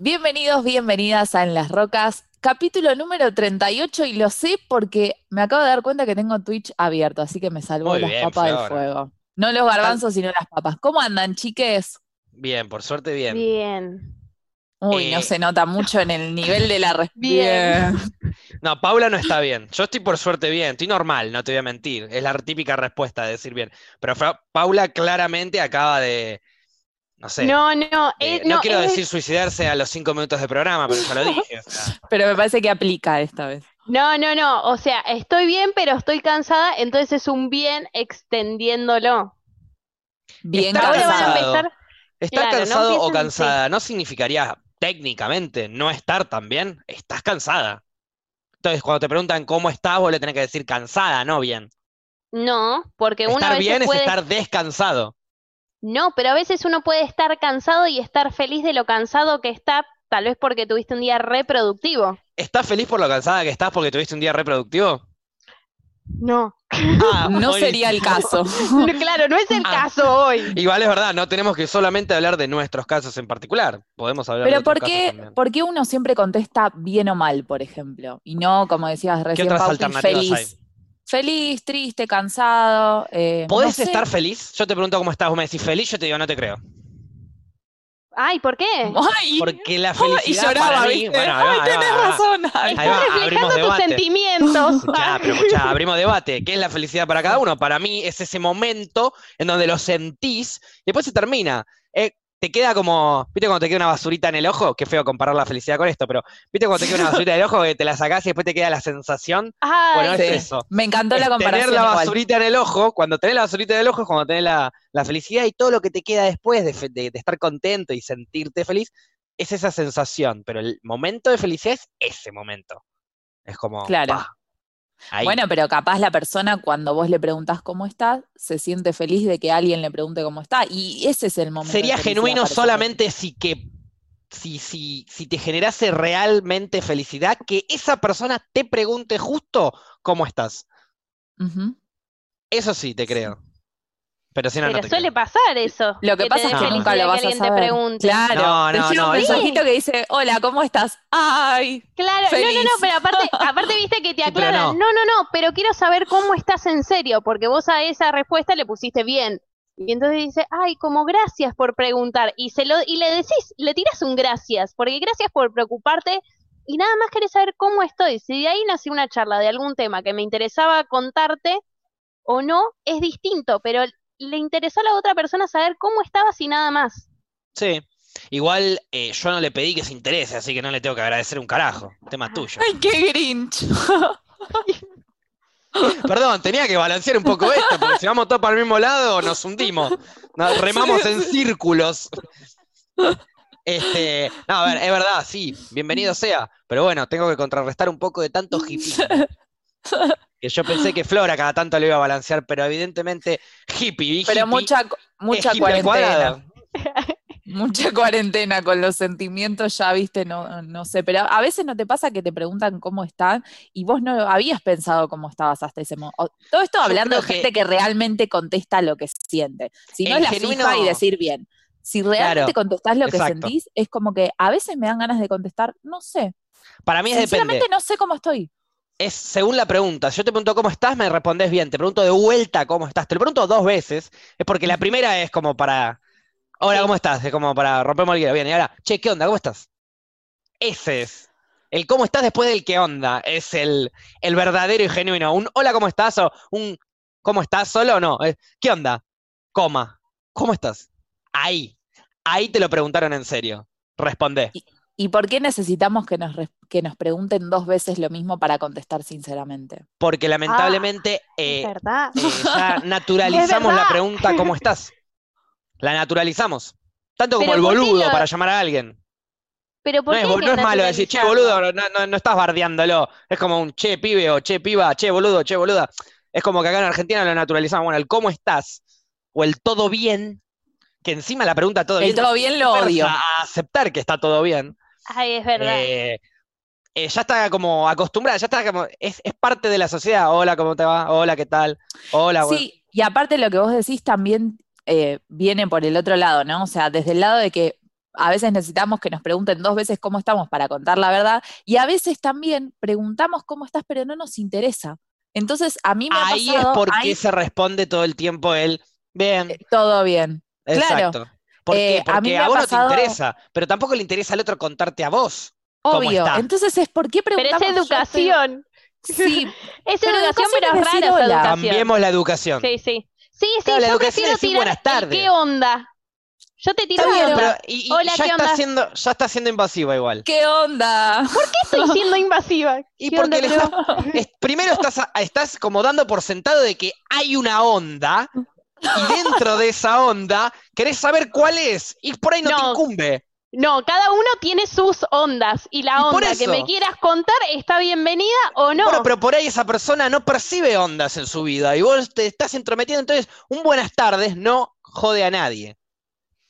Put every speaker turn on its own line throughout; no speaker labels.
Bienvenidos, bienvenidas a En las Rocas, capítulo número 38 y lo sé porque me acabo de dar cuenta que tengo Twitch abierto, así que me salvó
Muy
las
bien, pues
papas del
Flor.
fuego. No los garbanzos, sino las papas. ¿Cómo andan, chiques?
Bien, por suerte bien.
Bien.
Uy,
Eh.
no se nota mucho en el nivel de la
Bien.
respuesta.
No, Paula no está bien. Yo estoy por suerte bien. Estoy normal, no te voy a mentir. Es la típica respuesta de decir bien. Pero Fra- Paula claramente acaba de. No sé.
No, no,
de- Eh,
es-
no,
no,
quiero
es-
decir suicidarse a los cinco minutos de programa, pero ya lo dije. o sea.
Pero me parece que aplica esta vez.
no, no, no, o sea, estoy bien, pero estoy cansada, entonces es un bien extendiéndolo.
Bien
Está
Ahora van a
cansado.
cansado.
empezar,
Estar
Claro, no
cansado o
empiecen, sí.
cansada no significaría técnicamente no estar tan bien. Estás cansada. Entonces, cuando te preguntan cómo estás, vos le tenés que decir cansada, no bien.
no, porque uno a
Estar
veces
bien es
puede,
estar descansado.
no, pero a veces uno puede estar cansado y estar feliz de lo cansado que está, tal vez porque tuviste un día reproductivo.
¿Estás feliz por lo cansada que estás porque tuviste un día reproductivo?
No,
Ah,
No
hoy-
sería el caso.
no, claro, no es el
Ah.
caso hoy.
Igual es verdad, no tenemos que solamente hablar de nuestros casos en particular. Podemos hablar de
Pero
otros
¿por
casos
qué,
también.
por qué uno siempre contesta bien o mal, por ejemplo? Y no, como decías recién,
otras
Pauti,
alternativas
feliz. Feliz, triste, cansado. eh,
¿Podés
no sé.
estar feliz? Yo te pregunto cómo estás, vos me decís feliz, yo te digo no te creo.
Ay, ¿por qué?
Ay,
Porque la
ay,
felicidad
y lloraba,
para mí-
¿viste?
bueno, ahí va,
Ay,
ahí va,
tenés
ahí va.
razón. ay.
Ahí va,
Estás
abrimos
reflejando tus
debate.
sentimientos.
Ya, pero escuchá, abrimos debate. ¿Qué es la felicidad para cada uno? Para mí es ese momento en donde lo sentís y después se termina. Eh, te queda como, ¿viste cuando te queda una basurita en el ojo? Qué feo comparar la felicidad con esto, pero ¿viste cuando te queda una basurita en el ojo que te la sacás y después te queda la sensación?
Ay,
Bueno,
sí.
es eso.
Me encantó la
Es
comparación.
Tener la
igual.
basurita en el ojo, cuando tenés la basurita en el ojo es cuando tenés la, la felicidad y todo lo que te queda después de, fe- de- de estar contento y sentirte feliz, es esa sensación, pero el momento de felicidad es ese momento. Es como...
Claro.
pa, ahí.
Bueno, pero capaz la persona cuando vos le preguntás cómo está, se siente feliz de que alguien le pregunte cómo está. Y ese es el momento. de
Sería
felicidad,
genuino
parece.
solamente si que... Si, si, si te generase realmente felicidad, que esa persona te pregunte justo cómo estás.
Ujú.
Eso sí, te creo. Pero si no, no
Pero
te creo.
suele pasar eso.
Lo que,
te
pasa
dé
es que
des
nunca
felicidad
lo vas a
alguien te
saber.
pregunte.
Claro.
No,
te
no,
llega
no,
un
eso-
mensajito que dice, hola, ¿cómo estás? Ay,
Claro, no, no,
Feliz.
no, pero aparte, aparte viste que te
Sí, pero
aclaran,
no.
no, no, no, pero quiero saber cómo estás en serio, porque vos a esa respuesta le pusiste bien. Y entonces dice, ay, como gracias por preguntar. Y se lo, y le decís, le tirás un gracias, porque gracias por preocuparte, y nada más querés saber cómo estoy. Si de ahí nació una charla de algún tema que me interesaba contarte o no, es distinto, pero le interesó a la otra persona saber cómo estabas y nada más.
Sí. Igual eh, yo no le pedí que se interese, así que no le tengo que agradecer un carajo. Tema tuyo.
ay, qué grinch.
Perdón, tenía que balancear un poco esto, porque si vamos todos para el mismo lado, nos hundimos. Nos remamos en círculos. Este, no, a ver, es verdad, sí, bienvenido sea. Pero bueno, tengo que contrarrestar un poco de tanto hippie. Que yo pensé que Flora cada tanto lo iba a balancear, pero evidentemente hippie. y hippie
Pero mucha, mucha
es hippie al
cuarentena.
cuadrado.
Mucha cuarentena con los sentimientos, ya viste, no, no sé, pero a veces no te pasa que te preguntan cómo están y vos no habías pensado cómo estabas hasta ese momento. Todo esto
Yo
hablando de
creo que-
gente que realmente contesta lo que siente. Si no
El
es la
genuino-
fija y decir bien. Si realmente
Claro,
contestás lo que
exacto.
sentís, es como que a veces me dan ganas de contestar, no sé.
Para mí es depende.
Sinceramente no sé cómo estoy.
Es según la pregunta. Si yo te pregunto cómo estás, me respondes bien. Te pregunto de vuelta cómo estás. Te lo pregunto dos veces. Es porque la primera es como para. Hola,
Sí.
¿cómo estás? Es como para rompemos el hielo. Bien, y ahora, che, ¿qué onda? ¿Cómo estás? Ese es. El cómo estás después del qué onda. Es el, el verdadero y genuino. Un hola, ¿cómo estás? O un ¿cómo estás solo o no? Es, ¿Qué onda? Coma. ¿Cómo estás? Ahí. Ahí te lo preguntaron en serio. Respondé.
¿Y por qué necesitamos que nos, res- que nos pregunten dos veces lo mismo para contestar sinceramente?
Porque lamentablemente eh,
Es verdad.
Eh, ya naturalizamos la
verdad.
pregunta ¿cómo estás? La naturalizamos. Tanto como
Pero
el
¿por qué
boludo
lo-
para llamar a alguien.
Pero
No
¿por
es,
qué
bo-
hay que
no es malo decir, che,
naturalizarlo?
boludo, no, no- no estás bardeándolo. Es como un che, pibe o che, piba, che, boludo, che, boluda. Es como que acá en Argentina lo naturalizamos. Bueno, el cómo estás o el todo bien, que encima la pregunta todo
El
bien
todo bien lo
fuerza
odio.
a aceptar que está todo bien.
Ay, es verdad.
Eh, eh, ya está como acostumbrada, ya está como. Es, es parte de la sociedad. Hola, ¿cómo te va? Hola, ¿qué tal? Hola, bueno.
Sí, y aparte lo que vos decís también eh, viene por el otro lado, ¿no? O sea, desde el lado de que a veces necesitamos que nos pregunten dos veces cómo estamos para contar la verdad y a veces también preguntamos cómo estás, pero no nos interesa. Entonces, a mí me ha
Ahí es
pasado,
porque
ahí, eh,
se responde todo el tiempo el bien.
todo bien. claro.
Exacto. ¿Por qué?
Eh, a mí
Porque
me
a,
ha
vos no
pasado-
te interesa, pero tampoco le interesa al otro contarte a vos. ¿Cómo
Obvio.
está?
Entonces es por qué
Pero
preguntamos.
es
yo estoy-
educación.
Sí,
Es
Pero
educación,
educación
pero
es
es
decir
rara esa
hola.
educación.
Cambiemos la educación.
Sí, sí. Sí, sí,
Claro, la
yo
educación
prefiero
es decir
tirar
buenas
el
tardes.
¿Qué onda? Yo te tiro
Está bien,
el
pero
onda.
y, y
Hola,
ya,
¿qué
está
onda?
siendo, ya está siendo invasiva igual.
¿qué onda?
Estoy siendo invasiva.
Y
¿Qué
porque le
onda, pero-
Es- primero estás, a- estás como dando por sentado de que hay una onda y dentro de esa onda querés saber cuál es y por ahí no, te
No.
incumbe.
No, cada uno tiene sus ondas y la
Y por
onda que
eso.
me quieras contar está bienvenida o no.
Bueno, pero por ahí esa persona no percibe ondas en su vida y vos te estás entrometiendo, entonces un buenas tardes no jode a nadie.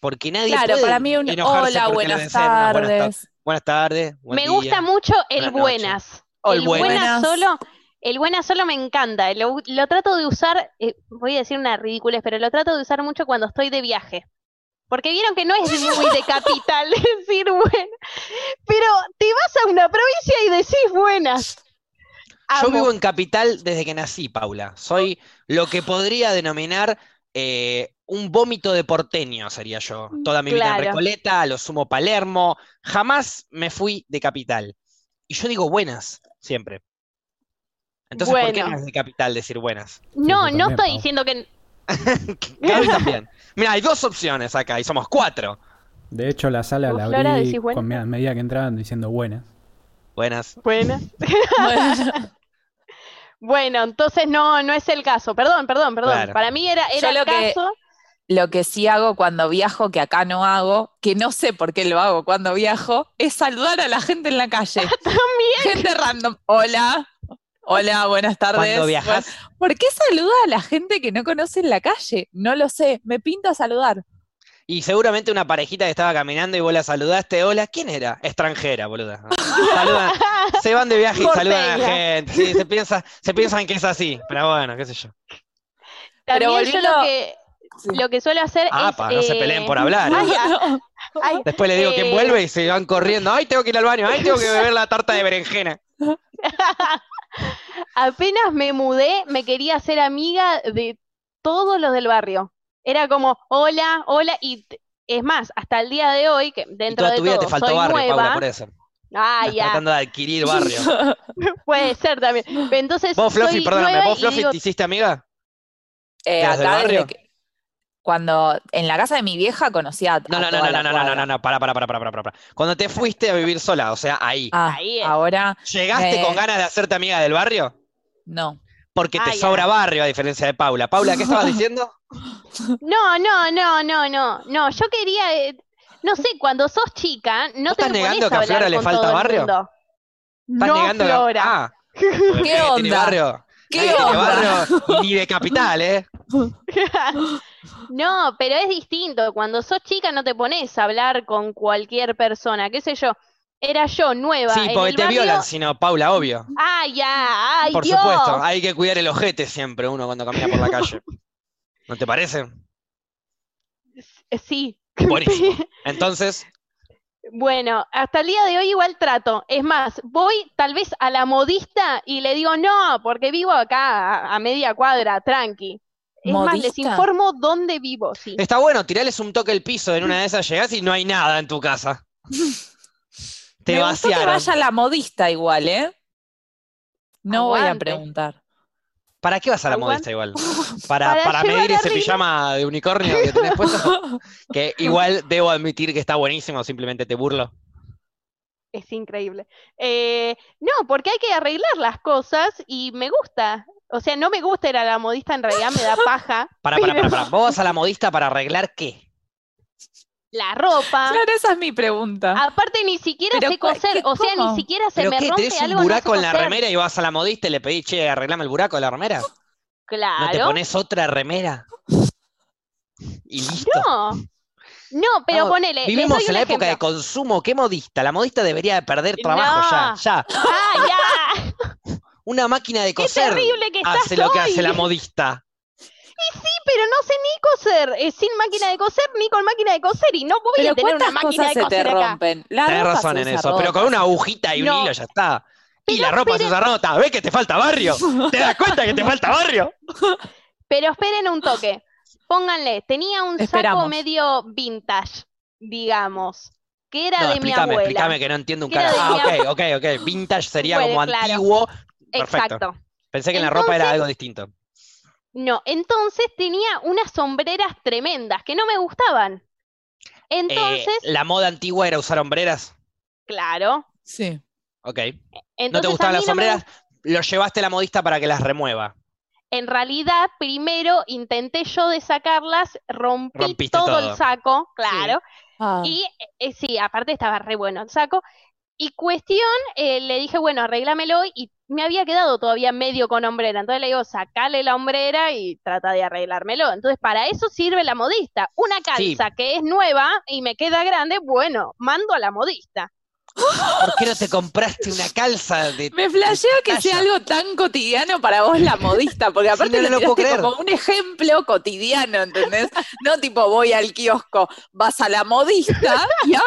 Porque nadie
Claro,
puede
para mí un
enojarse
hola,
porque le
buenas
decís una buenas tar-
tardes.
Buenas tardes. buen
me
día.
gusta mucho el
Buenas noches.
buenas.
O el
el buenas.
buenas.
solo, el buenas solo me encanta. Lo, lo trato de usar, eh, voy a decir una ridiculez, pero lo trato de usar mucho cuando estoy de viaje. Porque vieron que no es muy de capital decir bueno. Pero te vas a una provincia y decís buenas.
Yo
Amo.
vivo en Capital desde que nací, Paula. Soy lo que podría denominar eh, un vómito de porteño, sería yo. Toda mi vida en
Mm, Claro.
Recoleta, a lo sumo Palermo. Jamás me fui de Capital. Y yo digo buenas, siempre. Entonces, ¿por qué
Bueno.
no es de Capital decir buenas?
No,
Sí, yo
no
también,
estoy
Pau.
diciendo que
Gaby también. Mira, hay dos opciones acá y somos cuatro.
De hecho, la sala
¿Vos,
la
Flora,
abrí
decís buenas?
con a medida que entraban diciendo buenas.
Buenas.
buenas. Bueno, entonces no, no es el caso. Perdón, perdón, perdón.
Claro.
Para mí era, era
Yo lo
el
que-
caso.
Lo que sí hago cuando viajo, que acá no hago, que no sé por qué lo hago cuando viajo, es saludar a la gente en la calle. Gente random. Hola. Hola, buenas tardes.
Cuando viajas,
Bueno, ¿Por qué saluda a la gente que no conoce en la calle? No lo sé. Me pinta saludar.
Y seguramente una parejita que estaba caminando y vos la saludaste. Hola, ¿quién era? Extranjera, boluda. Ah, Saludan- se van de viaje y saludan a la
Porteña.
gente. Sí, se, piensa, se piensan que es así, pero bueno, qué sé yo.
También
Pero
yo
volviendo-
lo que, lo que suelo hacer es.
Apa, Ah, no se peleen por hablar, ¿eh?
Ay, ah, ay,
Después le digo
Eh.
quién vuelve y se van corriendo. Ay, tengo que ir al baño, ay, tengo que beber la tarta de berenjena.
apenas me mudé, me quería hacer amiga de todos los del barrio. Era como, hola, hola. Y t- es más, hasta el día de hoy, que
Y
dentro
toda
de
tu vida
todo
te faltó
soy
barrio,
nueva.
Paula, por eso.
Ah,
Estás
ya,
tratando de adquirir barrio.
puede ser también. Entonces,
Vos, Fluffy,
soy
perdóname,
nueva
¿vos,
y
Fluffy,
digo,
te hiciste amiga?
Eh,
¿Eras del
acá desde
barrio?
que- cuando en la casa de mi vieja conocía a,
No,
a
no, no,
toda la
no, no, no, no,
cuadra.
no, no, no, pará, pará, pará, pará, pará. Cuando te fuiste a vivir sola, o sea, ahí.
Ah,
Ahí es.
ahora
¿Llegaste
Eh.
con ganas de hacerte amiga del barrio?
no.
Porque te
Ay,
sobra
ay.
barrio, a diferencia de Paula. Paula, ¿qué estabas diciendo?
No, no, no, no, no, no, yo quería, eh, no sé, cuando sos chica, no
¿Vos estás
te pones
negando
a
que a
hablar
Flora le
con
falta
todo el
barrio?
mundo.
¿Estás
No,
negando que-
Flora.
Ah, porque tiene
onda?
barrio.
¿Qué
Nadie tiene
onda?
barrio, ni de capital, ¿eh?
No, pero es distinto, cuando sos chica no te pones a hablar con cualquier persona, qué sé yo. Era yo, nueva,
Sí,
en
porque
el
te
barrio.
violan, sino Paula, obvio.
Ay, ya, ay,
por
Dios.
supuesto, hay que cuidar el ojete siempre uno cuando camina por la calle. ¿No te parece?
Eh, Sí.
Buenísimo. Entonces,
Bueno, hasta el día de hoy igual trato. Es más, voy tal vez a la modista y le digo no, porque vivo acá a, a media cuadra, tranqui. Es más, les
¿Modista?
informo dónde vivo, sí.
está bueno, tirales un toque el piso, en una de esas llegás y no hay nada en tu casa. Te
Me gustó que
vaciaron.
vaya la modista igual, ¿eh? No voy a
Aguante.
preguntar.
¿Para qué vas a la modista
Aguante.
igual? ¿Para,
Para
para medir
llevar
ese
arriba.
pijama de unicornio que tenés puesto?
Ah.
Que igual debo admitir que está buenísimo, simplemente te burlo.
Es increíble. Eh, no, porque hay que arreglar las cosas y me gusta. O sea, no me gusta ir a la modista, en realidad me da paja.
Para, para, para,
pero
para. ¿Vos vas a la modista para arreglar qué?
La ropa.
Claro, esa es mi pregunta.
Aparte, ni siquiera
Pero
sé
cu-
coser.
¿qué-
O sea,
cómo?
ni siquiera se
¿Pero
me
qué?
rompe
¿Tenés un
algo, no sé
buraco en la
coser.
remera y vas a la modista y le pedís, che, arreglame el buraco de la remera? ¿No te
Claro.
pones otra remera? Y listo.
No. No, pero
Vamos,
ponele. les
Vivimos
doy
en
un
la época de
ejemplo.
consumo. ¿Qué modista? La modista debería de perder trabajo ya,
No.
ya.
¡Ah, ya!
Una máquina de
¡Qué
coser
terrible que estás
hace lo que hace
hoy!
la modista.
Sí, pero no sé ni coser. Eh, sin máquina de coser ni con máquina de coser. Y no voy
Pero
a tener una
¿cuántas
máquina
cosas
de
se te
coser acá.
rompen? La
Tenés
ropa
razón
se
en
usa
eso, pero
rota.
con una agujita y
No.
un hilo ya está. Y
Pero
la ropa se
esperen-
usa rota. ¿Ves que te falta barrio? ¿Te das cuenta que te falta barrio?
Pero esperen un toque. Pónganle, tenía un saco
Esperamos.
medio vintage, digamos, que era
No,
de mi
explícame,
abuela.
explícame que no entiendo un
Que era
carajo. Ah,
de
ok, ok, ok. Vintage sería
Bueno,
como
claro.
antiguo. Perfecto.
Exacto.
Pensé que en la ropa era
Entonces-
algo distinto.
No, entonces tenía unas sombreras tremendas que no me gustaban.
Eh,
Entonces,
la moda antigua era usar hombreras.
claro.
Sí.
Ok. ¿No te
Entonces a
gustaban
mí
las
no me
sombreras? Lo llevaste a la modista para que las remueva.
En realidad, primero intenté yo de sacarlas, rompí
Rompiste
todo,
todo.
el saco, claro.
Ah.
Y eh, sí, aparte estaba re bueno el saco. Y cuestión, eh, le dije, bueno, arréglamelo y me había quedado todavía medio con hombrera. Entonces le digo, sacale la hombrera y trata de arreglármelo. Entonces para eso sirve la modista. Una
Sí.
calza que es nueva y me queda grande, bueno, mando a la modista.
¿Por qué no te compraste una calza de
Me flasheo que
Talla.
sea algo tan cotidiano para vos la modista, porque aparte
no, no
lo
lo puedo
tiraste
creer.
como un ejemplo cotidiano, ¿entendés? No tipo voy al kiosco, vas a la modista, ya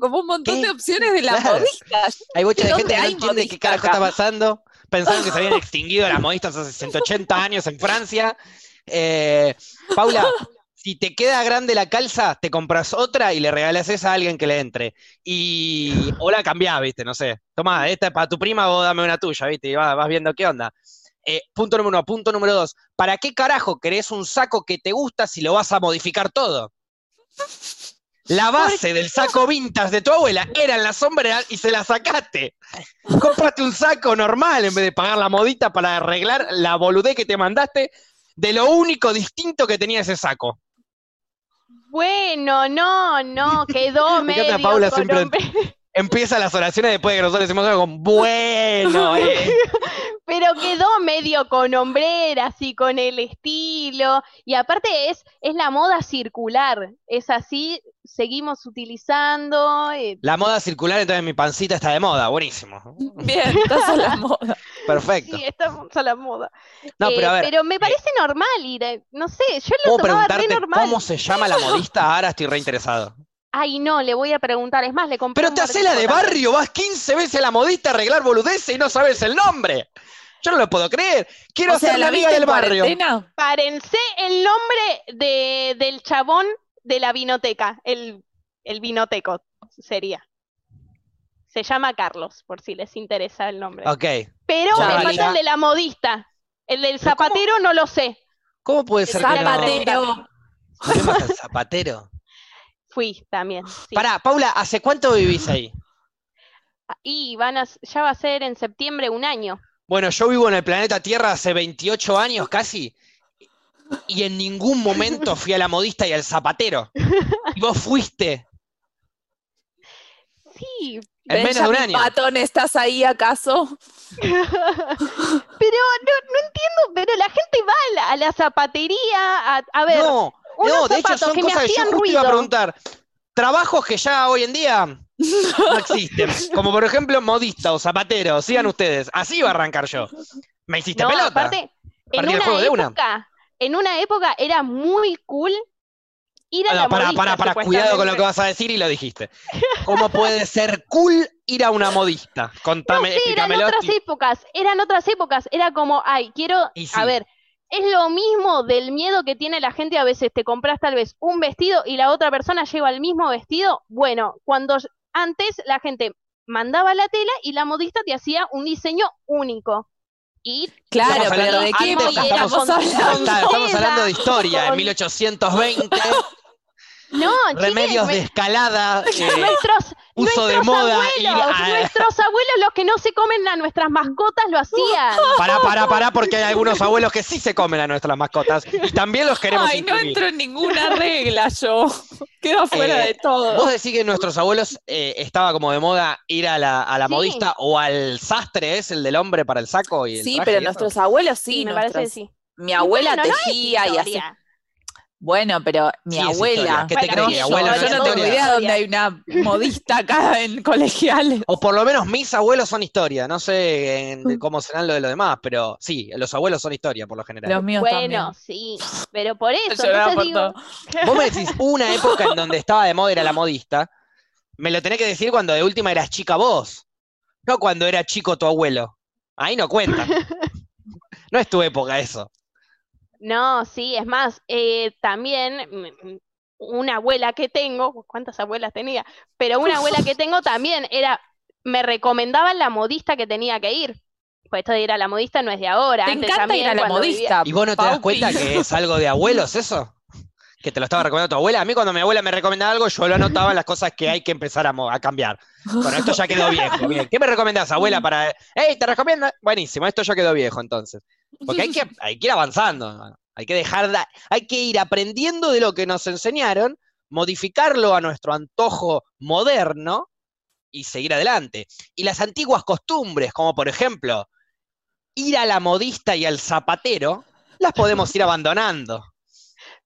como un montón
¿Qué?
de opciones de la
Claro.
modista.
Hay mucha
¿De
gente que
dónde
no
hay
entiende qué
modistas
carajo
acá?
está pasando. Pensaron que se habían extinguido las modistas hace 180 años en Francia. Eh, Paula, si te queda grande la calza, te compras otra y le regalas esa a alguien que le entre. Y o la cambiás, viste, no sé. Tomá, esta es para tu prima, vos dame una tuya, viste, y vas, vas viendo qué onda. Eh, punto número uno, punto número dos. ¿Para qué carajo querés un saco que te gusta si lo vas a modificar todo? La base del saco vintage de tu abuela eran las sombreras y se las sacaste. Compraste un saco normal en vez de pagar la modita para arreglar la boludez que te mandaste de lo único distinto que tenía ese saco.
Bueno, no, no, quedó
Me encanta
medio
Paula
con
simplemente.
hombre-
Empiezan las oraciones después de que nosotros decimos algo con bueno. eh.
Pero quedó medio con hombreras y con el estilo. Y aparte es, es la moda circular. Es así, seguimos utilizando. eh,
La moda circular, entonces mi pancita está de moda, buenísimo.
Bien, estás a la moda.
Perfecto.
sí, estamos a la moda.
No,
Eh,
pero a ver,
me parece normal ir. a- No sé, yo
¿puedo
lo tomaba re
preguntarte
normal.
cómo se llama la modista? Ahora estoy reinteresado.
Ay, no, le voy a preguntar. Es más, le compré
Pero
un
te haces la de
mordisco también.
barrio, vas 15 veces a la modista a arreglar boludeces y no sabes el nombre. Yo no lo puedo creer. Quiero
O sea,
ser la
¿la
amiga
viste
del
en
barrio.
cuarentena?
Párense el nombre de, del chabón de la vinoteca. El, el vinoteco sería. Se llama Carlos, por si les interesa el nombre.
Ok.
Pero
Ya,
me
vale.
falta el de la modista. El del zapatero no lo sé.
¿Cómo puede ser que no?
Zapatero.
Volvemos al zapatero.
Fui también. sí.
Pará, Paula, ¿hace cuánto vivís ahí?
Y van a, ya va a ser en septiembre un año.
Bueno, yo vivo en el planeta Tierra hace 28 años casi. Y en ningún momento fui a la modista y al zapatero. Y vos fuiste.
Sí,
En menos de un
Benjamin
año.
Patton, ¿estás ahí acaso?
pero no, no entiendo, pero la gente va a la, a la zapatería a, a ver.
No,
unos
no, de hecho
zapatos
son
que me
cosas que yo
hacían
justo iba a
ruido.
preguntar. Trabajos que ya hoy en día no existen. Como por ejemplo, modista o zapatero, sigan ustedes. Así iba a arrancar yo. Me hiciste
No,
pelota.
aparte, en
Partí el
una
juego de una.
época, en una época era muy cool ir a
Ah, No,
la
para,
modista,
para, para, cuidado con lo que
supuestamente.
vas a decir y lo dijiste. ¿Cómo puede ser cool ir a una modista?
No
Contame,
sé, eran
explícamelo.
otras épocas, eran otras épocas, era como, ay, quiero,
Y sí.
a ver, es lo mismo del miedo que tiene la gente a veces, te compras tal vez un vestido y la otra persona lleva el mismo vestido, bueno, cuando s- antes la gente mandaba la tela y la modista te hacía un diseño único. Y
Claro,
Estamos
pero
hablando-
¿de qué
antes
época
estamos-
éramos hablando?
Está- estamos hablando de
Con-
historia, en 1820,
no, chicos,
remedios
me-
de escalada, eh,
nuestros,
uso de
nuestros
moda, ir
abuelos,
a-
nuestros abuelos los que no se comen a nuestras mascotas lo hacían.
Pará, pará, pará, porque hay algunos abuelos que sí se comen a nuestras mascotas y también los queremos
Ay, no
incluir.
entro en ninguna regla yo. Quedo fuera
Eh,
de todo.
¿Vos decís que nuestros abuelos eh, estaba como de moda ir a la, a la
Sí.
modista o al sastre, es el del hombre para el saco y el
Sí,
traje
pero
y eso?
nuestros abuelos sí,
me
nuestras-
parece que sí.
Mi abuela
Bueno, no es
tejía y así.
historia.
Bueno, pero mi
Sí, es
abuela.
historia. ¿Qué te
no,
crees,
yo,
abuela?
yo
No es
no tengo
historia.
idea dónde hay una modista acá en colegiales.
O por lo menos mis abuelos son historia. No sé
Mm.
en- de cómo serán lo de los demás, pero sí, los abuelos son historia por lo general.
Los míos
Bueno, sí, pero por eso,
también. Lloraba
entonces
por
digo,
todo.
Vos me decís una época en donde estaba de moda era la modista. Me lo tenés que decir cuando de última eras chica vos. No cuando era chico tu abuelo. Ahí no cuenta. No es tu época eso.
No, sí, es más, eh, también mm, mm, una abuela que tengo, ¿cuántas abuelas tenía? Pero una abuela que tengo también era, me recomendaban la modista que tenía que ir. Pues esto de ir a la modista no es de ahora,
Te
antes
encanta
también
ir a la
cuando vivía-
modista.
¿Y vos no te das
Paupi.
cuenta que es algo de abuelos eso? Que te lo estaba recomendando tu abuela. A mí cuando mi abuela me recomendaba algo, yo lo anotaba en las cosas que hay que empezar a, mo- a cambiar. Bueno, esto ya quedó viejo. Bien. ¿Qué me recomendás, abuela? Para... ¡Ey, te recomiendo! Buenísimo, esto ya quedó viejo entonces. Porque hay que, hay que ir avanzando. hermano. Hay que dejar, da- hay que ir aprendiendo de lo que nos enseñaron, modificarlo a nuestro antojo moderno y seguir adelante. Y las antiguas costumbres, como por ejemplo ir a la modista y al zapatero, las podemos ir abandonando.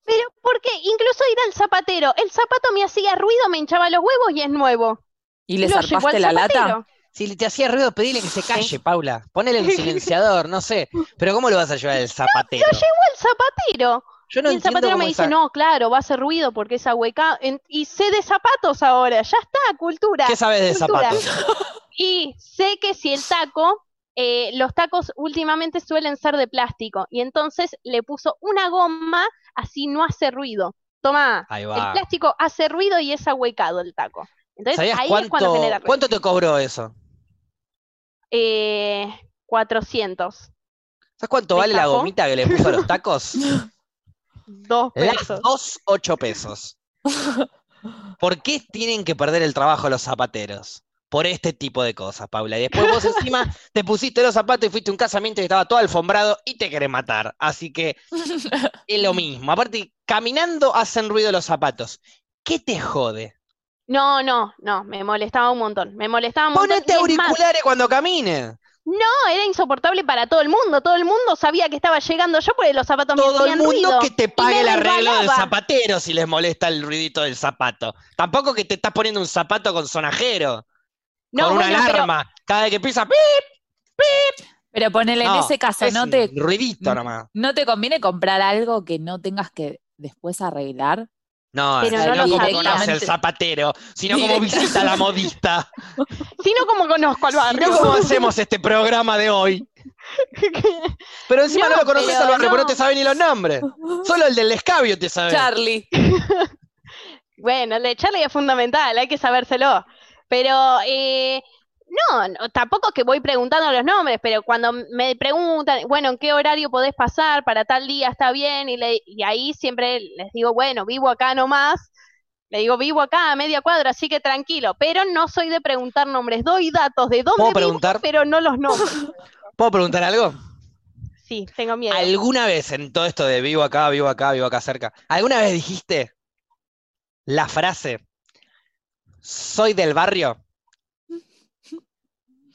Pero ¿por qué? Incluso ir al zapatero. El zapato me hacía ruido, me hinchaba los huevos y es nuevo.
¿Y le
Lo llevo
zarpaste
al
la lata?
zapatero.
Si te hacía ruido, pedile que se calle, Paula. Ponele un silenciador, no sé. Pero ¿cómo lo vas a llevar el zapatero?
Lo llevo al zapatero.
Yo no
y el
entiendo
zapatero
cómo
me
el
dice,
za-
no, claro, va a hacer ruido porque es ahuecado. En- Y sé de zapatos ahora, ya está, cultura.
¿Qué sabes de
Cultura.
zapatos?
Y sé que si el taco, eh, los tacos últimamente suelen ser de plástico. Y entonces le puso una goma, así no hace ruido. Toma,
Ahí
el
va.
plástico hace ruido y es ahuecado el taco. Entonces
¿Sabías
ahí es cuando
cuánto,
genera ruido.
cuánto te cobró eso?
Eh, 400.
¿Sabes cuánto
¿Te
vale la
estafó?
gomita que le puso a los tacos?
Dos
Las
pesos.
dos, ocho pesos. ¿Por qué tienen que perder el trabajo los zapateros? Por este tipo de cosas, Paula. Y después vos encima te pusiste los zapatos y fuiste a un casamiento y estaba todo alfombrado y te querés matar. Así que es lo mismo. Aparte, caminando hacen ruido los zapatos. ¿Qué te jode?
No, no, no, me molestaba un montón. Me molestaba un montón.
Ponete
Mm, y es más,
auriculares cuando camines.
no, era insoportable para todo el mundo. Todo el mundo sabía que estaba llegando yo porque los zapatos me
Todo el
hacían
mundo
ruido.
que te pague
me
el arreglo del
resbalaba.
zapatero si les molesta el ruidito del zapato. Tampoco que te estás poniendo un zapato con sonajero,
No,
con una
bueno, pero-
alarma. Cada vez que pisa, ¡pi!
Pero ponele en
No,
ese caso,
es
¿no
un
te,
ruidito nomás.
¿no te conviene comprar algo que no tengas que después arreglar?
No,
Pero
si
no
no
lo
como
directamente.
conoce el zapatero, sino como
Directa-
visita a la modista,
Sino como conozco al barrio.
sino como hacemos este programa de hoy. Pero encima no,
No,
lo conoces
pero
al barrio, pero no
no.
te saben ni los nombres. Solo el del escabio te sabe.
Charlie.
Bueno, el de Charlie es fundamental, hay que sabérselo. Pero eh, no, no, tampoco es que voy preguntando los nombres, pero cuando me preguntan, bueno, ¿en qué horario podés pasar para tal día? ¿Está bien? Y, le- y ahí siempre les digo, bueno, vivo acá nomás. Le digo, vivo acá a media cuadra, así que tranquilo. Pero no soy de preguntar nombres, doy datos de dónde
¿Puedo
vivo,
preguntar?
pero no los nombres.
¿Puedo preguntar algo?
Sí, tengo miedo.
¿Alguna vez en todo esto de vivo acá, vivo acá, vivo acá cerca, alguna vez dijiste la frase soy del barrio?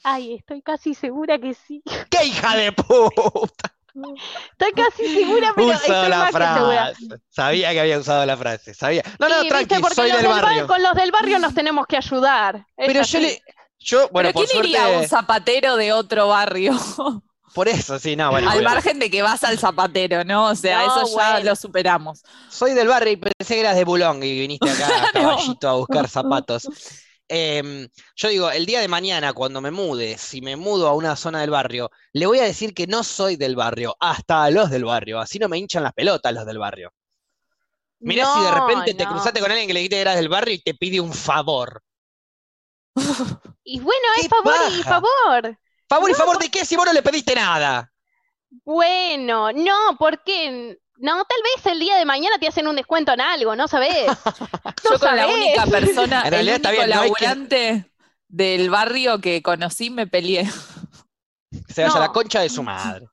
Ay, estoy casi segura que sí.
¡Qué hija de puta!
Estoy casi segura, pero
Usó
estoy
la
más que segura.
frase. Sabía que había usado la frase. Sabía. No, no,
Sí,
tranqui,
viste, porque
soy
los
del
bar-
barrio.
con los del barrio nos tenemos que ayudar. Es
Pero yo
así.
le. Yo, bueno,
¿Pero quién
por suerte.
iría a un zapatero de otro barrio?
Por eso, sí, no, bueno.
Al
bueno.
margen de que vas al zapatero, ¿no? O sea,
No,
eso ya
bueno.
lo superamos.
Soy del barrio y pensé que eras de Bulón y viniste acá a caballito a buscar zapatos. Em, yo digo, el día de mañana, cuando me mude, si me mudo a una zona del barrio, le voy a decir que no soy del barrio, hasta a los del barrio. Así no me hinchan las pelotas los del barrio. Mirá si de
No,
repente te
no.
cruzaste con alguien que le dijiste que eras del barrio y te pide un favor.
Y bueno,
¡Qué
es favor y
paja!
favor.
¿Favor y favor de qué si vos no le pediste nada?
Bueno, no, porque no, tal vez el día de mañana te hacen un descuento en algo, no sabés. No
Yo con la
sabés.
única persona,
En
el
realidad
único
está bien, no hay que-
laburante del barrio que conocí me peleé.
Que se vaya a la
No.
concha de su madre.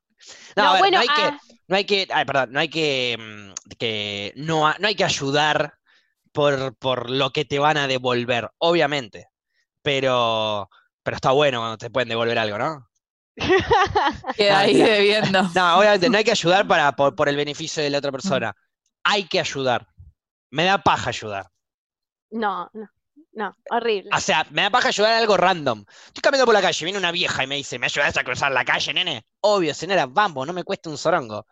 No,
No,
a ver,
bueno,
no hay que.
ah,
No hay que, ay, perdón, no hay que, mm, que no, ha- no hay que ayudar por, por lo que te van a devolver, obviamente. Pero, pero está bueno cuando te pueden devolver algo, ¿no?
Queda ahí
Ay, la-
ah.
debiendo.
No, obviamente no hay que ayudar para, por, por el beneficio de la otra persona. hay que ayudar. Me da paja ayudar.
No, no, no, horrible.
O sea, me da paja ayudar a algo random. Estoy caminando por la calle, viene una vieja y me dice, ¿me ayudas a cruzar la calle, nene? Obvio, señora, vamos, no me cuesta un sorongo.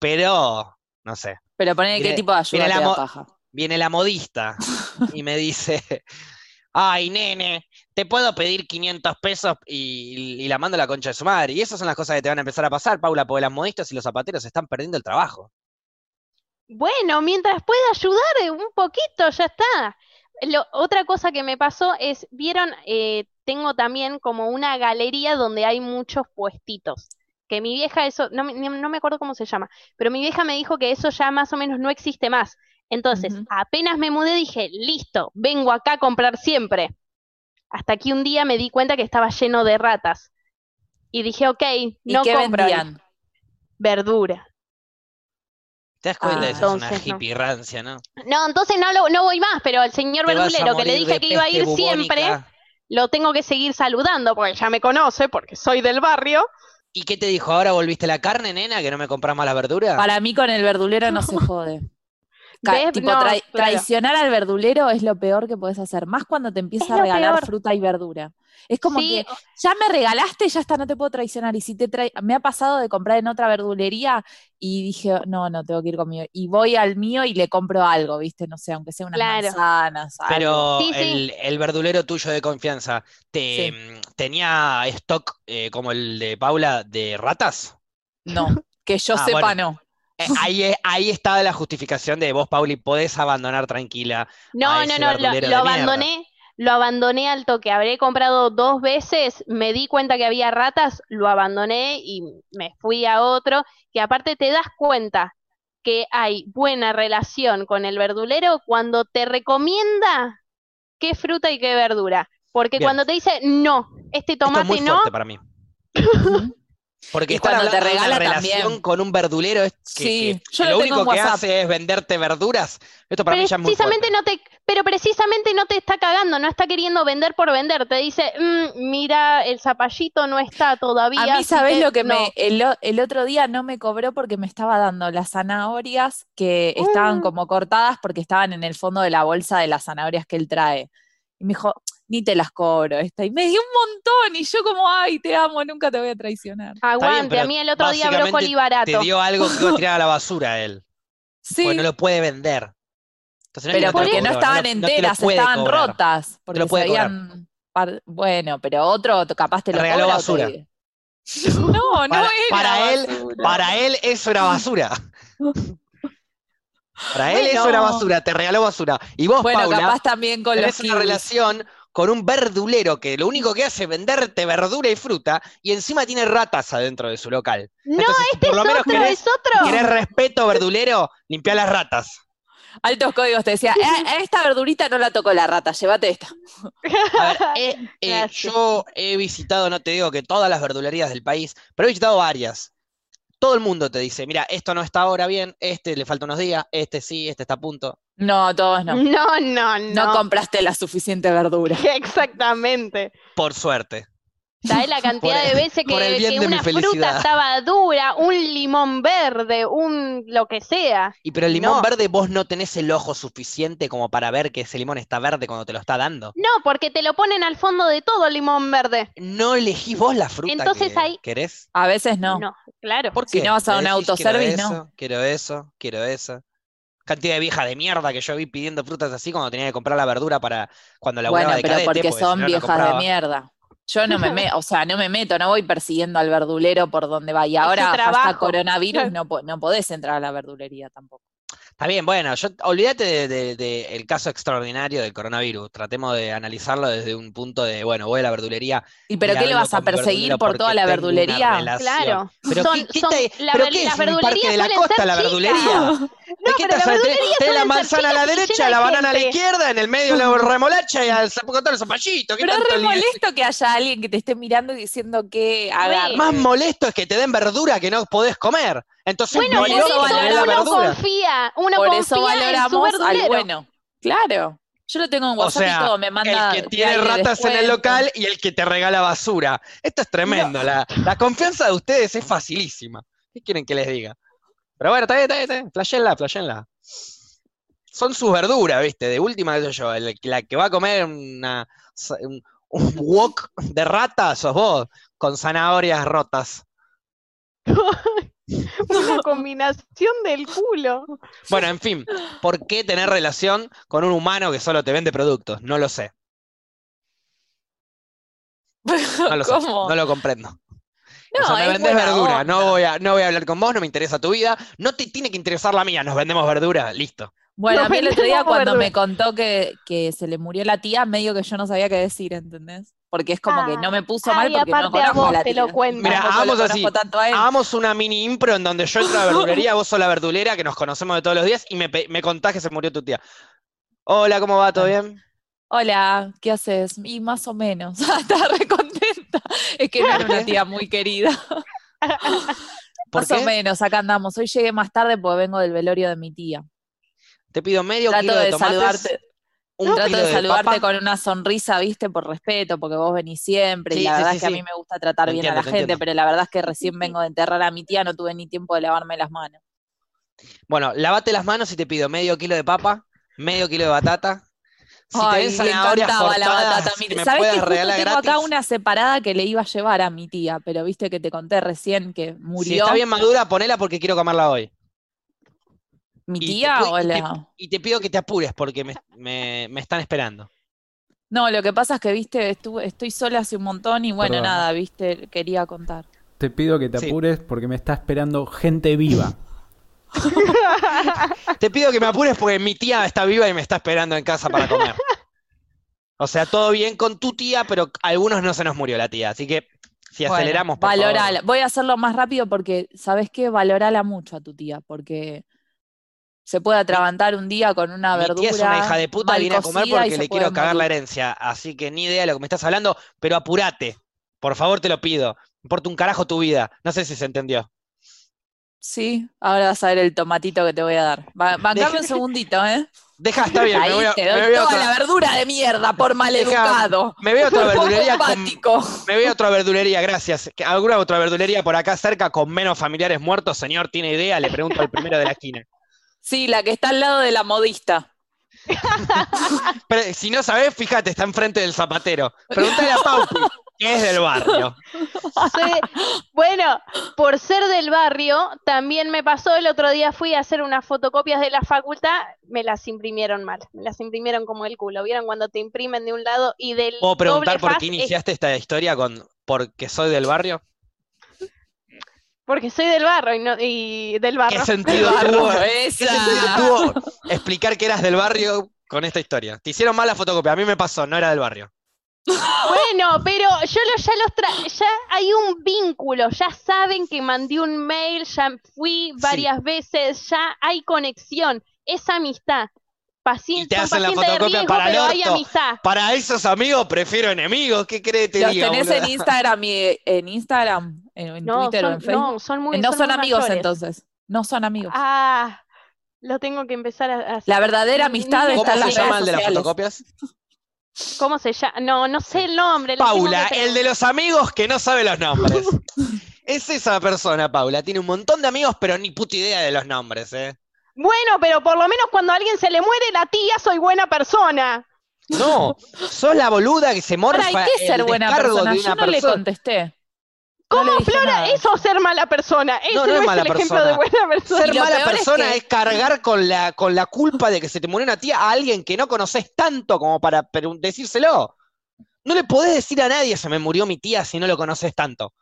Pero, no sé.
Pero ponele
Viene-
qué tipo de ayuda
viene
te
la
da
mo-
paja.
viene la modista y me dice, ay, nene, te puedo pedir 500 pesos y, y la mando a la concha de su madre. Y esas son las cosas que te van a empezar a pasar, Paula, porque las modistas y los zapateros están perdiendo el trabajo.
Bueno, mientras pueda ayudar eh, un poquito, ya está. Lo- otra cosa que me pasó es, vieron, eh, tengo también como una galería donde hay muchos puestitos. Que mi vieja eso, no, me- ni- no me acuerdo cómo se llama, pero mi vieja me dijo que eso ya más o menos no existe más. Entonces,
Ujú.
apenas me mudé, dije, listo, vengo acá a comprar siempre. Hasta que un día me di cuenta que estaba lleno de ratas. Y dije, ok,
¿Y
no
qué
compro hoy,
vendían?
verdura.
¿Te das cuenta?
Ah,
Eso es una
entonces no.
hippie rancia, ¿no?
No, entonces no, lo- no voy más, pero el señor
Te vas a
verdulero que le
morir de
dije que iba a
peste
ir siempre,
bubónica.
lo tengo que seguir saludando porque ya me conoce, porque soy del barrio.
¿Y qué te dijo? ¿Ahora volviste la carne, nena, que no me compras más la verdura?
Para mí con el verdulero no se jode. Ca-
¿Ves?
tipo,
No,
trai-
claro.
traicionar al verdulero es lo peor que podés hacer, más cuando te empieza
Es
a
lo
regalar
peor.
fruta y verdura. Es como
Sí,
que ya me regalaste, ya está, no te puedo traicionar. Y si te trai- me ha pasado de comprar en otra verdulería y dije, no, no, tengo que ir conmigo. Y voy al mío y le compro algo, ¿viste? No sé, aunque sea unas
Claro.
manzanas, algo.
Pero
Sí, sí.
El, el verdulero tuyo de confianza, ¿te,
Sí.
mm, ¿tenía stock eh, como el de Paula de ratas?
No, que yo
Ah,
sepa
bueno.
no.
Eh, ahí, es- ahí está la justificación de vos, Pauli, podés abandonar tranquila. a
no, no,
ese
no, lo,
verdulero
lo
de mierda.
abandoné, lo abandoné al toque. Habré comprado dos veces, me di cuenta que había ratas, lo abandoné y me fui a otro. Que aparte te das cuenta que hay buena relación con el verdulero cuando te recomienda qué fruta y qué verdura. Porque
Bien.
cuando te dice, no, este
Esto es muy
tomate no,
fuerte para mí. Porque
Y
estar
cuando te
hablando de una
regala
relación
también.
con un verdulero es que,
Sí,
que-
yo lo
que
tengo en
lo único que
WhatsApp.
hace es venderte verduras. Esto para mí ya es muy
precisamente
fuerte.
no te, pero precisamente no te está cagando, no está queriendo vender por vender. Te dice, "Mm, mira, el zapallito no está todavía.
A mí,
así
¿sabés lo que
no".
me, el, o- el otro día no me cobró porque me estaba dando las zanahorias que estaban
Mm.
como cortadas porque estaban en el fondo de la bolsa de las zanahorias que él trae. Y me dijo, ni te las cobro esta. Y me dio un montón y yo como, ay, te amo, nunca te voy a traicionar.
Aguante,
pero
a mí el otro día
básicamente
brócoli
Te
barato.
dio algo que iba a tirar a la basura él.
Sí,
Porque no lo puede vender. Entonces, no es que
pero
no te lo
porque no
cobró, lo-
estaban
no te lo
enteras,
puede
estaban
cobrar.
rotas. Porque
lo puede
se
cobrar.
habían par- Bueno, pero otro capaz te lo
Regaló
cobra o te-
basura.
No, no
Para-
era
para él-
basura.
Para él eso era basura. Para él eso
Bueno.
era basura, te regaló basura. Y vos,
Bueno,
Paula,
capaz también con los
tenés una
kiwis.
relación con un verdulero que lo único que hace es venderte verdura y fruta y encima tiene ratas adentro de su local.
No,
Entonces,
este
por
es
lo menos
otro,
querés,
es otro.
querés respeto, verdulero, limpia las ratas.
Altos códigos te decía, "Eh, a esta verdurita no la tocó la rata, llévate esta.
A ver, eh, eh,
Gracias.
yo he visitado, no te digo que todas las verdulerías del país, pero he visitado varias. Todo el mundo te dice, mira, esto no está ahora bien, este le falta unos días, este sí, este está a punto.
No, todos no. No,
No, no, no.
compraste la suficiente verdura.
Exactamente.
Por suerte.
¿Sabes la cantidad
Por
de
el-
veces que,
por el bien
que
de mi
una fruta
felicidad.
estaba dura, un limón verde, un lo que sea?
Y pero el limón
No.
verde vos no tenés el ojo suficiente como para ver que ese limón está verde cuando te lo está dando.
No, porque te lo ponen al fondo de todo limón verde.
No elegís vos la fruta
Entonces
que
ahí-
querés.
A veces no.
No, claro.
¿Por
Si
qué?
no vas a
Le
un
decís, "Quiero
autoservice, no".
eso, Quiero eso, quiero eso. Cantidad de viejas de mierda que yo vi pidiendo frutas así cuando tenía que comprar la verdura para cuando laburaba
bueno,
de
pero
cadete,
porque
porque si
son
no, no
viejas de
compraba.
mierda. Yo no me meto, o sea, no me meto, no voy persiguiendo al verdulero por donde va. Y
su
ahora, hasta
trabajo.
coronavirus, no, po- no podés entrar a la verdulería tampoco.
Está bien, bueno, yo olvídate de- de- de el caso extraordinario del coronavirus. Tratemos de analizarlo desde un punto de, bueno, voy a la verdulería.
¿Y pero
y
qué le
hablo
vas a
con mi
perseguir
verdulero
por toda
porque
la
tengo una
verdulería?
relación.
Claro.
Pero
Son-
¿qué, qué
son-
te-
la
pero
ver-
qué es
las
un parque de
verdulerías
la
suelen
costa
ser
la
chicas.
verdulería? ¿De qué
pero
estás
las
hablando?
verdulerías
Tenés la
suelen ser
manzana a la
chicas y
derecha,
llenas
la
de
banana a la
gente.
izquierda, en el medio la remolacha y al zapocotón el zapallito. ¿Qué
Pero es
tanto
re
lío?
molesto que haya alguien que te esté mirando y diciendo que agarre.
Más molesto es que te den verdura que no podés comer. Entonces
Bueno,
no
por
hay
eso
otro que te dé
valora
la
uno
verdura.
confía, uno
Por
confía
eso
en su
valoramos al
verdulero.
bueno. Claro. Yo lo tengo en
O
WhatsApp
sea,
y todo, me manda.
el que
que
tiene
hay de
ratas en el
descuento.
local y el que te regala basura. Esto es tremendo. La, la confianza de ustedes es facilísima. ¿Qué quieren que les diga? Pero bueno, está bien, está bien, está bien. Flashenla, flashenla. Son sus verduras, ¿viste? De última, qué sé yo, el- la que va a comer una, sa- un, un wok de rata sos vos, con zanahorias rotas.
Una combinación del culo.
Bueno, en fin, ¿por qué tener relación con un humano que solo te vende productos? No lo sé, no lo sé,
¿Cómo?
no lo comprendo. O
No,
sea, me
es
vendés
buena
verdura, no
onda.
voy, a, no voy a hablar con vos, no me interesa tu vida, no te tiene que interesar la mía, nos vendemos verdura, listo.
Bueno,
No
a mí el otro
vendemos
día cuando
verdura.
me contó que, que se le murió la tía, medio que yo no sabía qué decir, ¿entendés? Porque es como que no me puso mal
Ah, Ay,
porque no
aparte a
conozco a
vos
la
te
tía.
lo cuentan.
Mirá,
Tampoco lo
hagamos así. Ah.
conozco tanto a él.
Hagamos una mini impro en donde yo entro a la verdulería, vos sos la verdulera que nos conocemos de todos los días y me, pe- me contás que se murió tu tía. Hola, ¿cómo va? ¿Todo bien?
Hola, ¿qué haces? Y más o menos. Estaba re contenta. Es que no era una tía muy querida.
¿Por
Más
qué?
o menos, acá andamos. Hoy llegué más tarde porque vengo del velorio de mi tía.
Te pido medio
Trato
kilo de
de
tomates,
saludarte,
un
trato
kilo
de saludarte
papa.
con una sonrisa, viste, por respeto, porque vos venís siempre
Sí,
y la
sí,
verdad
sí,
es que
sí.
a mí me gusta tratar
Te
bien
entiendo,
a la
te
gente,
entiendo.
pero la verdad es que recién vengo de enterrar a mi tía, no tuve ni tiempo de lavarme las manos.
Bueno, lavate las manos y te pido medio kilo de papa, medio kilo de batata. Si
Ay,
tenés
le
zanahorias
encantaba la
cortadas,
batata.
que
Mira,
me
¿sabés
puedas
que justo tengo
regalar
acá
gratis.
una separada que le iba a llevar a mi tía? Pero viste que te conté recién que murió.
Si está bien madura, ponela porque quiero comerla hoy.
¿Mi
Y te
tía
puede-
o
y te-
la-
Y te pido que te apures porque me, me- me están esperando.
No, lo que pasa es que, viste, estuve, estoy sola hace un montón y bueno,
Perdón.
nada, viste, quería contar.
Te pido que te
Sí.
apures porque me está esperando gente viva.
Te pido que me apures porque mi tía está viva y me está esperando en casa para comer. O sea, todo bien con tu tía, pero a algunos no se nos murió la tía. Así que si
Bueno,
aceleramos, por favor.
valorala. Voy a hacerlo más rápido porque, ¿sabes qué? Valorala mucho a tu tía, porque se puede atragantar un día con una
Mi
verdura.
tía es una hija de puta,
mal
viene a comer
cocida y
porque
se
le
puede
quiero cagar la
morir.
herencia. Así que ni idea de lo que me estás hablando, pero apurate. Por favor, te lo pido. Me Importa un carajo tu vida. No sé si se entendió.
Sí, ahora vas a ver el tomatito que te voy a dar. Ba- bancame un segundito, ¿eh?
Deja, está bien.
Ahí
me voy a,
te doy
me voy a
toda
otra-
la verdura de mierda por maleducado.
me voy a otra
Por
verdulería con,
apático.
Me voy a otra verdulería, gracias. Que- ¿Alguna otra verdulería por acá cerca con menos familiares muertos, señor? ¿Tiene idea? Le pregunto al primero de la esquina.
Sí, la que está al lado de la modista.
Pero, si no sabés, fíjate, está enfrente del zapatero. Pregúntale a Paupi, que es del barrio.
Soy- bueno, por ser del barrio, también me pasó el otro día fui a hacer unas fotocopias de la facultad, me las imprimieron mal, me las imprimieron como el culo. ¿Vieron cuando te imprimen de un lado y del
¿Puedo preguntar
doble
por
faz
qué
es
iniciaste esta historia con porque soy del barrio?
porque soy del barrio y no y del
¿Qué
barrio.
sentido
Barro,
tuvo, eh?
esa.
qué sentido tuvo explicar que eras del barrio con esta historia? Te hicieron mala fotocopia, a mí me pasó, no era del barrio.
Bueno, pero yo lo- ya los tra- ya hay un vínculo, ya saben que mandé un mail, ya fui varias veces, ya hay conexión, es amistad. Pacien-
Y te
son
hacen la
pacientes de
fotocopia
riesgo,
para el
pero hay
orto.
amistad.
Para esos amigos prefiero enemigos, ¿qué crees que te
Los
diga,
tenés
boluda?
en Instagram y en Instagram, en, en
No,
Twitter
son,
o en Facebook. Eh,
no, son muy
no
son
son
muy
amigos
mayores.
entonces. No son amigos.
Ah, lo tengo que empezar a a hacer.
La verdadera amistad
Ni-
está
¿Cómo
en
se
las
llama
redes
el de las
sociales.
fotocopias?
¿Cómo se llama? No, no sé el nombre. lo tengo
Paula,
que
el de los amigos que no sabe los nombres. Es esa persona, Paula. Tiene un montón de amigos, pero ni puta idea de los nombres, ¿eh?
Bueno, pero por lo menos cuando a alguien se le muere la tía, soy buena persona.
No, sos la boluda que se morfa
Ahora, ¿y qué es ser
el
buena
descargo
persona?
de
Yo
una
no le
persona.
contesté. No
¿Cómo,
le dije
Flora?
nada.
Eso es ser mala persona. Eso
no
no,
es
es,
mala
el ejemplo
persona.
de buena persona.
Ser
lo
mala
peor es
persona es,
que-
cargar con la, con la culpa de que se te murió una tía a alguien que no conoces tanto como para pregun- decírselo. No le podés decir a nadie se me murió mi tía si no lo conoces tanto.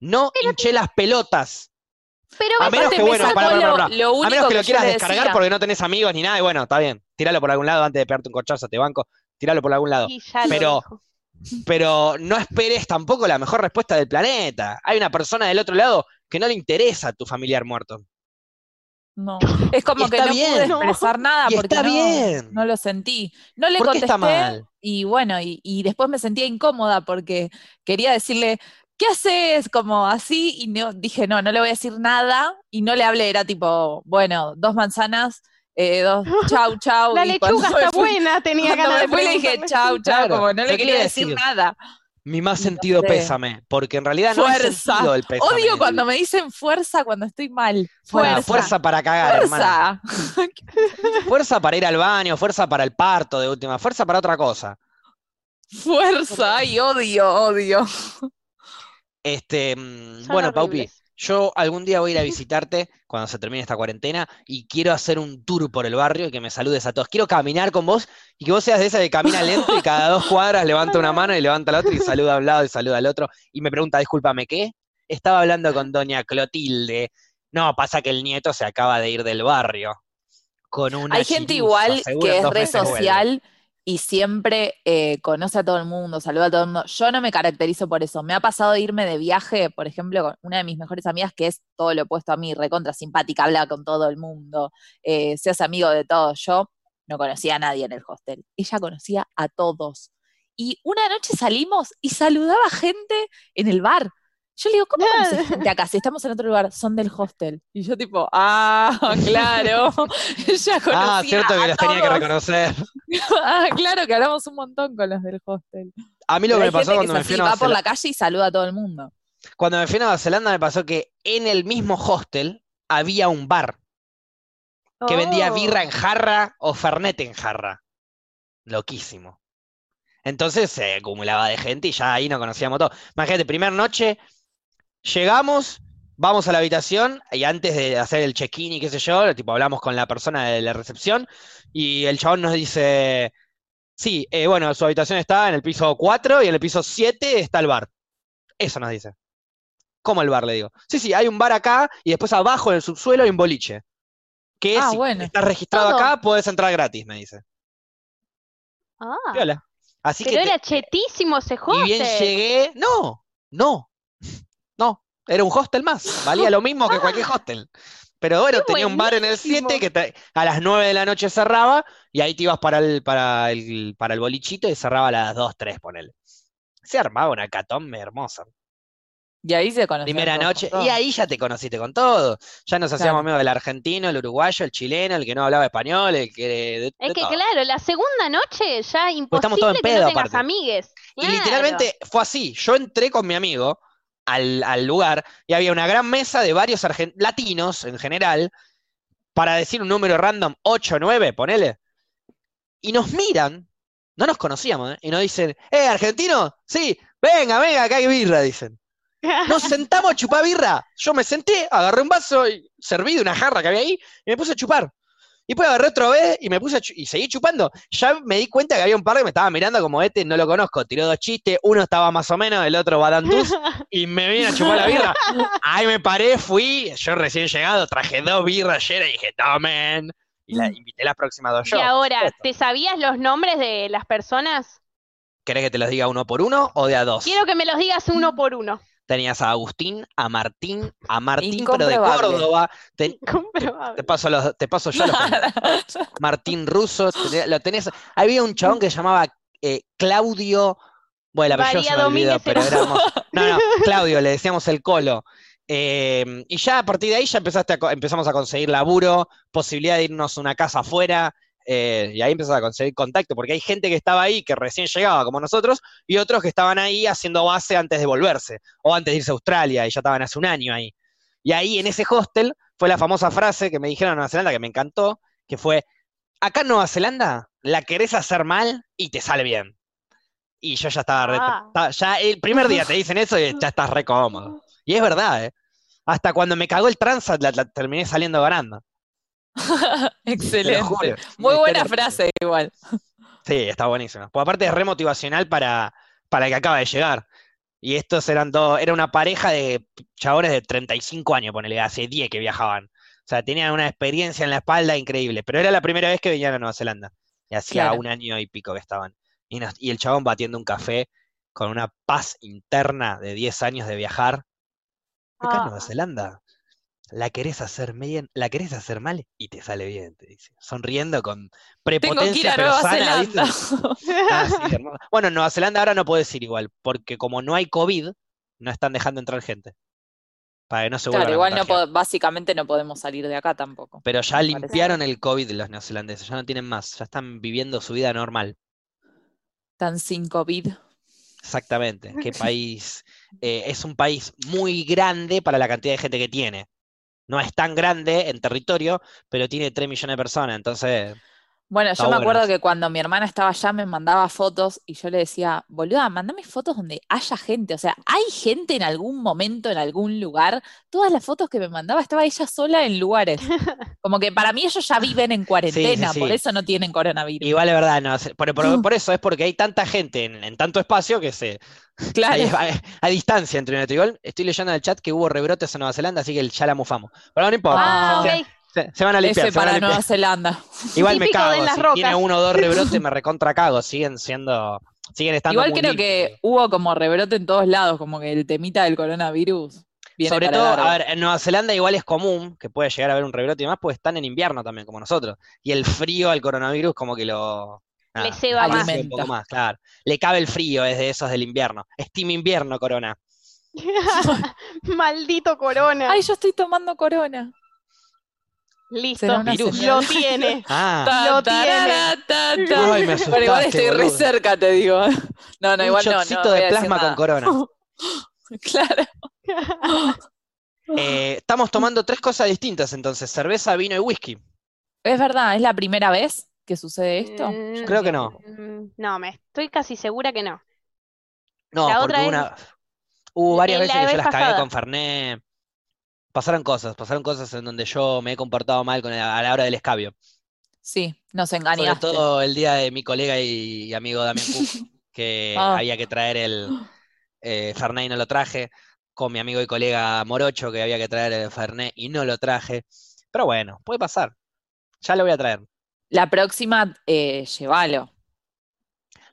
No hinché las pelotas.
Pero
A
ves,
menos
Aparte,
que, bueno,
me
pará,
sacó
pará,
lo-
pará.
lo
A
único
menos que lo
yo
quieras
le
descargar
decía.
porque no tenés amigos ni nada, y bueno, está bien. Tiralo por algún lado antes de pegarte un corchazo, te banco. Tiralo por algún lado.
y ya lo
pero-
dijo.
Pero no esperes tampoco la mejor respuesta del planeta. Hay una persona del otro lado que no le interesa tu familiar muerto.
No. Es como
Y
que
está
no pude
bien.
expresar nada
Y
porque
está
no,
bien.
no lo sentí. No le
¿Por qué
contesté.
está mal?
Y bueno, y, y después me sentía incómoda porque quería decirle, ¿qué haces? Como así, y no, dije, no, no le voy a decir nada, y no le hablé, era tipo, bueno, dos manzanas, eh, dos, chau, chau.
La
y cuando
lechuga
me
está
fui-
buena, tenía
Cuando me
ganas de
fui le dije,
preguntarle.
chau, chau,
Claro,
como no
no
le quería
quería
decir
decir.
nada.
Mi más sentido
sé.
pésame, porque en realidad no es
Fuerza.
sentido el pésame.
Odio cuando me dicen fuerza cuando estoy mal.
Bueno,
Fuerza.
fuerza para cagar, hermano.
Fuerza.
Fuerza para ir al baño, fuerza para el parto de última, fuerza para otra cosa.
Fuerza. Y odio, odio.
Este, mm,
Son
bueno, Paupi,
horribles.
yo algún día voy a ir a visitarte cuando se termine esta cuarentena y quiero hacer un tour por el barrio y que me saludes a todos. Quiero caminar con vos y que vos seas de esa que camina lento y cada dos cuadras levanta una mano y levanta la otra y saluda a un lado y saluda al otro y me pregunta, discúlpame, ¿qué? Estaba hablando con doña Clotilde. No, pasa que el nieto se acaba de ir del barrio con una
Hay gente
chirusa,
igual
seguro en
que es
dos
re
meses vuelve.
social y siempre eh, conoce a todo el mundo, saluda a todo el mundo. Yo no me caracterizo por eso. Me ha pasado de irme de viaje, por ejemplo, con una de mis mejores amigas que es todo lo opuesto a mí, recontra simpática, habla con todo el mundo, eh, seas amigo de todos. Yo no conocía a nadie en el hostel. Ella conocía a todos. Y una noche salimos y saludaba gente en el bar. Yo le digo, ¿cómo conoces gente acá? Si estamos en otro lugar, son del hostel. Y yo tipo, ah, claro. Ella conocía
Ah, cierto que
a
los tenía que
todos.
reconocer.
Ah, claro, que hablamos un montón con los del hostel.
A mí
Pero
lo que
hay
me
gente
pasó
que
cuando
es
me
así,
fui a
va
Nueva
por
Zelanda-
la calle y saluda a todo el mundo.
Cuando me fui a Nueva Zelanda me pasó que en el mismo hostel había un bar que vendía
Oh.
birra en jarra o fernet en jarra. Loquísimo. Entonces se acumulaba de gente y ya ahí nos conocíamos todos. Imagínate, primera noche, llegamos, vamos a la habitación y antes de hacer el check-in y qué sé yo, tipo hablamos con la persona de la recepción y el chabón nos dice, sí, eh, bueno, su habitación está en el piso 4 y en el piso 7 está el bar. Eso nos dice. ¿Cómo el bar? Le digo. Sí, sí, hay un bar acá y después abajo en el subsuelo hay un boliche. Que
Ah,
si
bueno.
estás registrado
Todo.
acá, puedes entrar gratis, me dice.
Ah,
Piola. Así
pero
que te-
era chetísimo ese
y bien
hostel.
llegué. No, no, no. Era un hostel más. Valía lo mismo que cualquier hostel. Pero bueno,
Ah. Qué
tenía un bar en el 7
buenísimo.
que te- a las 9 de la noche cerraba y ahí te ibas para el, para el, para el bolichito y cerraba a las 2, 3, ponele. Se armaba una catombe hermosa.
Y ahí se conoció.
Primera noche. Y ahí ya te conociste con todo. Ya nos
Claro.
hacíamos amigos del argentino, el uruguayo, el chileno, el que no hablaba español, el que. de- de
Es que
todo. Pues
claro, la segunda noche ya
estamos todos en
imposible que
pedo,
no tengas
aparte.
amigues.
Y
Claro.
literalmente fue así. Yo entré con mi amigo al, al lugar y había una gran mesa de varios argen- latinos en general, para decir un número random, 8 o 9, ponele. Y nos miran, no nos conocíamos, ¿eh? y nos dicen, ¡eh, argentino! Sí, venga, venga, acá hay birra, dicen. Nos sentamos a chupar birra. Yo me senté, agarré un vaso, y serví de una jarra que había ahí y me puse a chupar. Y después agarré otra vez y me puse a chu- y seguí chupando. Ya me di cuenta que había un par que me estaba mirando como este, no lo conozco. Tiró dos chistes, uno estaba más o menos, el otro badandús, y me vino a chupar la birra. Ahí me paré, fui, yo recién llegado, traje dos birras ayer y dije, tomen. Y la invité las próximas dos
Y
yo.
ahora,
Esto.
¿te sabías los nombres de las personas?
¿Querés que te los diga uno por uno o de a dos?
Quiero que me los digas uno por uno.
Tenías a Agustín, a Martín, a Martín, pero de
Incomprobable.
Córdoba. Te, te
Comprobable.
paso, los, te paso yo los nombres. Martín Russo, tené- lo tenés. Había un chabón que se llamaba eh, Claudio. Bueno, la apellido
María
se me olvidó,
Domínguez
pero
era-
era hermoso. No, no, Claudio, le decíamos el colo. Eh, y ya a partir de ahí ya empezaste a co- empezamos a conseguir laburo, posibilidad de irnos a una casa afuera, eh, y ahí empezás a conseguir contacto, porque hay gente que estaba ahí, que recién llegaba como nosotros, y otros que estaban ahí haciendo base antes de volverse, o antes de irse a Australia, y ya estaban hace un año ahí. Y ahí en ese hostel fue la famosa frase que me dijeron en Nueva Zelanda, que me encantó, que fue, acá en Nueva Zelanda la querés hacer mal y te sale bien. Y yo ya estaba, re-
Ah.
ta- ya el primer día te dicen eso y ya estás re cómodo. Y es verdad, ¿eh? Hasta cuando me cagó el transat la, la terminé saliendo ganando. te lo
Excelente.
juro.
Muy
Una
buena
historia-
frase igual.
Sí, está buenísima. Pues aparte es re motivacional para, para el que acaba de llegar. Y estos eran dos, era una pareja de chabones de 35 años, ponele, hace 10 que viajaban. O sea, tenían una experiencia en la espalda increíble, pero era la primera vez que venían a Nueva Zelanda. Y hacía
Claro.
un año y pico que estaban. Y, nos- y el chabón batiendo un café con una paz interna de 10 años de viajar. Acá en
Ah.
Nueva Zelanda, la querés hacer bien, la querés hacer mal y te sale bien, te dice. Sonriendo
Tengo
con
que ir
prepotencia,
a
pero
Nueva
sana, ¿viste?
Zelanda.
Ah, sí, hermoso. Bueno, en Nueva Zelanda ahora no puedes ir igual, porque como no hay COVID, no están dejando entrar gente. Para que no se vuelvan
Claro,
a
igual no
contagiar.
pod- básicamente no podemos salir de acá tampoco.
Pero ya
me parece.
limpiaron el COVID los neozelandeses, ya no tienen más, ya están viviendo su vida normal.
Tan sin COVID.
Exactamente. ¿Qué país? Eh, es un país muy grande para la cantidad de gente que tiene. No es tan grande en territorio, pero tiene 3 millones de personas. Entonces,
Bueno,
Está
yo me
bueno
acuerdo
eso.
que cuando mi hermana estaba allá me mandaba fotos y yo le decía, boluda, mandame fotos donde haya gente. O sea, hay gente en algún momento, en algún lugar. Todas las fotos que me mandaba estaba ella sola en lugares. Como que para mí ellos ya viven en cuarentena,
sí.
por eso no tienen coronavirus.
igual es verdad, no, se- por, por-
Mm.
por eso es porque hay tanta gente en, en tanto espacio que se,
claro.
hay- hay- a distancia entre nosotros. Igual estoy leyendo en el chat que hubo rebrotes en Nueva Zelanda, así que ya la mufamos. Pero no importa.
Ah,
se,
ok.
se- se van a limpiar.
F
se van
para
a limpiar.
Nueva Zelanda.
Igual me
Típico
cago.
de las
si tiene
rocas.
uno o dos rebrotes, me recontra cago. Siguen siendo. Siguen estando.
Igual
muy
creo
limpios.
que hubo como rebrote en todos lados, como que el temita del coronavirus viene
Sobre
para
todo,
largo.
a ver, en Nueva Zelanda igual es común que puede llegar a haber un rebrote y demás, pues están en invierno también, como nosotros. Y el frío al coronavirus como que lo...
Le ceba
le
más.
ceba un poco más, claro. Le cabe el frío, es de esos del invierno. Es team invierno, corona.
Maldito corona.
Ay, yo estoy tomando corona. será
Listo.
una
virus.
señal.
Lo tiene.
Ah,
Lo
Tarara, ta, ta.
Ay, me
Pero igual
asustaste,
estoy re
boludo.
cerca, te digo. No, no,
un
igual no, no. voy
shotcito
a
de
decir
plasma con
nada.
corona.
Claro.
Eh, estamos tomando tres cosas distintas entonces, cerveza, vino y whisky.
Es verdad, es la primera vez que sucede esto.
Mm,
Creo que no.
mm, No, me estoy casi segura que no.
No,
La
porque
otra
hubo
es-
una... Hubo varias
la
veces que yo
vez
las cagué
pasada.
con Fernet. Pasaron cosas, pasaron cosas en donde yo me he comportado mal con a la hora del escabio.
Sí, nos
Sobre
engañaste.
todo el día de mi colega y, y amigo Damián Cufo, que
Ah.
había que traer el eh, Fernet y no lo traje, con mi amigo y colega Morocho, que había que traer el Fernet y no lo traje. Pero bueno, puede pasar. Ya lo voy a traer.
La próxima, eh, llévalo.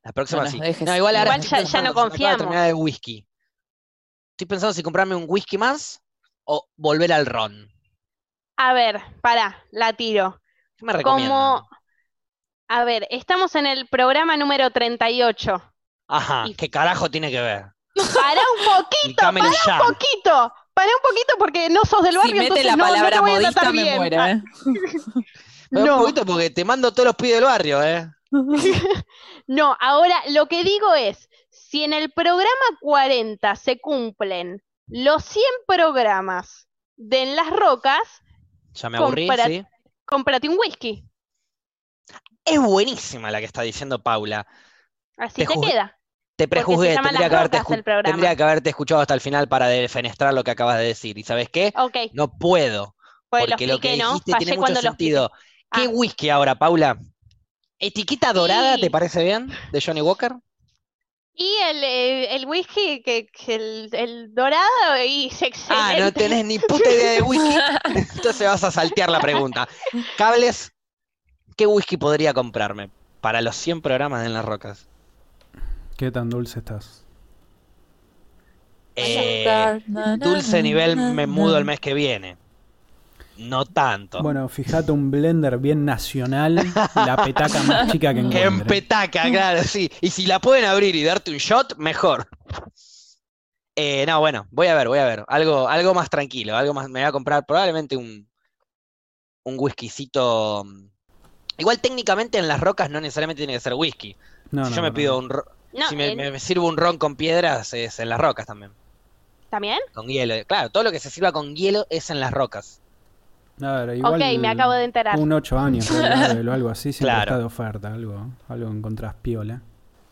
La próxima
nos
sí.
dejes-
No, igual ahora
Igual
estoy
ya- ya
pensando, se me
no
acaba de
confiamos.
terminar el whisky. Estoy pensando si comprarme un whisky más o volver al ron.
A ver, pará, la tiro.
¿Qué me recomiendan?
Como. A ver, estamos en el programa número 38.
Ajá,
y-
¿qué carajo tiene que ver?
Pará un poquito, pará
Indícamelo ya.
un poquito. Pará un poquito porque no sos del
Si
barrio,
mete
entonces
la
no, no
palabra
te voy a
modista
tratar
me
bien. Ah,
muero, ¿eh?
Pero
No.
un poquito porque te mando todos los pibes del barrio, ¿eh?
No, ahora lo que digo es, si en el programa 40 se cumplen los 100 programas de En las Rocas,
Ya me aburrí,
Compara-
sí.
cómprate un whisky.
Es buenísima la que está diciendo Paula.
Así
Te
te,
juzgué.
queda.
Te prejuzgué,
llaman
tendría
Las
que, haberte
Rocas
escu-
el programa.
tendría que haberte escuchado hasta el final para defenestrar lo que acabas de decir. ¿Y sabes qué?
Ok,
No puedo,
pues los
porque lo que
piqué, ¿no?
dijiste
Fallé
tiene mucho
cuando los piqué.
sentido. ¿Qué
Ah.
whisky ahora, Paula? ¿Etiqueta dorada
Sí.
te parece bien? ¿De Johnny Walker?
Y el, eh, el whisky, que, que el, el dorado, y es
Ah, no
excelente.
tenés ni puta idea de whisky. Entonces vas a saltear la pregunta. Cables, ¿qué whisky podría comprarme para los 100 programas de En las Rocas?
¿Qué tan dulce estás?
Eh, Dulce nivel me mudo el mes que viene. No tanto.
Bueno, fijate un blender bien nacional, la petaca más chica
que
que
en
encuentres.
petaca, claro, sí. Y si la pueden abrir y darte un shot, mejor. Eh, no, bueno, voy a ver, voy a ver. Algo, algo más tranquilo, algo más. Me voy a comprar probablemente un, un whiskycito. mm. Igual técnicamente en las rocas no necesariamente tiene que ser whisky.
No,
si
no,
yo me
no,
pido
no.
un ro-
No, eh,
si me,
en-
me- me sirvo un ron con piedras es en las rocas también.
¿También?
Con hielo. Claro, todo lo que se sirva con hielo es en las rocas.
A ver, igual
ok, me acabo de enterar.
Un 8 años, Red o algo así, siempre
Claro.
está de oferta, algo, algo encontrás piola.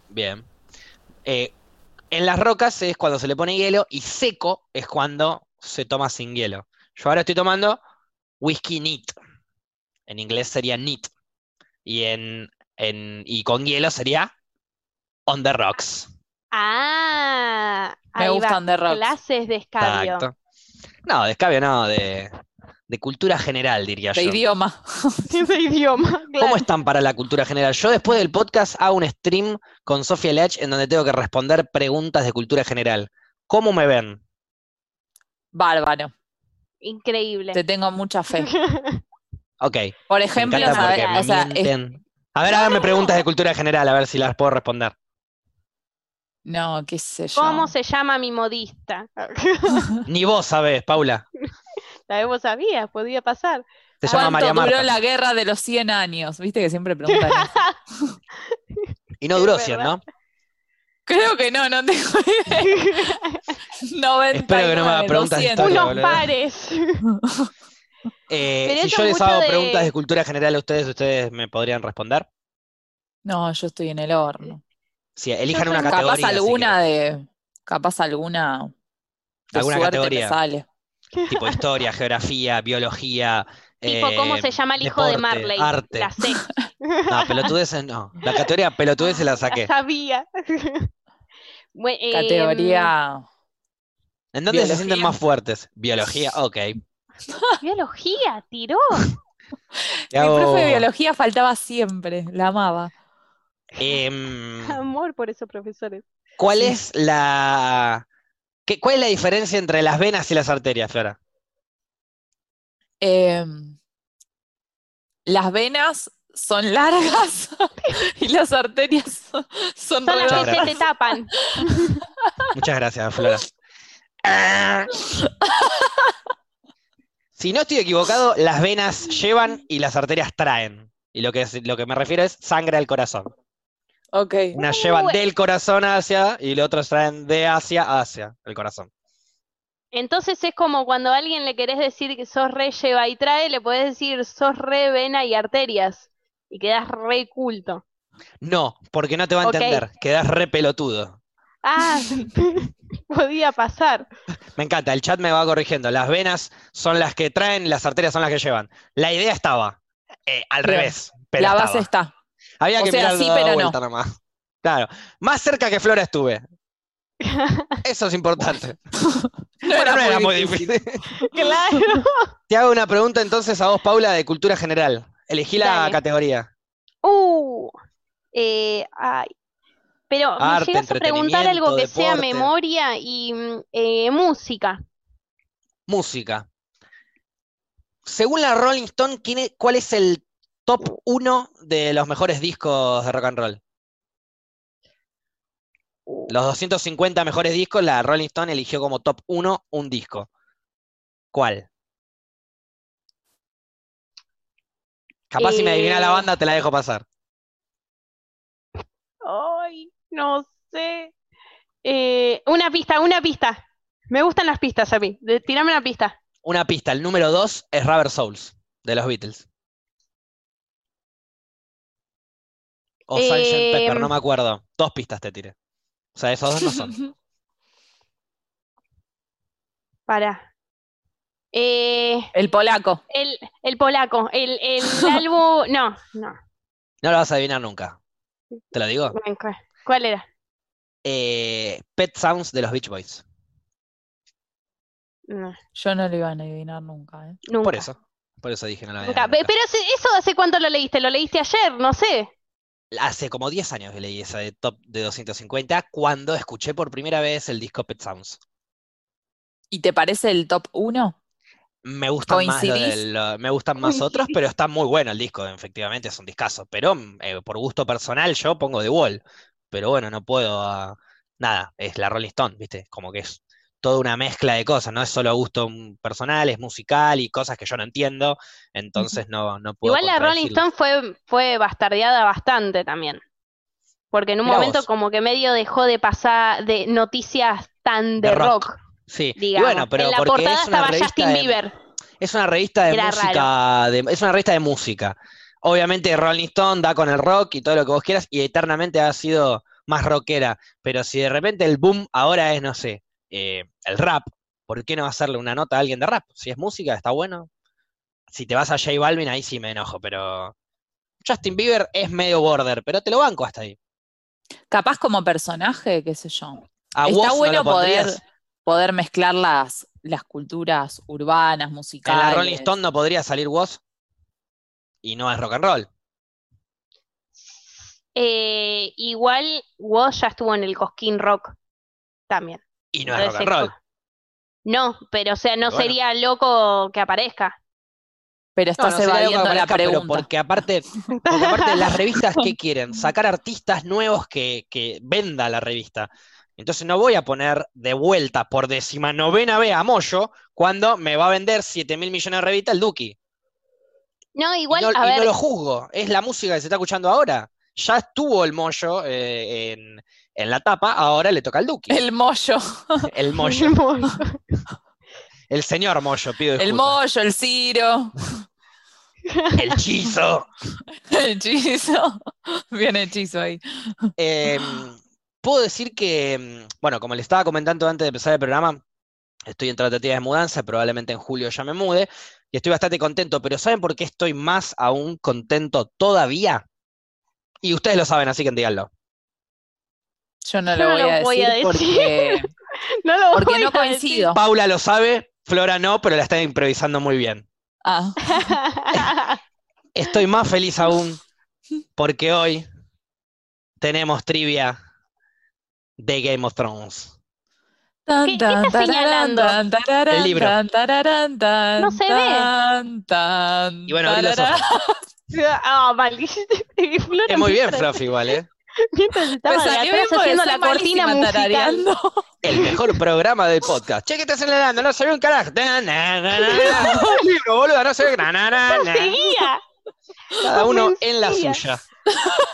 Bien. Eh, en las rocas es cuando se le pone hielo y seco es cuando se toma sin hielo. Yo ahora estoy tomando whisky neat. En inglés sería neat. Y, en, en- y con hielo sería on the rocks.
Ah,
Me
ahí va.
gustan de rock.
Clases de escabio.
Exacto. No, de escabio no, de, de cultura general diría
De
yo.
idioma.
Ese idioma,
¿Cómo
claro.
están para la cultura general? Yo después del podcast hago un stream con Sofía Lech en donde tengo que responder preguntas de cultura general. ¿Cómo me ven?
Bárbaro.
Increíble.
Te tengo mucha fe.
Ok,
Por
me
ejemplo,
encanta
sabe-
porque me
o sea, es-
mienten. A ver, háganme preguntas de cultura general, a ver si las puedo responder.
no, qué sé yo.
¿Cómo se llama mi modista?
Ni vos sabés, Paula.
La vos sabías, podía pasar.
Se llama
¿Cuánto
María
duró
Marta.
la guerra de los 100 años? Viste que siempre preguntan eso.
Y no duró
Es
100,
verdad.
¿no?
Creo que no, no tengo idea. 99,
Espero que no me haga preguntas de
200.
historia.
Unos
boludo.
pares.
Eh,
Pero
si
eso
yo les
mucho
hago
de-
preguntas de cultura general a ustedes, ustedes me podrían responder.
No, yo estoy en el horno.
Sí, elijan
Yo
una
soy-
categoría.
Capaz
si
alguna de. Capaz alguna. De
Alguna
suerte
categoría.
me sale.
quieren, tipo historia, geografía, biología.
Tipo, ¿cómo
eh,
se llama el hijo de
deporte,
Marley?
Arte.
La sé,
No, pelotudeces no. La categoría pelotudeces la saqué.
sabía. Bue- em,
Categoría.
¿En dónde se sienten
Biología.
más fuertes? Biología, ok.
biología, tiró.
Te
Mi
hago-
profe de biología faltaba siempre, la amaba.
Em,
Amor por esos profesores.
¿Cuál es la. qué- ¿Cuál es la diferencia entre las venas y las arterias, Flora?
Eh, las venas son largas y las arterias son, son
Son las
Muchas
que se
redondas.
te tapan.
Muchas gracias, Flora. Ah. Si no estoy equivocado, las venas llevan y las arterias traen. Y lo que, es- lo que me refiero es sangre al corazón.
Ok.
Unas llevan
Uh,
del corazón hacia y los otros traen de hacia hacia el corazón.
Entonces es como cuando a alguien le querés decir que sos re lleva y trae, le podés decir sos re vena y arterias. Y quedás re culto.
No, porque no te va a
Ok.
entender. Quedás re pelotudo.
Ah, podía pasar.
Me encanta, el chat me va corrigiendo. Las venas son las que traen, las arterias son las que llevan. La idea estaba eh, al
Bien.
revés, pero
La
estaba.
base está.
Había
o
que
sea,
mirar
sí,
de
pero no.
vuelta nomás. Claro, más cerca que Flora estuve. Eso es importante.
No
Bueno, no era muy difícil.
Claro.
Te hago una pregunta entonces a vos, Paula, de cultura general. Elegí la
Dale.
categoría.
Uh, eh, ay. Pero me
Arte,
llegas a preguntar algo que
entretenimiento,
sea
deporte.
memoria y mm, eh, música.
Música. Según la Rolling Stone, ¿quién es- ¿cuál es el top uno de los mejores discos de rock and roll?
Uh,
Los 250 mejores discos, la Rolling Stone eligió como top 1 un disco. ¿Cuál? Capaz si me adivina la
Eh.
banda te la dejo pasar.
Ay, no sé. Eh, una pista, una pista. Me gustan las pistas a mí. De- tirame una pista.
Una pista, el número 2 es Rubber Souls, de los Beatles. O Sgt. Pepper,
Em.
no me acuerdo. Dos pistas te tiré. O sea, esos dos no son.
Para.
El polaco.
Eh, el, el polaco, el, el álbum. No, no.
No lo vas a adivinar nunca. ¿Te lo digo?
Bueno, ¿cu- ¿Cuál era?
Eh, Pet Sounds de los Beach Boys.
No,
Yo no lo iba a adivinar nunca. ¿eh?
nunca.
Por eso. Por eso dije no lo
Nunca.
adivinar
Ve-
nunca.
Pero ese- eso hace cuánto lo leíste, lo leíste ayer, no sé.
Hace como 10 años que leí esa de top de 250 cuando escuché por primera vez el disco Pet Sounds.
¿Y te parece el top 1?
Me gustan más, lo
¿Coincidís?
del- lo- me gustan más otros, pero está muy bueno el disco, efectivamente es un discazo. Pero mm, eh, por gusto personal yo pongo The Wall. Pero bueno, no puedo. ah, nada, es la Rolling Stone, ¿viste? Como que es toda una mezcla de cosas, no es solo gusto mm, personal, es musical y cosas que yo no entiendo. Entonces no, no puedo.
Igual la Rolling
contradecirlo.
Stone fue, fue bastardeada bastante también. Porque en un
Mirá
momento
vos.
como que medio dejó de pasar de noticias tan de,
De rock,
rock,
Sí, y
digamos.
bueno, pero
en la
porque
portada
es una
estaba
revista
Justin
de-
Bieber.
Es una revista de
Era
música, de- es una revista de música. Obviamente Rolling Stone da con el rock y todo lo que vos quieras y eternamente ha sido más rockera, pero si de repente el boom ahora es, no sé, eh, el rap, ¿por qué no hacerle una nota a alguien de rap? Si es música, está bueno. Si te vas a J Balvin, ahí sí me enojo, pero Justin Bieber es medio border, pero te lo banco hasta ahí.
Capaz como personaje, qué sé yo.
A
Está
Woz no
bueno
lo
poder,
pondrías.
poder mezclar las, las culturas urbanas,
En
musicales.
la Rolling Stone no podría salir Woz y no es rock and roll.
Eh, igual Woz ya estuvo en el Cosquín Rock también.
Y no es rock
Entonces,
and roll.
No, pero o sea, no
Pero bueno.
sería loco que aparezca.
Pero
No,
estás
no, sería algo que
evadiendo la
aparezca, pero
pregunta.
porque aparte, porque aparte las revistas que quieren, sacar artistas nuevos que, que venda la revista. Entonces no voy a poner de vuelta por decimanovena vez a Moyo cuando me va a vender 7 mil millones de revistas el Duki.
No,
Y
igual,
no- y
a
no
ver,
lo juzgo, es la música que se está escuchando ahora. ya estuvo el mollo eh, en, en la tapa, ahora le toca al Duki.
El mollo,
El mollo.
El mollo.
El señor mollo, pido
el
disculpas.
mollo, el ciro,
El chizo.
el hechizo. Bien hechizo ahí.
Eh, puedo decir que, mm, bueno, como le estaba comentando antes de empezar el programa, estoy en tratativas de mudanza, probablemente en julio ya me mude, y estoy bastante contento, pero ¿saben por qué estoy más aún contento todavía? Y ustedes lo saben, así que díganlo.
Yo no
Yo
lo voy, a, decir porque,
No lo
porque
voy
no
a decir.
coincido.
Paula lo sabe, Flora no, pero la están improvisando muy bien.
Ah,
Ah,
Estoy más feliz aún porque hoy tenemos trivia de Game of Thrones.
Tan,
¿Qué- qué
tan,
estás
tararán,
señalando?
tan, tararán,
El libro.
tan, tararán, tan,
No se ve.
tan, tan,
Y bueno, abrí los
tararán.
ojos.
Ah, maldito. Y Flora
Es muy bien,
mientras-
Fluffy, igual, ¿eh?
Mientras
Pues Me
estaba de
salió
atrás
bien porque
haciendo
soy
la cortina
malísima
musical.
tarareando.
El mejor programa del podcast. Che, ¿qué estás señalando? No se ve un carajo. Na, na, na, na, na. El libro, boludo, no se ve. Na, na, na, na.
Seguía.
Cada uno en la
Mentira.
suya.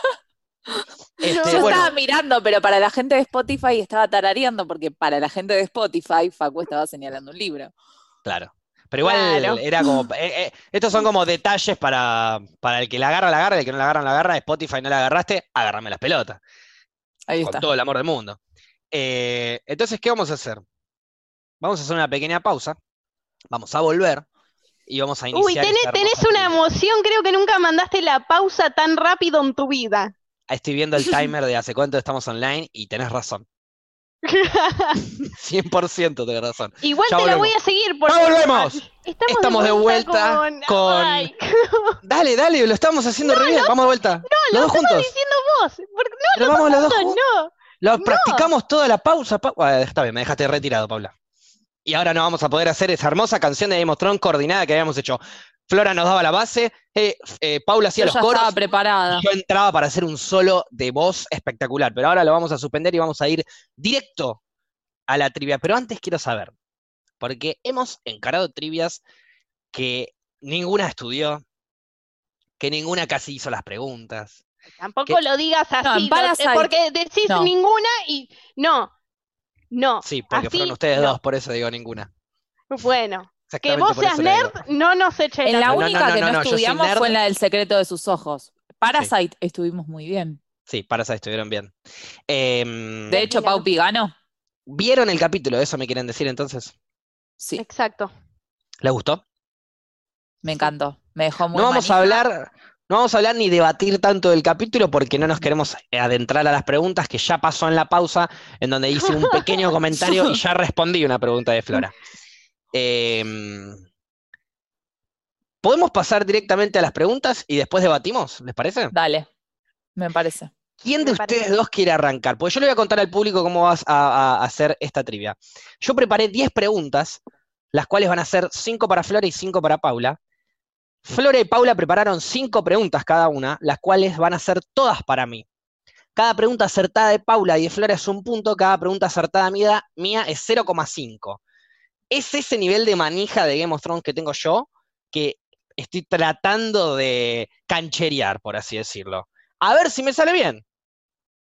No.
Este,
Yo
bueno,
estaba mirando, pero para la gente de Spotify estaba tarareando, porque para la gente de Spotify Facu estaba señalando un libro.
claro. Pero igual
Claro.
era como. eh, eh, estos son como detalles para, para el que la agarra, la agarra, el que no la agarra, no la agarra. Spotify no la agarraste, agárrame las pelotas.
Ahí
con
está.
todo el amor del mundo. Eh, entonces, ¿qué vamos a hacer? Vamos a hacer una pequeña pausa, vamos a volver y vamos a iniciar.
Uy, tenés,
esta
tenés
hermosa
una
trivia.
emoción. Creo que nunca mandaste la pausa tan rápido en tu vida.
Ah, Estoy viendo el timer de hace cuánto estamos online y tenés razón. 100% tenés razón.
Igual
Ya
te la
volvemos.
voy a seguir porque
¡Ya volvemos!
Estamos,
Estamos de vuelta
con,
con-
Ay,
Dale, dale, lo estamos haciendo re bien. Vamos de vuelta. los
lo
dos
estamos
juntos.
diciendo vos. Porque
Pero vamos los dos
no,
juntos.
no.
Lo
No.
practicamos toda la pausa. pa- Ah, está bien, me dejaste retirado, Paula. Y ahora no vamos a poder hacer esa hermosa canción de Game of Thrones coordinada que habíamos hecho. Flora nos daba la base, eh, eh, Paula hacía
Yo
los
ya
coros.
estaba preparada.
Yo entraba para hacer un solo de voz espectacular, pero ahora lo vamos a suspender y vamos a ir directo a la trivia. Pero antes quiero saber, porque hemos encarado trivias que ninguna estudió, que ninguna casi hizo las preguntas.
Tampoco
¿Qué?
lo digas así.
en Parasite.
no- eh, porque decís
No.
ninguna y no. No.
Sí, porque
Así,
fueron ustedes
no.
dos, por eso digo ninguna.
Bueno, que
Exactamente
vos
por
seas
eso lo digo.
nerd no nos echen
En
la
la
no, no,
única
no,
que no,
no, no, yo soy
estudiamos
nerd.
fue en la del secreto de sus ojos. Parasite estuvimos muy bien.
Sí, Parasite estuvieron bien. Em,
De hecho,
Mira.
Paupi ganó.
¿Vieron el capítulo? ¿Eso me quieren decir entonces?
Sí,
Exacto.
¿Le gustó?
me encantó. Me dejó muy
No vamos a
manija.
hablar, no vamos a hablar ni debatir tanto del capítulo porque no nos queremos eh, adentrar a las preguntas que ya pasó en la pausa, en donde hice un pequeño comentario y ya respondí una pregunta de Flora. Em, ¿Podemos pasar directamente a las preguntas y después debatimos? ¿Les parece?
Dale, me parece.
¿Quién de
Me parece.
ustedes dos quiere arrancar? Porque yo le voy a contar al público cómo vas a, a hacer esta trivia. Yo preparé 10 preguntas, las cuales van a ser 5 para Flora y 5 para Paula. Flora y Paula prepararon 5 preguntas cada una, las cuales van a ser todas para mí. Cada pregunta acertada de Paula y de Flora es un punto, cada pregunta acertada mía, mía es 0,5. Es ese nivel de manija de Game of Thrones que tengo yo que estoy tratando de cancherear, por así decirlo. A ver si me sale bien.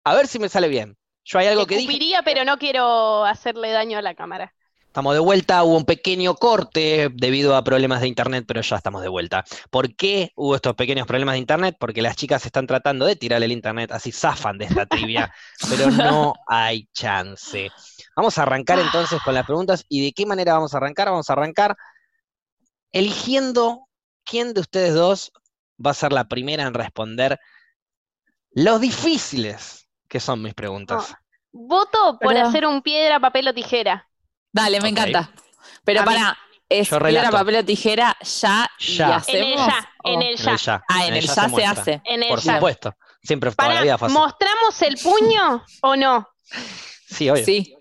A ver si me sale bien. Yo hay algo
Te
que dije.
escupiría, pero no quiero hacerle daño a la cámara.
Estamos de vuelta, hubo un pequeño corte debido a problemas de internet, pero ya estamos de vuelta. ¿Por qué hubo estos pequeños problemas de internet? Porque las chicas están tratando de tirar el internet, así zafan de esta trivia, pero no hay chance. Vamos a arrancar entonces con las preguntas. ¿Y de qué manera vamos a arrancar? Vamos a arrancar eligiendo quién de ustedes dos va a ser la primera en responder los difíciles que son mis preguntas.
Oh,
Voto por
Perdón.
hacer un piedra, papel o tijera.
Dale, me
Ok.
encanta. Pero
A mí-
para, es
Yo
piedra,
relato.
papel o tijera ya, y
Ya. En el
En el
hacemos. Oh.
ya, en
o-
el
En
ya.
el ya,
Ah, en el ya se
muestra.
hace.
En el
Por
ya.
supuesto. Siempre toda
Pará,
la vida fue así.
¿mostramos el puño o no?
Sí, obvio. Sí.
Sí,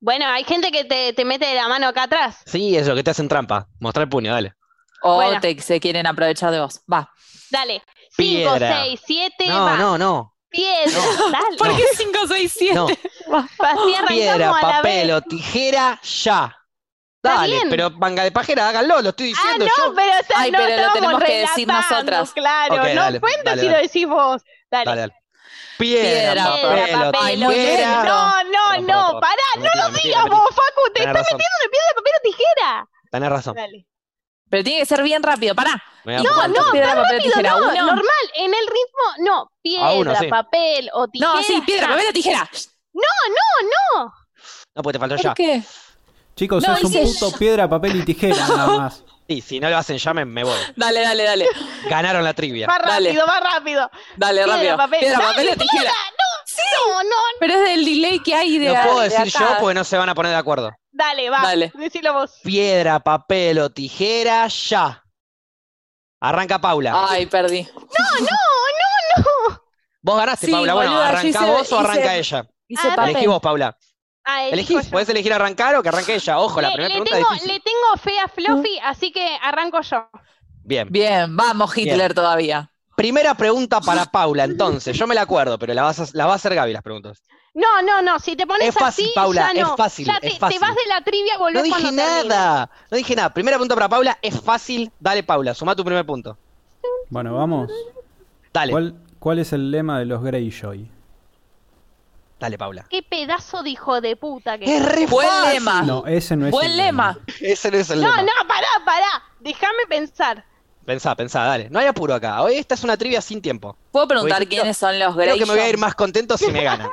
Bueno, hay gente que te, te mete la mano acá atrás.
es lo que te hacen trampa. Mostrar el puño, dale.
o
Bueno.
te, se quieren aprovechar de vos. Va.
Dale. 5,
Piedra.
6, 7,
No,
va.
no, no.
Piedra. Dale.
¿Por qué 5, 6, 7?
No.
Así arrancamos
Piedra,
a la
papel
vez.
o tijera, ya.
Está
Dale,
bien.
pero manga de pajera, háganlo, lo estoy
Ah,
diciendo
no,
yo.
pero, o sea,
Ay,
no
pero lo
estamos
tenemos que decir
relatando,
nosotras.
Claro,
Ok,
no
dale,
cuenta
dale,
si lo
dale.
decís vos. Dale.
Dale, dale. Piedra,
Piedra,
papel,
papel,
Piedra,
papel,
o
tijera.
tijera.
No, no, no, pará, no
Mentira,
lo
mentira,
digas
mentira.
vos, Facu, te
Tenés
estás
razón.
metiendo en piedra, papel o tijera.
Tenés razón.
Dale.
Pero tiene que ser bien rápido, pará.
Me voy
¿Y
a poner
cuánto
no,
piedra, papel,
rápido,
tijera?
no,
¿Uno?
normal, en el ritmo, no, piedra,
A uno, sí.
papel o tijera.
No, sí, piedra, papel o tijera.
No, porque te faltó ya.
¿Por qué?
Chicos,
No,
es un
hice
punto piedra, papel y tijera nada más.
Sí, si no lo hacen ya me, me voy.
Dale, dale, dale.
Ganaron la trivia.
Va
Dale.
rápido, va rápido.
Dale,
Piedra,
rápido.
papel.
Piedra,
Dale,
papel o tijera.
No, no,
Pero es del delay que hay de
Lo
la-
puedo
de
decir yo pues,
acá.
porque no se van a poner de acuerdo.
dale, va.
Dale.
Decilo vos.
Piedra, papel o tijera, ya. Arranca Paula.
Ah,
Ay, perdí.
Vos ganaste,
Sí,
Paula. Bueno,
boluda, yo
arranca
hice-
vos o arranca
hice-
ella.
Hice
Ah,
papel.
Elegí vos, Paula.
Ah, elijo
Elegís,
yo.
podés elegir arrancar o que arranque ella. Ojo, la
Le-
primera
le,
pregunta es
tengo,
difícil. Mm.
le tengo fe a Fluffy, así que arranco yo.
Bien.
Bien, vamos Hitler todavía.
Primera pregunta para Paula, entonces. Yo me la acuerdo, pero la, vas a- la va a hacer Gaby las preguntas.
No, no, no, si te pones
Es fácil,
así,
Paula,
ya no.
es fácil,
Ya
es
te, te
fácil.
vas de la trivia, volvés
No dije
cuando termine.
nada. No dije nada. Primera pregunta para Paula, es fácil. Dale, Paula, suma tu primer punto.
Bueno, vamos.
Dale,
¿Cuál, ¿Cuál es el lema de los Greyjoy?
dale, Paula.
Qué pedazo de hijo de puta que.
Es re
Buen
fácil.
lema.
No, ese no es
Buen
el
lema.
Ese no es el
No,
lema.
no, pará, pará. Déjame pensar.
Pensá, pensá, dale. No hay apuro acá. Hoy esta es una trivia sin tiempo.
¿Puedo preguntar
Creo-
quiénes son los
Creo
Greyjoy?
que me voy a ir más contento si me ganan.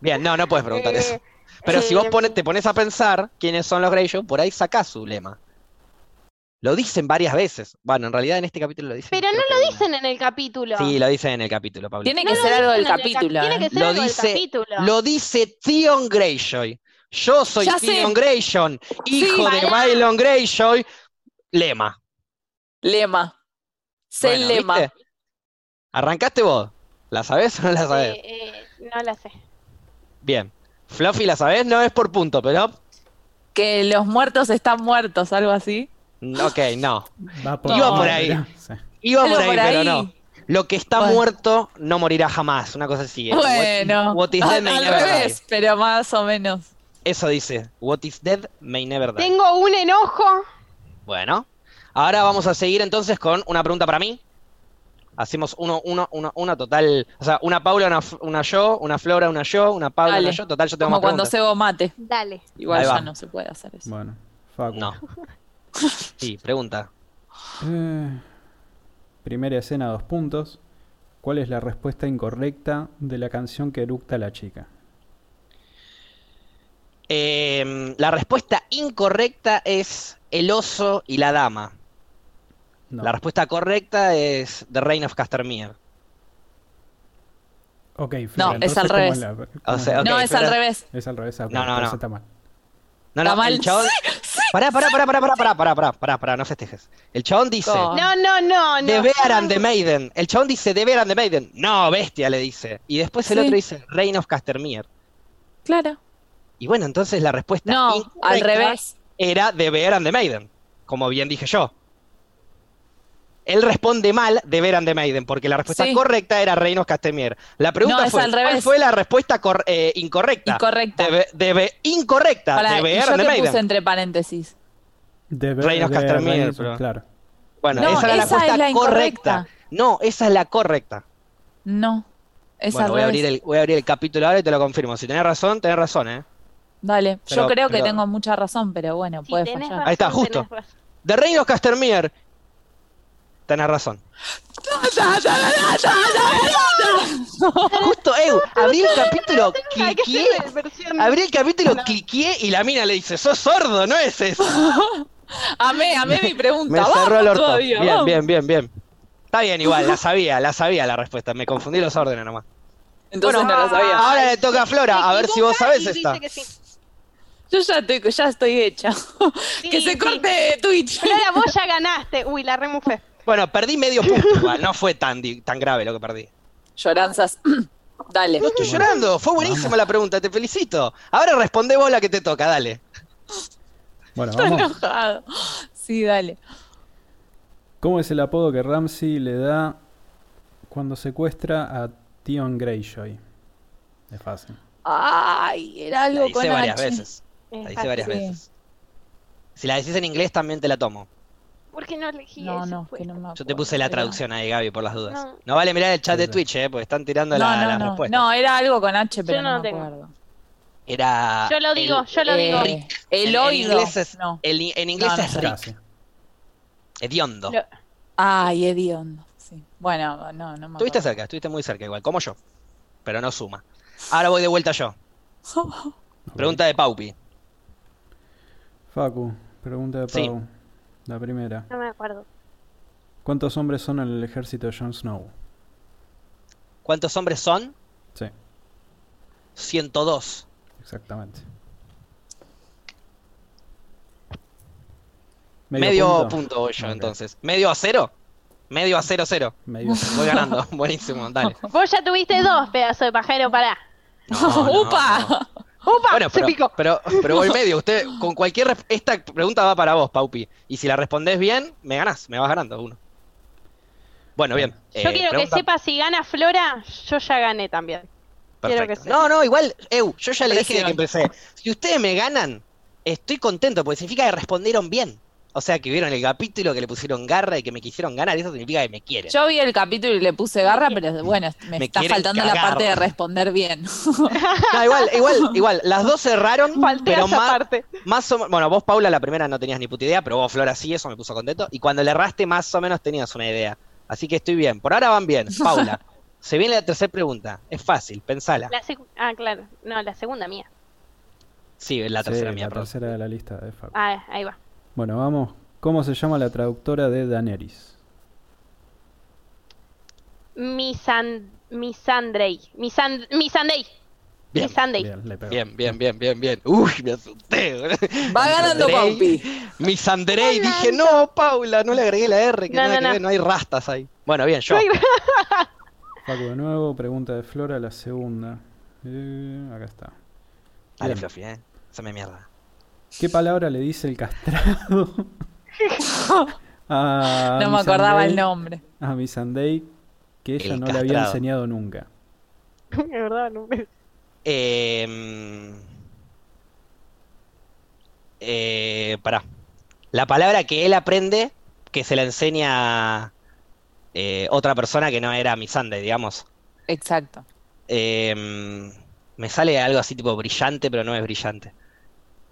Bien, no, no puedes preguntar
Eh,
eso. Pero si
eh,
vos pone- te pones a pensar quiénes son los Greyjoy, por ahí sacás su lema. Lo dicen varias veces. Bueno, en realidad en este capítulo lo dicen.
Pero
creo
no
que
lo
una.
dicen en el capítulo.
Sí, lo dicen en el capítulo, Pablo.
Tiene
No
que
lo
ser algo del
dicen en el cap-
capítulo.
Tiene
¿eh?
que ser
Lo
algo
dice-
del capítulo.
Lo dice Theon Greyjoy. Yo soy
Ya sé.
Theon Greyjoy, hijo de
pará.
Bailon Greyjoy. Lema.
Lema. Sé el
Bueno,
lema.
¿viste? ¿Arrancaste vos? ¿La sabés o no la sabés?
Eh, eh, no la sé.
Bien. Fluffy, ¿la sabés? No es por punto, pero.
Que los muertos están muertos, algo así.
Ok, no.
lema. Va
Iba por
ahí.
Sí.
Iba
Pero
por ahí,
por
pero
ahí.
no. Lo que está
Bueno.
muerto no morirá jamás. Una cosa así. eh. What-
Bueno,
What, is
a-
dead
al,
may never die.
revés, pero más o menos.
Eso dice. What is dead may never die.
Tengo un enojo.
Bueno. Ahora vamos a seguir entonces con una pregunta para mí. Hacemos uno, uno, uno, una total. O sea, una Paula, una, F- una yo, una Flora, una yo, una Paula,
Dale.
una yo. Total, yo tengo
Como
más
cuando
preguntas.
cebo mate.
Dale.
Igual
Ahí
ya
va.
no se puede hacer eso.
Bueno, Facu.
No. Sí, pregunta.
Eh, primera escena, dos puntos. ¿Cuál es la respuesta incorrecta de la canción que eructa la chica?
Eh, la respuesta incorrecta es el oso y la dama.
No.
La respuesta correcta es The Reign of Castermere.
Ok,
No, es
entonces,
al
¿cómo
revés.
la-
O sea,
cómo la-
no,
ok,
es
pero-
al revés.
Es al revés. ah,
No, no,
entonces
no.
está mal.
No,
Está
no,
mal.
el chabón. Pará, pará, pará, pará, pará, pará, pará, pará, pará, pará, no festejes. El chabón dice.
No.
No, no, no, no.
The Bear and the Maiden. El chabón dice The Bear and the Maiden. No, bestia, le dice. Y después el
Sí.
otro dice Reign of Castermere.
Claro.
Y bueno, entonces la respuesta
No,
incorrecta
al revés.
era The Bear and the Maiden. Como bien dije yo. Él responde mal The Bear and the Maiden, porque la respuesta
Sí.
correcta era Reign of Castermere. La pregunta
No, es
fue,
al
¿cuál
revés.
fue la respuesta cor- eh, incorrecta?
Incorrecta.
The Be- The Be- incorrecta,
Pará,
The
¿y
Bear
yo
and the
qué
Maiden.
puse entre paréntesis?
De ver-
Reino
de
Castermere,
Reino-
pero-
Claro.
Bueno,
No,
esa era la
esa
respuesta
es la
correcta.
incorrecta.
No, esa es la correcta.
No. Es
bueno,
al
voy a,
revés.
abrir el, voy a abrir el capítulo ahora y te lo confirmo. Si tenés razón, tenés razón, ¿eh?
Dale.
Pero-
yo creo que
pero-
tengo mucha razón, pero bueno,
Si
puede
tenés
fallar.
razón,
Ahí está,
tenés
justo.
razón.
De Reinos Castermere. Tenés razón. Justo, eh, abrí el capítulo,
Hay que
cliqué.
hacer versión-
Abrí el capítulo, cliqué y la mina le dice, sos sordo, no es eso.
Amé, amé mi pregunta.
Me cerró el
Vamos
orto.
todavía,
Bien,
vamos.
bien, bien, bien. Está bien, igual, la sabía, la sabía la respuesta. Me confundí los órdenes nomás.
Entonces
Bueno,
no lo sabía.
ah,
Ahora le toca a Flora, a ver si vos
Equivoca
sabés
y dice
esta.
que sí.
Yo ya estoy, ya estoy hecha. que
Sí,
se
sí.
corte Twitch.
Flora, vos ya ganaste. Uy, la remufé.
Bueno, perdí medio punto igual, no fue tan, di- tan grave lo que perdí.
Lloranzas. Dale.
No estoy llorando, fue buenísima la pregunta, te felicito. Ahora responde vos la que te toca, dale.
Bueno,
Estoy
vamos.
enojado. Sí, dale.
¿Cómo es el apodo que Ramsey le da cuando secuestra a Tion Greyjoy? Es fácil.
Ay, era
La
algo con
hice varias
H.
veces. La hice
Ajá.
varias
Sí.
veces. Si la decís en inglés también te la tomo.
¿Por qué no elegí
No,
ese
no,
juego?
que no me
Yo te
acuerdo,
puse la
era-
traducción ahí, Gaby, por las dudas. No,
No.
vale mirar el chat de
Sí, sí.
Twitch, eh, porque están tirando
No,
la,
no,
las
no,
respuestas.
no, era algo con H, pero
Yo
no,
no
me
lo tengo.
acuerdo.
Era.
Yo lo digo,
el-
yo lo digo.
Eh, el
En- en
oído.
inglés es-
No.
el- en inglés
No, no
es
sé.
Rick,
Casi.
hediondo.
Lo-
Ay, hediondo. Sí. Bueno, no, no me
Estuviste
acuerdo.
cerca, estuviste muy cerca igual, como yo. Pero no suma. Ahora voy de vuelta yo.
Ok.
Pregunta de Paupi.
Facu, pregunta de Pau.
Sí.
La primera.
No me acuerdo.
¿Cuántos hombres son en el ejército de Jon Snow?
¿Cuántos hombres son?
Sí,
102.
exactamente.
Medio, punto, voy yo
Ok.
entonces. ¿Medio a cero? Medio a cero cero.
Medio punto.
Voy ganando. Buenísimo, dale.
Vos ya tuviste dos pedazos de pajero, pará.
No, no,
¡Upa!
no. Bueno, pero, pero, pero voy medio. Usted, con cualquier. resp- Esta pregunta va para vos, Paupi. Y si la respondés bien, me ganás. Me vas ganando uno. Bueno, bien.
Yo
eh,
quiero
pregunta-
que sepa si gana Flora, yo ya gané también. quiero que
Perfecto.
sepa.
No, no, igual, Eu, yo ya le dije de que
Presión.
empecé. Si ustedes me ganan, estoy contento, porque significa que respondieron bien. O sea, que vieron el capítulo, que le pusieron garra y que me quisieron ganar. Eso significa que me quieren.
Yo vi el capítulo y le puse garra, pero bueno, me,
Me
está
quieren
faltando la
cagar.
parte de responder bien.
No, igual, igual, igual. Las dos cerraron,
Falté
pero
esa
más,
parte.
Más o, bueno, vos, Paula, la primera no tenías ni puta idea, pero vos, Flora, sí, eso me puso contento. Y cuando le erraste, más o menos tenías una idea. Así que estoy bien. Por ahora van bien. Paula, se viene la tercera pregunta. Es fácil, pensala.
La secu- ah, claro. No, la segunda mía.
Sí, la
Sí,
tercera mía,
la
perdón.
tercera de la lista de Facu.
Ah, ahí va.
Bueno, vamos. ¿Cómo se llama la traductora de Daenerys?
Misan, misandrei. Misan, misandei.
Bien,
Misandei.
Bien, le pegó.
Bien, bien, bien, bien, bien. Uy, me asusté. boludo.
Va ganando
Andrei.
Paupi.
Mi Sandrey. Dije, no, Paula, no le agregué la R, que
No,
no, la
no, no.
agregué, no hay rastas ahí. Bueno, bien, yo.
No hay-
Facu de nuevo, pregunta de Flora, la segunda. Eh, acá está.
Dale,
Bien.
Fluffy, eh. Se me mierda.
¿Qué palabra le dice el castrado? a
No me
Miss
acordaba el
Andrei-
nombre.
A Miss Andrei, que ella
El
no le había
castrado.
enseñado nunca.
De verdad, no me-
Eh, mm, eh, pará. La palabra que él aprende, que se la enseña eh, otra persona que no era Misande, digamos.
Exacto.
Eh, mm, me sale algo así tipo brillante, pero no es brillante.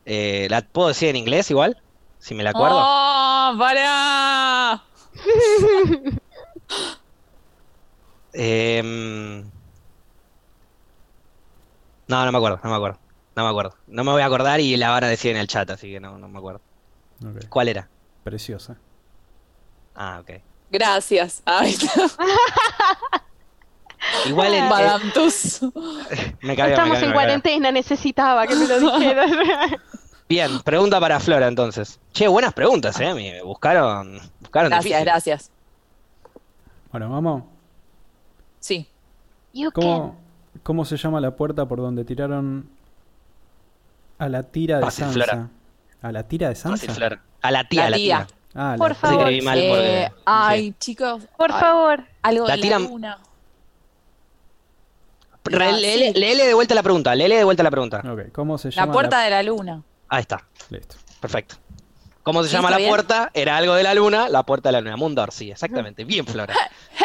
Eh, ¿la puedo decir en inglés igual? Si me la acuerdo.
¡Oh, pará!
Eh, mm, no, no me acuerdo, no me acuerdo. No me acuerdo. No me voy a acordar y la van a decir en el chat, así que no, no me acuerdo.
Ok,
¿Cuál era?
Preciosa.
Ah, ok.
Gracias. Ay,
Ah.
Igual en, eh,
Madame Tuss.
me cabió, me
Estamos
cabió, me
en
cabió.
cuarentena, necesitaba que me lo dijeras.
Bien, pregunta para Flora entonces. Che, buenas preguntas, eh. Me buscaron. buscaron
Gracias,
difícil.
gracias.
Bueno, vamos.
Sí.
You
¿Cómo, ¿Cómo se llama la puerta por donde tiraron a la tira de
Fácil,
Sansa?
Flora.
¿A la tira de
Fácil,
Sansa.
Flora. A la tía,
La
a la
tía.
tía.
Ah, la
Por
tira.
Sí,
favor.
escribí mal
Eh,
porque-
ay, chicos.
can. Por
ay,
favor.
Algo
La
de
tira-
la luna.
Re-
ah,
Leele leele de vuelta la pregunta, leele de vuelta la pregunta.
Ok, ¿cómo se llama
La puerta de la luna.
Ahí está,
Listo.
perfecto. ¿Cómo se
¿Sí,
llama
está
la
bien?
puerta? Era algo de la luna, la puerta de la luna. Mundor, sí, exactamente. Bien, Flora.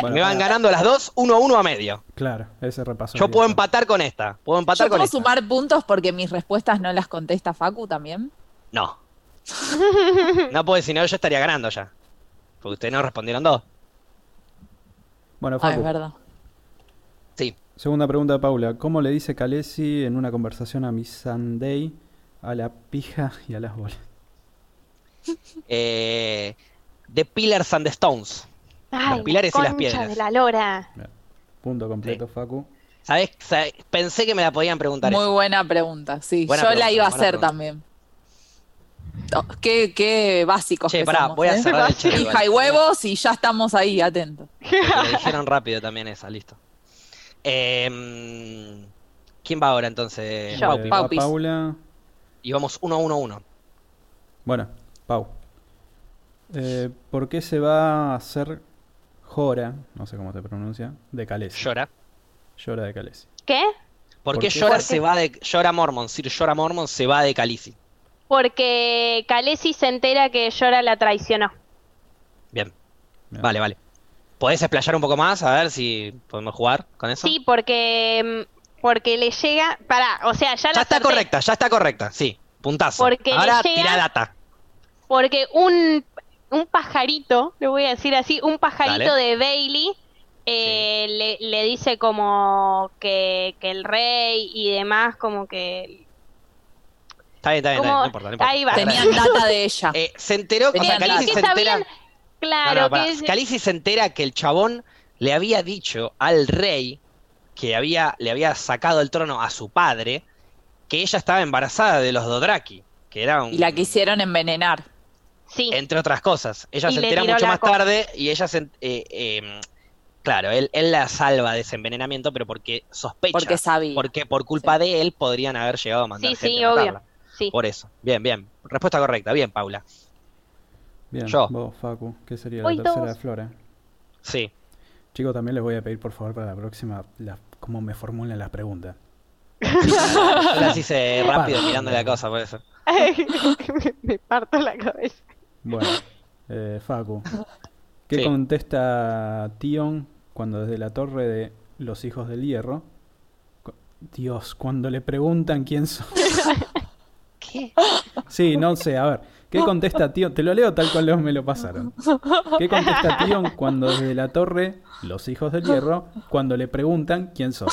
Bueno,
Me van
para-
ganando las dos, uno a uno a medio.
Claro, ese repaso.
Yo
había
puedo
hecho.
empatar con esta. Puedo empatar
¿Yo
con
puedo
esta.
sumar puntos porque mis respuestas no las contesta Facu también?
No. No puedo decir, no, yo estaría ganando ya. Porque ustedes no respondieron dos.
Bueno,
Ah, es
Facu,
verdad.
Sí.
segunda pregunta de Paula. ¿Cómo le dice Khaleesi en una conversación a Miss Sunday a la pija y a las bolas?
Eh, the Pillars and the Stones.
Ay,
pilares y
la
las
concha
piedras.
de la lora.
Bien. Punto completo, Facu.
¿Sabés? Sabés- Pensé que me la podían preguntar.
Muy
esa.
buena pregunta, sí.
Buena
Yo
pregunta,
la iba a
buena
hacer
pregunta.
también. No, qué, qué básicos
Che,
que
pará,
somos,
voy a
¿eh?
cerrar el chat.
Hija y
igual.
huevos y ya estamos ahí, atentos.
Porque lo dijeron rápido también esa, listo. Em, ¿Quién va ahora entonces?
Yo.
Pau.
Eh, va
Paupis.
Paula.
Y vamos uno, uno, uno.
Bueno, Pau. Eh, ¿Por qué se va a hacer Jora, no sé cómo se pronuncia, de Calesi?
Llora.
Llora de Calesi.
¿Qué?
¿Por,
¿Por
qué
qué?
Llora
¿Por
se va de Llora Mormon? Sir Llora Mormon se va de Calici.
Porque Khaleesi se entera que Llora la traicionó.
Bien.
Vale, vale. ¿Podés explayar un poco más? A ver si podemos jugar con eso.
Sí, porque, mm, porque le llega. Pará, o sea, ya, la
ya está
acerté.
correcta, ya está correcta, sí. Puntazo.
Porque le
Ahora
llega-
tira data.
Porque un, un pajarito, le voy a decir así, un pajarito
Dale.
de Bailey eh, le, le dice como que, que el rey y demás, como que.
Está bien, está bien, está bien,
Como-
no importa, no importa.
ahí va.
Tenían data de ella.
Eh, se enteró, o sea,
Tenían
Khaleesi
data.
se
Que sabían-
entera.
Claro,
No, no, pará.
que es-
Khaleesi se entera que el chabón le había dicho al rey que había, le había sacado el trono a su padre que ella estaba embarazada de los Dodraki, que era un,
Y la quisieron envenenar.
sí.
entre otras cosas. Ella
Y
se
le
entera
tiró
mucho
la
más
copa.
tarde y ella se... en- eh, eh, claro, él, él la salva de ese envenenamiento, pero porque sospecha.
Porque sabía.
porque por culpa de él podrían haber llegado a mandar
Sí,
gente
sí,
a
obvio.
matarla.
sí.
Por eso. Bien, bien. Respuesta correcta. Bien, Paula.
Bien,
Yo.
vos, Facu, que sería
Voy
la tercera
dos.
de Flora.
Sí.
Chicos, también les voy a pedir, por favor, para la próxima, la- cómo me formulan las preguntas.
Yo las hice rápido
Vale.
mirando la cosa, por eso.
Me- Me parto la cabeza.
Bueno, eh, Facu, ¿qué
Sí.
contesta Tion cuando desde la torre de los hijos del hierro? cu- Dios, cuando le preguntan quién son.
¿Qué?
Sí, no sé, a ver. ¿Qué contesta Tion? Te lo leo tal cual los me lo pasaron. ¿Qué contesta Tion cuando desde la torre, los hijos del hierro, cuando le preguntan quién son?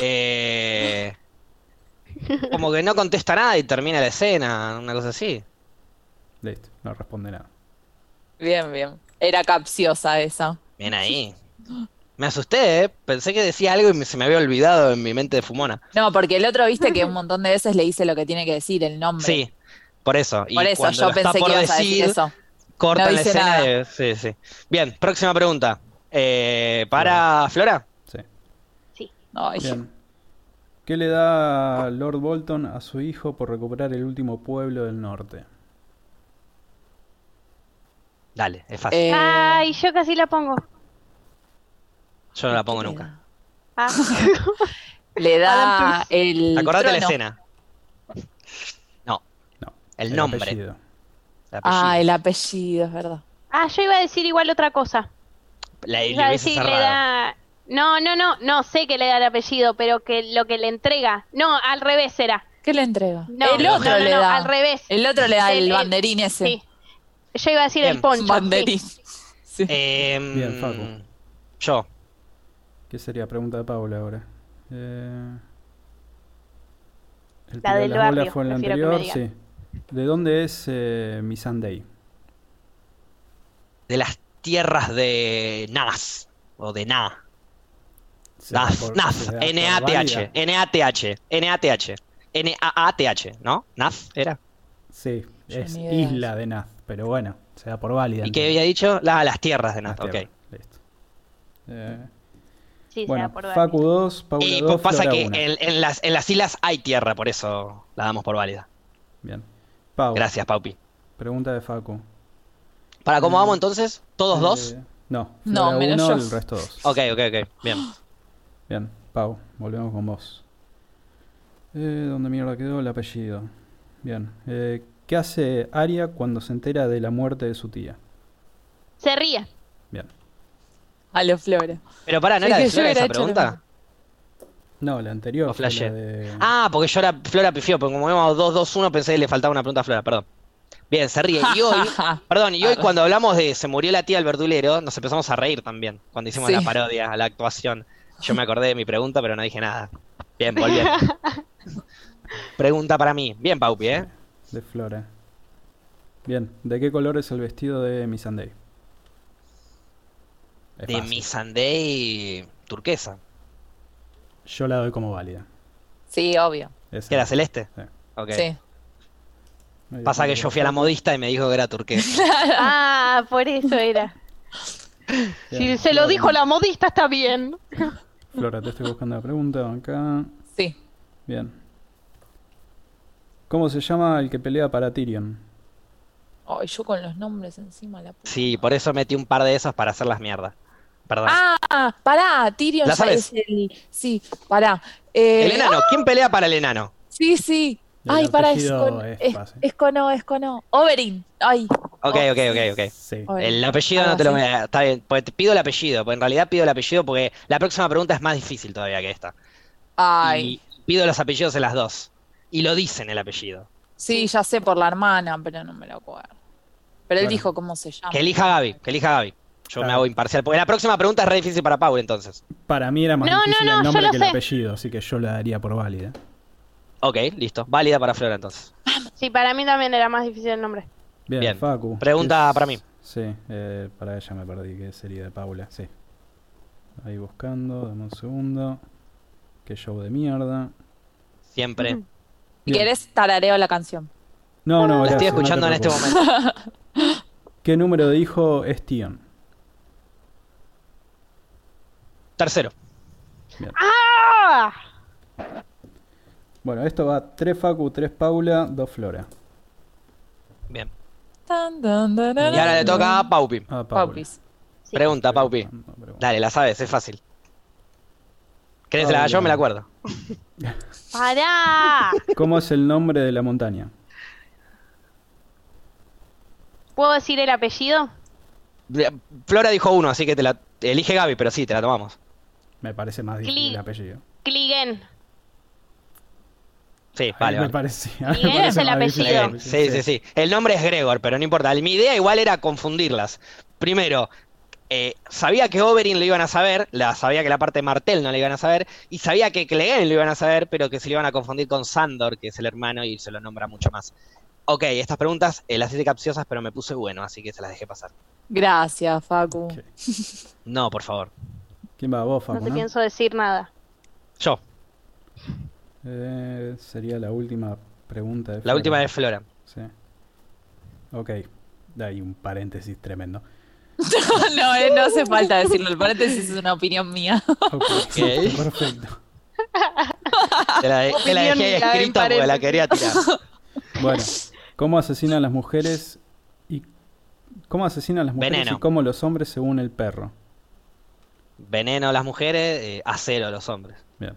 Eh, Como que no contesta nada y termina la escena, una cosa así.
Listo, no responde nada.
Bien, bien. Era capciosa esa.
Bien ahí. Me asusté, ¿eh? Pensé que decía algo y me- se me había olvidado en mi mente de fumona.
No, porque el otro viste que un montón de veces le dice lo que tiene que decir, el nombre.
Sí, por eso. Y
Por eso
cuando
yo
lo está
pensé que
por
ibas a decir
decir,
eso.
Corta
No
la
dice
escena.
nada.
de- Sí, sí. Bien, próxima pregunta. Eh, para Flora.
Sí.
Ay.
Bien. ¿Qué le da Lord Bolton a su hijo por recuperar el último pueblo del norte?
Dale, es fácil.
Eh,
Ay, yo casi la pongo.
Yo no la pongo
¿qué le
nunca.
da?
Ah,
Le
Adam
da el
Acordate la
trono.
escena. No.
No,
El nombre.
apellido.
el apellido.
Ah, el apellido, es verdad.
ah, yo iba a decir igual otra cosa.
La- le
Iba a
hubiese
decir, le
cerrado.
da... No, no, no, no sé que le da el apellido, pero que lo que le entrega. No, al revés será.
¿Qué le entrega?
No,
el
no,
otro
no,
le
no,
da.
al revés.
El otro le da el,
El- el-
banderín ese.
Sí. Yo iba a decir
Bien.
el poncho. sí.
Banderín. Sí.
Em,
Bien, Facu.
Yo.
¿Qué sería? Pregunta de Paula ahora. Eh,
La
El tiro de
del
las bolas
barrio,
fue en la
prefiero que
anterior,
me
sí. ¿De dónde es eh, Missandei?
De las tierras de Nas. O de Na.
¿Será
Naz.
por-
Naz.
será por
N-A-T-H.
válida?
N-A-T-H. N-A-T-H. N-A-A-T-H. ¿no Naz era.
Sí,
Yo
es
ni idea de
isla de Naz, pero bueno, se da por válida.
¿Y qué
entonces.
había dicho? La- las tierras de Naz.
Las
Ok.
tierras, listo. Eh,
Sí, se
bueno,
da por válida.
Facu 2, Paula
Y
2,
pasa
Flora
que
1.
en, en las, en las islas hay tierra, por eso la damos por válida.
Bien. Pau,
Gracias, Paupi.
pregunta de Facu.
¿Para cómo
Mm.
vamos entonces? ¿Todos
Eh,
dos?
No,
No,
Flora
menos
uno,
yo.
el resto dos.
Ok, ok, ok. Bien.
Bien, Pau, volvemos con vos. Eh, ¿Dónde mierda quedó el apellido? Bien. eh, ¿Qué hace Aria cuando se entera de la muerte de su tía?
Se ríe.
Bien.
A los flores.
Pero pará, ¿no
Es
era de
que yo
Flora
hubiera
esa
hecho lo
pregunta?
mismo.
No, la anterior
O
fue la
flashé.
de-
Ah, porque yo era Flora pifió, porque como íbamos 2-2-1 pensé que le faltaba una pregunta a Flora, perdón. Bien, se ríe. Y hoy, perdón, y hoy cuando hablamos de se murió la tía al verdulero, nos empezamos a reír también, cuando hicimos
Sí.
la parodia, la actuación. Yo me acordé de mi pregunta, pero no dije nada. Bien, volviendo. pregunta para mí. Bien, Paupi, ¿eh?
de Flora. Bien, ¿de qué color es el vestido de Missandei? Es
de
fácil.
mi Sunday turquesa,
Yo la doy como válida.
Sí, obvio.
Esa.
que era celeste.
Sí.
Ok.
Sí.
Medio
Pasa que
como-
yo fui a la modista y me dijo que era turquesa.
Ah, por eso era.
Bien,
Si se lo
Flora,
dijo la modista, está bien.
Flora, te estoy buscando la pregunta acá.
Sí.
Bien. ¿Cómo se llama el que pelea para Tyrion?
Ay, yo con los nombres encima la puta.
Sí, por eso metí un par de esos para hacer las mierdas. Perdón.
Ah, pará, Tyrion
¿La
ya
sabes?
es el. Sí, pará. Eh,
el enano, ¿quién pelea para el enano?
Sí, sí.
El
Ay, pará, es
apellido
con,
es
es,
fácil.
es con O, es con O. Oberyn. Ay,
Ok, ok, ok, ok.
Sí.
Hola.
El apellido
Algo
no te lo
así.
voy a. Está bien, pues te pido el apellido, porque en realidad pido el apellido porque la próxima pregunta es más difícil todavía que esta.
Ay,
Y pido los apellidos en las dos. Y lo dicen el apellido.
sí, ya sé por la hermana, pero no me lo acuerdo. Pero él
Bueno.
dijo cómo se llama.
Que elija Gaby, que elija Gaby. Yo me
Claro.
hago imparcial, porque la próxima pregunta es re difícil para Paul entonces.
Para mí era más
No, no,
difícil
no,
el
yo
nombre
lo
que
sé.
el apellido, así que yo la daría por válida.
Ok, listo. Válida para Flora entonces.
Sí, para mí también era más difícil el nombre.
Bien,
Bien.
Facu.
Pregunta
¿qué es-
para mí.
Sí, eh, para ella me perdí, que sería de Paula, sí. Ahí buscando, dame un segundo. Qué show de mierda.
Siempre.
Si
Bien.
querés, tarareo la canción.
No,
Ah.
no,
La estoy
gracias, no
escuchando
te
en este
preocupes.
momento.
¿Qué número de hijo es Tion?
Tercero.
¡Ah!
Bueno, esto va 3 Facu, 3 Paula, 2 Flora.
Bien.
Tan, tan, tan, tan,
Y ahora le
tan.
toca a Paupi.
Ah, Paula.
Papis.
Sí.
Pregunta, Paupi.
Pregunta, pregunta.
Dale, la sabes, es fácil. ¿Querés que la haga yo? Me la acuerdo.
¡Pará!
¿Cómo es el nombre de la montaña?
¿Puedo decir el apellido?
Flora dijo uno, así que te la. Elige Gaby, pero sí, te la tomamos.
Me parece más difícil el
Click.
apellido.
Kligen.
Sí,
Ahí
vale,
me
vale.
parece- ahí me
Miguel
parece
es el
más difícil
apellido.
Bien, Sí, sí, sí. El nombre es Gregor, pero no importa. Mi idea igual era confundirlas. Primero, eh, sabía que Oberyn lo iban a saber, la, sabía que la parte de Martel no la iban a saber, y sabía que Clegane lo iban a saber, pero que se lo iban a confundir con Sandor, que es el hermano, y se lo nombra mucho más. Ok, estas preguntas eh, las hice capciosas, pero me puse bueno, así que se las dejé pasar.
Gracias, Facu.
Ok.
No, por favor.
¿Quién va? Vos, Facu,
No te
¿no?
pienso decir nada.
Yo,
Eh, sería la última pregunta. de
la
Flora.
última de Flora.
Sí. Ok. Hay un paréntesis tremendo.
no, eh, no hace falta decirlo. El paréntesis es una opinión mía.
Ok, perfecto.
Te la, de- te la
Opinión
dejé
y la de
escrito porque la
paréntesis.
quería tirar.
Bueno, ¿cómo asesinan las mujeres y cómo asesinan las mujeres
Veneno.
y cómo los hombres según el perro?
Veneno a las mujeres, eh, acero a los hombres.
Bien.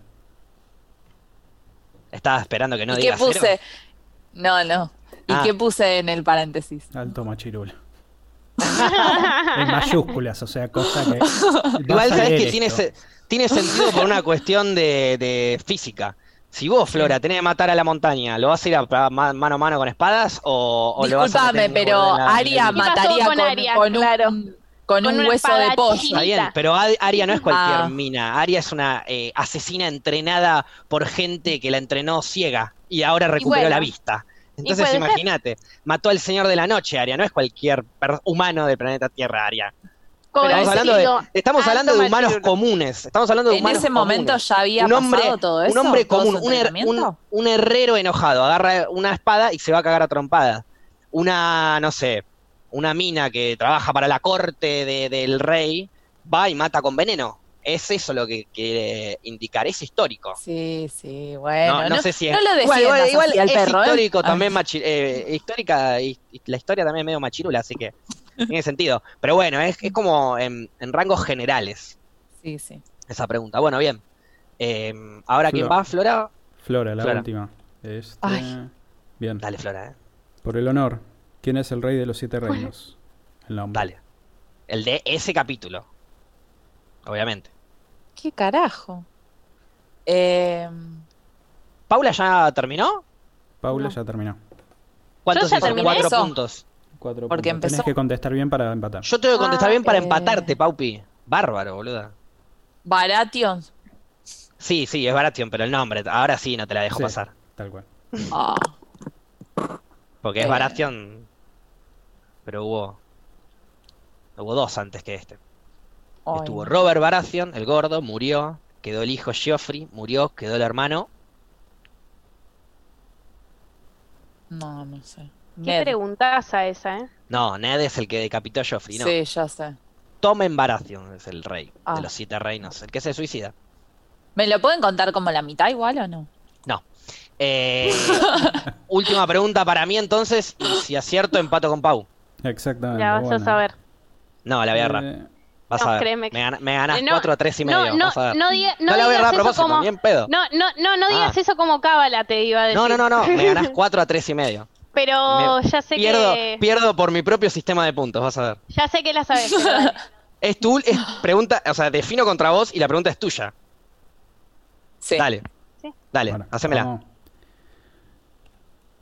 Estaba esperando que no
¿Y qué
diga acero.
puse? No, no. ¿Y
Ah.
qué puse en el paréntesis?
Alto machirula. en mayúsculas, o sea, cosa que.
Igual
vas a
sabes
leer
que tiene,
esto.
se- tiene sentido por una cuestión de, de física. Si vos, Flora, tenés que matar a la montaña, ¿lo vas a ir a, a ma- mano a mano con espadas o, o le vas a
Disculpame,
meter un
pero
gordo en la-
Aria
en el-
pasó
mataría
con
con,
Aria?
con un,
Claro.
con un
una
hueso de
espada
pollo.
chiquita.
Está bien, pero A- Aria no es cualquier
Ah.
mina. Aria es una eh, asesina entrenada por gente que la entrenó ciega y ahora recuperó
bueno.
la vista. Entonces
puede ser.
imagínate, mató al Señor de la Noche, Aria, no es cualquier per- humano del planeta Tierra, Aria.
Con
Estamos hablando de,
estilo
estamos
alto
hablando de humanos
machirula.
comunes, estamos hablando de
En
humanos
ese momento
comunes.
ya había
un hombre,
pasado todo eso.
un hombre
todo su
común, un, her- un,
entrenamiento.
un herrero enojado, agarra una espada y se va a cagar a trompada. Una, no sé, una mina que trabaja para la corte de- del rey, va y mata con veneno. Es eso lo que quiere indicar, es histórico.
Sí, sí, bueno.
no, no sé si es.
no lo
Igual- igual-
defiendas
igual
así al
es
perro, ¿eh?
histórico
Ah.
también, machi- eh, histórica, y- y la historia también es medio machirula, así que tiene sentido. Pero bueno, es, es como en- en rangos generales
Sí, sí.
esa pregunta. Bueno, bien. Eh, ahora, ¿quién
Flor.
va? Flora.
Flora, la
Flora.
última. Este,
Ay.
Bien.
Dale, Flora, eh.
Por el honor, ¿quién es el rey de los siete reinos? El nombre.
Dale. El de ese capítulo. Obviamente.
¿Qué carajo? Eh,
¿Paula ya terminó?
Paula
No.
ya terminó.
¿Cuántos
ya
hizo?
terminé.
Cuatro
Eso.
puntos.
Cuatro
Porque
puntos. Tenés
empezó.
que contestar bien para empatar.
Yo tengo que contestar
Ah,
bien para
eh.
empatarte, Paupi. Bárbaro, boluda.
Baratheon.
Sí, sí, es Baratheon, pero el nombre. Ahora sí no te la dejo
Sí,
pasar.
Tal cual.
Ah,
Porque es
Eh.
Baratheon. Pero hubo. Hubo dos antes que este.
ay,
Estuvo
no.
Robert Baratheon, el gordo, murió. Quedó el hijo Geoffrey, murió. Quedó el hermano.
No, no sé.
¿Qué
Ned.
preguntas a esa, eh?
No, Ned es el que decapitó a Joffrey, no.
Sí, ya sé.
Tomen Baratheon es el rey
Ah.
de los siete reinos, el que se suicida.
¿Me lo pueden contar como la mitad igual o no?
Eh, última pregunta para mí entonces, y si acierto empato con Pau.
Exactamente.
Ya vas
bueno.
a saber.
No, la voy a agarrar.
Eh,
Vas
no,
a ver.
créeme que-
Me, gana- me ganás
Eh, no,
4 a 3 y medio.
No, no,
vas a ver.
no, diga- no
la voy a
digas
agarrar a
eso
propósito,
como...
ni en pedo.
No, no, no, no digas
Ah.
eso como cábala, te iba a decir.
No, no, no, no, me ganás 4 a 3 y medio.
Pero Oh, ya sé
Pierdo,
que.
pierdo por mi propio sistema de puntos, vas a ver.
Ya sé que la sabes. pero dale.
Es tu es pregunta, o sea, defino contra vos y la pregunta es tuya.
Sí.
Dale.
Sí.
Dale,
Bueno,
hacémela.
vamos.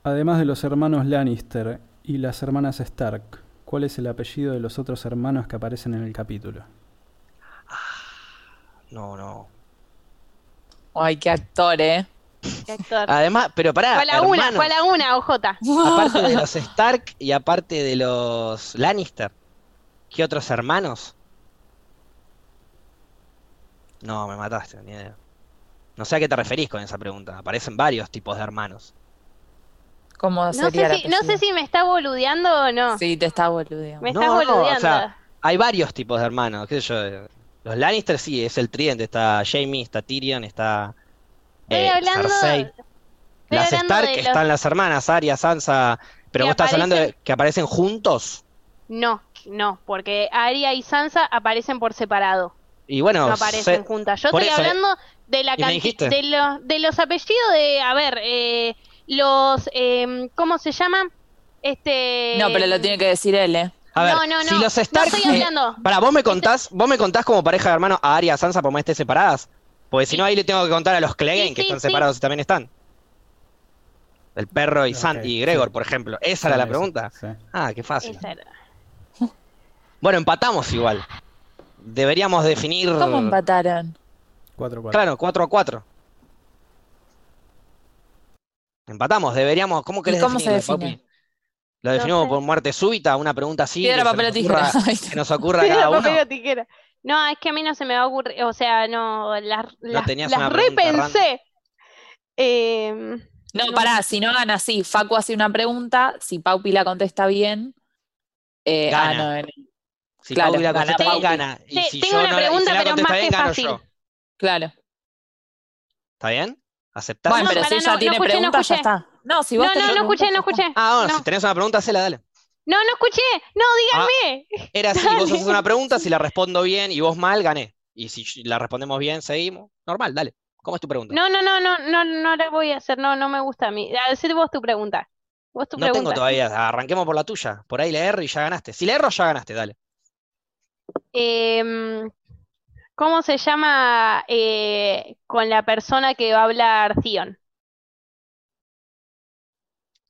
Además de los hermanos Lannister y las hermanas Stark, ¿cuál es el apellido de los otros hermanos que aparecen en el capítulo?
No, no.
Ay, qué actor, ¿eh?
Qué actor.
Además, pero pará,
Fue a la una,
Ah, hermano,
fue a la una, ojota.
aparte de los Stark y aparte de los Lannister, ¿qué otros hermanos? No, me mataste, ni idea. No sé a qué te referís con esa pregunta. Aparecen varios tipos de hermanos.
¿Cómo
No
sería
sé,
el
si, no sé
apellido?
si me está boludeando o no.
Sí, te está boludeando.
Me
No,
estás
no, o
boludeando.
sea, Hay varios tipos de hermanos, qué sé yo. eh, Los Lannister sí, es el tridente. Está Jaime, está Tyrion, está
Estoy
eh,
hablando-
Cersei.
estoy
las
hablando
Stark
de los-
están las hermanas, Arya, Sansa. Pero
Que
vos estás hablando de
aparecen-
que aparecen juntos.
No, no, porque Arya y Sansa aparecen por separado.
Y bueno,
No aparecen
se-
juntas. Yo
por
estoy
eso, eh,
hablando de la
y me
canti-
dijiste.
de los de los apellidos de, a ver, eh, los eh, ¿cómo se llaman? Este
No, pero lo tiene que decir él, ¿eh?
a ver,
no, no,
si
no,
los
no
Stark. eh,
estoy hablando. Este
para, vos me contás, vos me contás como pareja de hermanos a Arya, Sansa, por más que estén separadas. Porque si no, ahí le tengo que contar a los Clegane
Sí,
que
sí,
están
sí.
separados y también están. El perro y San
Ok,
y Gregor,
sí.
por ejemplo. Esa era la pregunta.
Sí.
Ah, qué fácil.
Esa era.
Bueno, empatamos igual. Deberíamos definir.
¿Cómo empataron?
Cuatro, cuatro.
Claro, 4 a 4. Empatamos, deberíamos. ¿Cómo querés
cómo se
definirlo,
define?
Papi? ¿Lo definimos
sé.
por muerte súbita? ¿Una pregunta así? que
Piedra,
se
papel o
nos
tijera.
ocurra-
Ay,
Que nos ocurra
Piedra,
cada uno.
papel o tijera. No, es que a mí no se me va a ocurrir, o sea, no las las,
tenías
las
una pregunta
repensé. Eh,
No,
No.
pará, si no gana, sí. Facu hace una pregunta, si Paupi la contesta bien. eh, ah,
Gana.
no, eh,
Si
Claro,
Pau la
gana
contesta
Pau.
bien, gana. Y
Te-
si
tengo
yo
una
no la- y si
pregunta,
la
pero es
contesta
más
bien,
que
gano
fácil.
yo.
claro.
¿Está bien? ¿Aceptás?
Bueno,
No,
pero
pará,
si ella
no, no
tiene
escuché, no
preguntas, ya
escuché.
está. No, si
no,
vos
no,
tenés
no
preguntas,
escuché,
ya
no
está.
escuché.
Ah, bueno,
no.
si tenés una pregunta, hacela, dale.
No, no escuché. No, díganme.
Era así, vos haces
Dale.
una pregunta, si la respondo bien y vos mal, gané. Y si yo- la respondemos bien, seguimos. Normal, dale. ¿Cómo es tu pregunta?
No, no, no, no, no, no la voy a hacer. No, no me gusta a mí. A decir vos tu pregunta. Vos tu
No tengo
pregunta.
todavía, arranquemos por la tuya. Por ahí le erro y ya ganaste. Si le erro, ya ganaste, dale.
Em, ¿cómo se llama eh, con la persona que va a hablar Theon?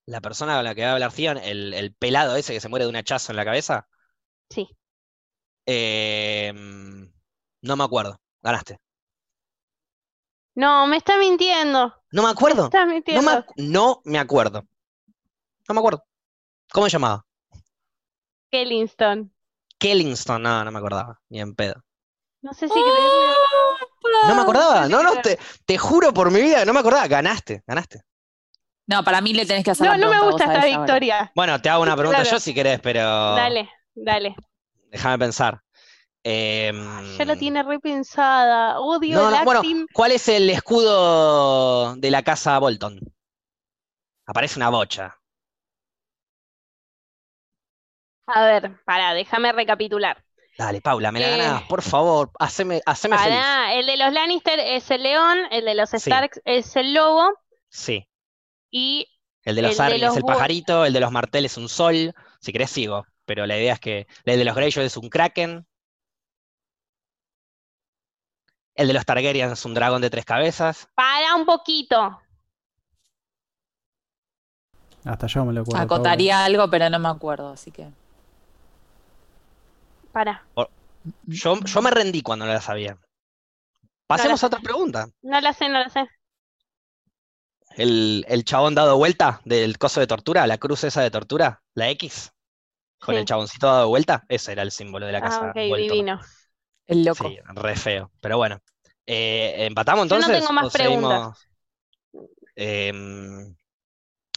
La persona con la que va a hablar Theon, el, el pelado ese que se muere de un hachazo en la cabeza.
Sí.
eh, mm, no me acuerdo. Ganaste.
No, me está mintiendo.
No me
Me
acuerdo.
está
No me,
mintiendo.
ac- no me acuerdo. No me acuerdo. ¿Cómo se llamaba?
Kellingston.
Kellingston. No, no me acordaba. Ni en pedo.
No sé
Oh.
si crees
No
Ah,
me acordaba. No, no,
Kellingston.
te, te juro por mi vida que no me acordaba. Ganaste, ganaste.
No, para mí le tenés que
que-
hacer
No,
la
no me
pregunta vos
gusta
a
esta
ella ahora.
victoria.
Bueno, te hago una pregunta
Claro.
yo si querés, pero
Dale, dale.
déjame pensar. Eh,
Ya la tiene repensada. Odio
No,
el
no, bueno,
acting.
¿Cuál es el escudo de la casa Bolton? Aparece una bocha.
A ver, pará, déjame recapitular.
Dale, Paula, me la
Eh.
ganás, por favor, haceme, haceme feliz.
Pará, el de los Lannister es el león, el de los
Sí.
Stark es el lobo
Sí,
y
el de los
El de
Arryn es
los
el
Bo-
pajarito, el de los Martell es un sol, si querés sigo, pero la idea es que el de los Greyjoy es un kraken. El de los Targaryen es un dragón de tres cabezas.
para un poquito.
Hasta yo me lo acuerdo.
Acotaría algo, pero no me acuerdo, así que.
Pará,
Yo, yo me rendí cuando no la sabía. Pasemos a otra pregunta.
no la sé, no la sé.
El, el chabón dado vuelta del coso de tortura, la cruz esa de tortura, la X, con el
Sí.
chaboncito dado vuelta, ese era el símbolo de la casa.
Ah, ok,
Bolton.
divino.
El loco.
Sí, re feo. Pero bueno. Eh, ¿Empatamos
Yo no
entonces?
tengo más
¿O seguimos? Em,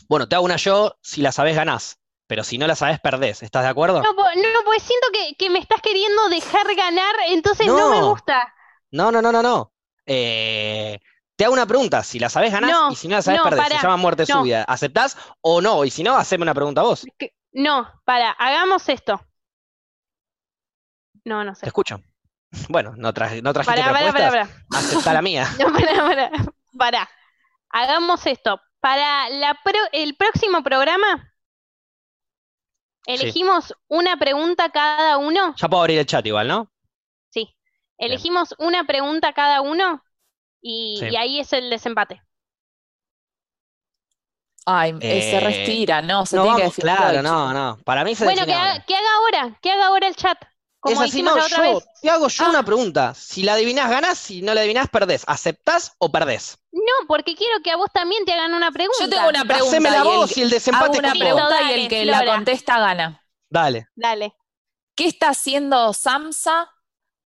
bueno, te hago una yo, si la sabés ganás, pero si no la sabés perdés, ¿estás de acuerdo?
No, po- no, pues siento que, que me estás queriendo dejar ganar, entonces no, me
No.
gusta.
No, no, no, no, no. Eh, te hago una pregunta, si la sabés ganás
No,
y si no la sabés
no,
perdés,
pará,
se llama muerte
no.
súbita. ¿Aceptás o no? Y si no, haceme una pregunta vos.
Que- No, para, hagamos esto. No, no
Te
sé.
escucho. Bueno, no, traje, no trajiste
Pará, pará,
propuestas,
pará, pará.
aceptá la mía.
No, pará, pará, pará. Hagamos esto. Para la pro- el próximo programa Elegimos una pregunta cada uno.
Ya puedo abrir el chat igual, ¿no?
Sí. Elegimos una pregunta cada uno y,
Sí.
y ahí es el desempate.
Ay, eh, se
Eh,
respira, no, se
no,
tiene que
vamos,
definir
claro,
hoy.
no, no. Para mí se
Bueno, que
define ahora.
haga, que haga ahora, que haga ahora el chat. Como
es así,
hicimos
no,
la otra
yo,
vez.
Te hago yo
Ah.
una pregunta. Si la adivinás, ganás. Si no la adivinás, perdés. ¿Aceptás o perdés?
No, porque quiero que a vos también te hagan una pregunta.
Yo tengo una pregunta.
Hacémela
y el-
vos y el
hago
desempate
una
es
conmigo.
pregunta
Listo,
y el
dale,
que la
Flora.
contesta gana.
Dale.
Dale.
¿Qué está haciendo Samsa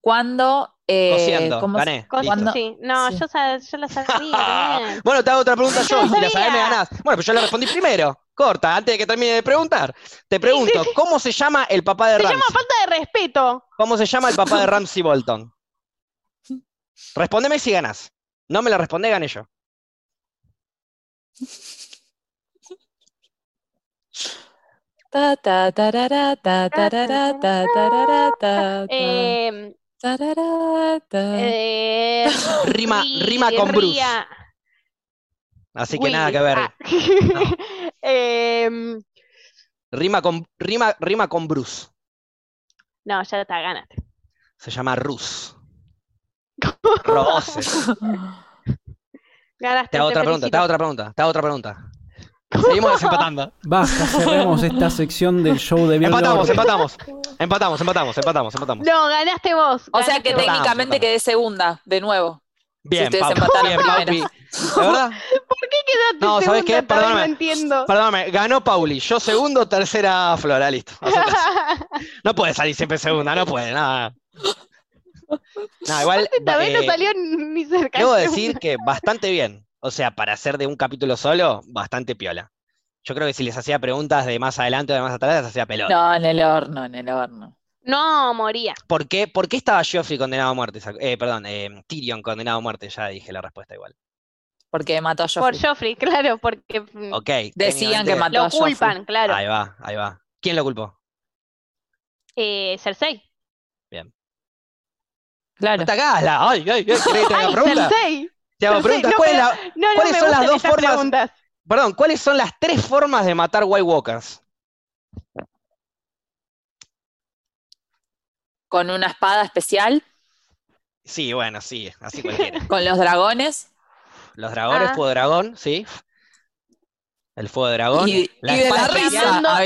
cuando... eh,
Cosiendo,
¿cómo se-
gané.
Cos-
listo.
Cuando-
Sí, no,
sí.
yo, sa- yo la sabía. bien.
Bueno, te hago otra pregunta yo.
Yo
y Si la
sabía.
sabés, me ganás. Bueno, pero yo la respondí primero. Corta, antes de que termine de preguntar. Te pregunto, ¿cómo se llama el papá de
Se
Ramsey?
llama falta de respeto.
¿Cómo se llama el papá de Ramsey Bolton? Respóndeme si ganás. No me la responde, gané yo.
Ta, ta, tarara, ta, tarara, ta, tarara, ta, ta,
Eh,
tarara, ta.
eh,
Rima,
ri-
rima con Bruce.
ría-
Así que
Willy.
nada que ver.
Ah. Em,
Rima con rima, rima con Bruce.
no, ya está, ganaste.
Se llama Rus. Roboses.
Ganaste.
Te hago otra pregunta, te hago otra pregunta, te hago otra pregunta. Seguimos desempatando.
Basta, cerremos esta sección del show de Biel
Empatamos,
Lorre.
empatamos. Empatamos, empatamos, empatamos, empatamos.
No, ganaste vos.
O sea
ganaste
que
vos.
Votamos,
técnicamente
votamos.
quedé segunda, de nuevo.
Bien,
ustedes
Pau,
empataron
bien,
primero.
Paupi. La verdad,
¿Por qué quedaste
No, ¿sabés qué?
segunda? Todavía
Perdóname.
No entiendo.
perdóname, ganó Pauli. Yo segundo, tercera Flora, listo. aceptás. No puede salir siempre segunda, no puede, nada. No, igual.
También
eh,
no salió ni cerca.
Debo
de
decir que bastante bien. O sea, para hacer de un capítulo solo, bastante piola. Yo creo que si les hacía preguntas de más adelante o de más atrás, les hacía pelota.
No, en el horno, en el horno.
No, moría.
¿Por, qué, por qué estaba Joffrey condenado a muerte? Esa- Eh, perdón, eh, Tyrion condenado a muerte, ya dije la respuesta igual.
Porque mató a
Por
Joffrey.
Joffrey, claro, porque mm,
Ok.
Decían
técnicamente-
que mató
lo
a Joffrey.
culpan, claro.
Ahí va, ahí va. ¿Quién lo culpó?
Eh, Cersei.
Claro.
No te hagas la- Ay, ay, ay, ¿querés que te haga
Ay,
pregunta?
Cersei.
Te hago
Cersei,
preguntas.
no,
¿Cuál es
pero-
la-
No, no
¿Cuáles
me
son las
gustan
dos
esas
formas?
preguntas.
Perdón, ¿cuáles son las tres formas de matar White Walkers?
Con una espada especial,
Sí, bueno, sí, así cualquiera.
con los dragones.
Los dragones,
Ah.
fuego dragón, sí. El fuego de dragón.
Y, y de
espada
la risa.
especial-
especial.
ah,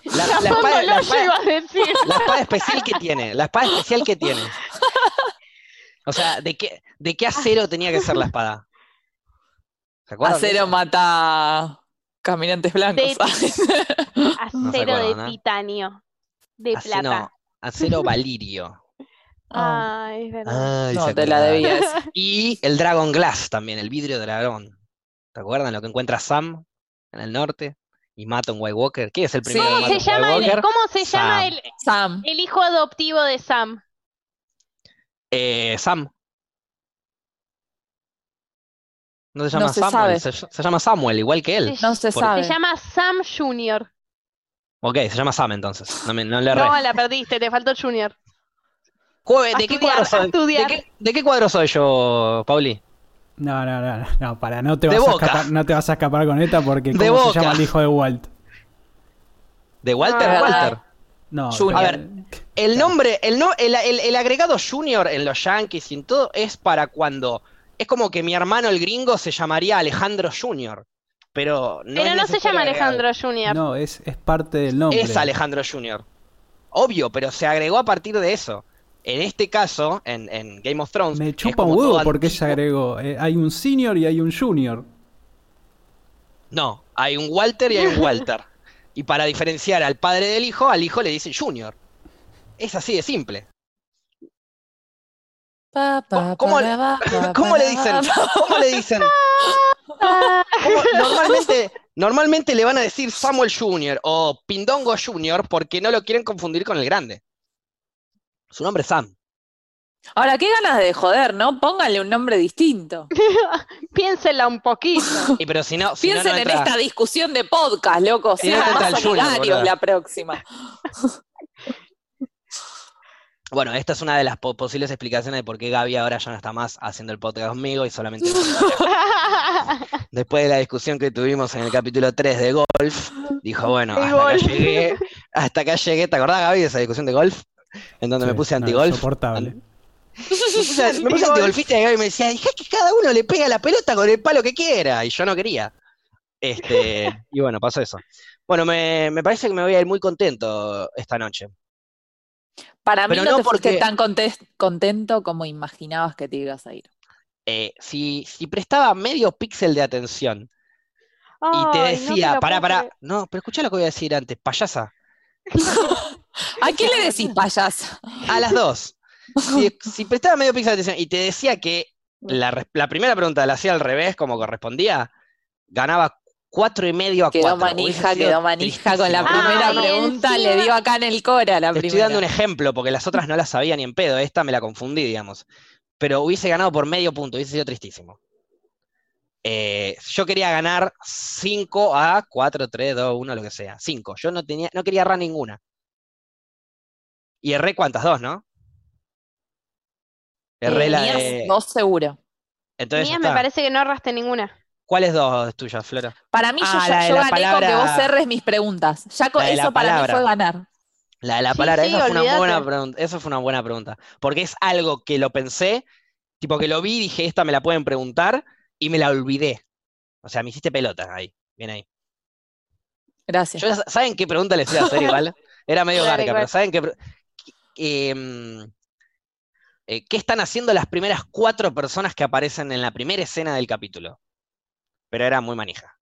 ¿viste?
La, la
No,
espada,
no
la
lo
espada-
llevo a decir.
la espada especial que tiene. La espada especial que tiene. O sea, ¿de qué, de qué acero tenía que ser la espada? ¿Se acuerdan? de
Acero
eso?
mata caminantes blancos.
No se
Acero de
acuerdan, ¿eh?
titanio. De
Acero-
plata.
Acero valirio.
Ah,
Ay, es verdad.
Ay, se
no, te la
acordaron.
debía decir.
Y el Dragon Glass también, el vidrio dragón. ¿Se acuerdan lo que encuentra Sam en el norte? Y mata a un White Walker. ¿Quién es el primero que
¿Cómo
mata a
se
un
llama,
White
el,
Walker?
¿Cómo se llama
Sam.
el,
Sam.
el hijo adoptivo de Sam?
Eh, Sam. No se
No
llama
se
Samuel,
sabe.
se, se llama Samuel, igual que él.
Se-
No se
Por-
sabe.
Se llama Sam Junior.
Ok, se llama Sam entonces. No, me- no le erré.
No, la perdiste, te faltó Junior.
Cu-
a
¿De Ah, qué,
estudiar,
cuadro
a
soy? ¿De,
estudiar.
qué, de qué cuadro soy yo, Pauli?
No, no, no, no, no, para, no te,
De
vas a
Boca.
escapar, no te vas a escapar con esta porque
De
¿cómo se
Boca.
llama el hijo de Walt?
¿De Walter?
Ah.
Walter.
No,
Junior.
A ver. El nombre, el, no, el, el- el agregado Junior en los Yankees y en todo es para cuando. Es como que mi hermano el gringo se llamaría Alejandro Junior. Pero no,
Pero
es
no se
necesario
llama
agregar.
Alejandro Junior.
No, es, es parte del nombre.
Es Alejandro Junior. Obvio, pero se agregó a partir de eso. En este caso, en, en Game of Thrones.
Me
es
chupa
como
un huevo
todo
porque
antiguo.
se agregó. eh, hay un senior y hay un junior.
No, hay un Walter y hay un Walter. y para diferenciar al padre del hijo, al hijo le dicen Junior. Es así de simple.
Pa, pa,
¿Cómo-
para abajo, pa,
¿Cómo le
para
dicen?
abajo.
¿Cómo le dicen? ¿Cómo- Normalmente, normalmente le van a decir Samuel Jr. o Pindongo Jr. porque no lo quieren confundir con el grande. Su nombre es Sam.
Ahora, qué ganas de joder, ¿no? Pónganle un nombre distinto.
Piénsela un poquito.
Y pero si no, si no, no
Piensen en este
entra-
esta discusión de podcast, loco.
Si no, no
Sean
entra
más
el Junior,
solidarios
boludo.
la próxima.
Bueno, esta es una de las po- posibles explicaciones de por qué Gaby ahora ya no está más haciendo el podcast conmigo y solamente después de la discusión que tuvimos en el capítulo 3 de golf, dijo, bueno,
De
hasta acá
golf.
llegué, Hasta acá llegué, ¿te acordás, Gaby, de esa discusión de golf? En donde me
Sí, Ah,
puse
no,
antigolf.
Insoportable.
Me puse, me puse antigolfista y Gaby me decía, dejá que cada uno le pega la pelota con el palo que quiera. Y yo no quería. Este, y bueno, pasó eso. Bueno, me, me parece que me voy a ir muy contento esta noche.
Para mí
Pero
no,
no
te fuiste
porque-
tan contes- contento como imaginabas que te ibas a ir.
Eh, si, si prestaba medio píxel de atención y te decía, pará, pará, no, pero escuchá lo que voy a decir antes, payasa,
¿A quién le decís payasa?
a las dos. Si, si prestaba medio píxel de atención y te decía que la, res- la primera pregunta la hacía al revés, como correspondía, ganaba cuatro y medio a
Quedó
cuatro.
manija, quedó manija con la
Ah,
primera
y
pregunta,
encima-
le dio acá en el cora la
Te estoy
primera.
dando un ejemplo, porque las otras no las sabía ni en pedo, esta me la confundí, digamos. Pero hubiese ganado por medio punto, hubiese sido tristísimo. Eh, yo quería ganar 5 a 4, 3, 2, 1, lo que sea. 5. Yo no, tenía, no quería errar ninguna. Y erré cuántas dos, ¿no? Erré
Eh,
la
mías,
de...
dos seguro.
Entonces,
Mías
está.
me parece que no erraste ninguna.
¿cuáles dos tuyas, Flora?
Para mí yo,
Ah,
ya-
la de
yo
la
gané con que
palabra-
vos erres mis preguntas. Ya con
La de la
eso para mí
palabra.
fue ganar.
La de la
Sí,
palabra,
sí,
esa fue una muy buena
olvídate.
pregunta. Esa fue una buena pregunta. Porque es algo que lo pensé, tipo que lo vi, dije, esta me la pueden preguntar, y me la olvidé. O sea, me hiciste pelota ahí. Bien ahí.
Gracias.
Yo- ¿saben qué pregunta les iba a hacer igual? Era medio
Dale,
garca,
igual.
pero ¿saben qué? pre- qué- em, eh, ¿Qué están haciendo las primeras cuatro personas que aparecen en la primera escena del capítulo? Pero era muy manija.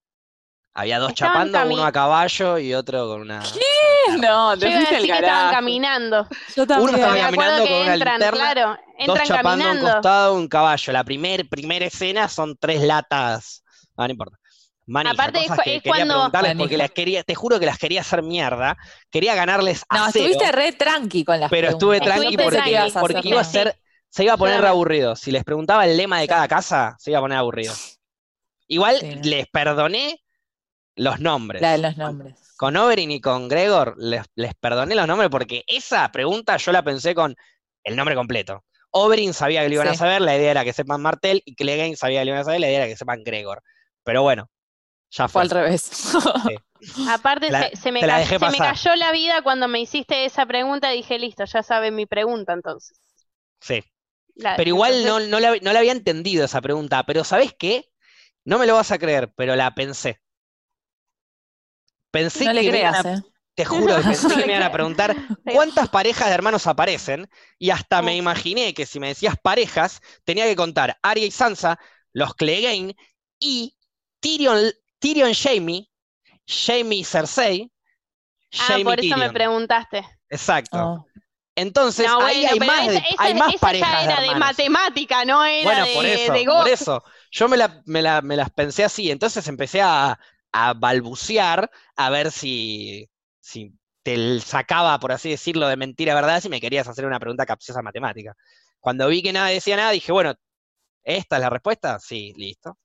Había dos
Estaban
chapando,
cami-
uno a caballo y otro con una.
no,
Yo
te
iba a
fuiste
decir
el
que estaban
carajo.
caminando.
Yo
Uno
también.
estaba
Me acuerdo
caminando con
que
una
entran,
linterna,
claro,
Dos
entran
chapando a un
caminando.
costado, un caballo. La primer, primera escena son tres latas. Ah, no importa. Manija,
Aparte es
cosas
cu-
que
es
quería
cuando-
preguntarles
Manija.
porque las quería, te juro que las quería hacer mierda. Quería ganarles a
No,
cero,
estuviste re tranqui con las
pero
preguntas.
estuve tranqui
Estuviste
porque,
tranqui, ibas a
porque
hacer
iba a
nada.
ser, se iba a poner
Yo
re
también.
aburrido. Si les preguntaba el lema de cada casa, se iba a poner aburrido. Igual
Sí.
les perdoné los nombres.
La de los nombres.
Con Oberyn y con Gregor les, les perdoné los nombres porque esa pregunta yo la pensé con el nombre completo. Oberyn sabía que lo iban a
Sí.
saber, la idea era que sepan Martel, y Clegane sabía que lo iban a saber, la idea era que sepan Gregor. Pero bueno, ya
Fue
fue.
al revés.
Aparte
La-
se, se me
te la
ca-
dejé
se me
pasar.
cayó la vida cuando me hiciste esa pregunta. Dije, listo, ya saben mi pregunta entonces.
Sí.
Ah,
La-
Pero igual
entonces-
no, no, la, no la había entendido esa pregunta. Pero ¿sabés qué? No me lo vas a creer, pero la pensé. Pensé
no
que
le
me iban a-
creas, ¿eh.
te juro, que pensé que me iban a
creas.
preguntar ¿Cuántas parejas de hermanos aparecen? Y hasta me imaginé que si me decías parejas, tenía que contar Arya y Sansa, los Clegane y Tyrion, Tyrion Jamie, Jamie y Cersei,
Ah,
Jamie
por eso me
Tyrion.
preguntaste.
Exacto.
Oh.
Entonces,
No,
ahí
bueno,
hay
pero
más, de-
esa- esa-
hay más
esa
parejas
ya
de
era de,
hermanos.
matemática, no era
Bueno,
de,
por eso,
de
por
go-
eso. Yo me, la- me la- me las pensé así, entonces empecé a, a balbucear a ver si, si te l- sacaba, por así decirlo, de mentira verdad, si me querías hacer una pregunta capciosa matemática. Cuando vi que nada decía nada, dije, bueno, ¿esta es la respuesta? Sí, listo.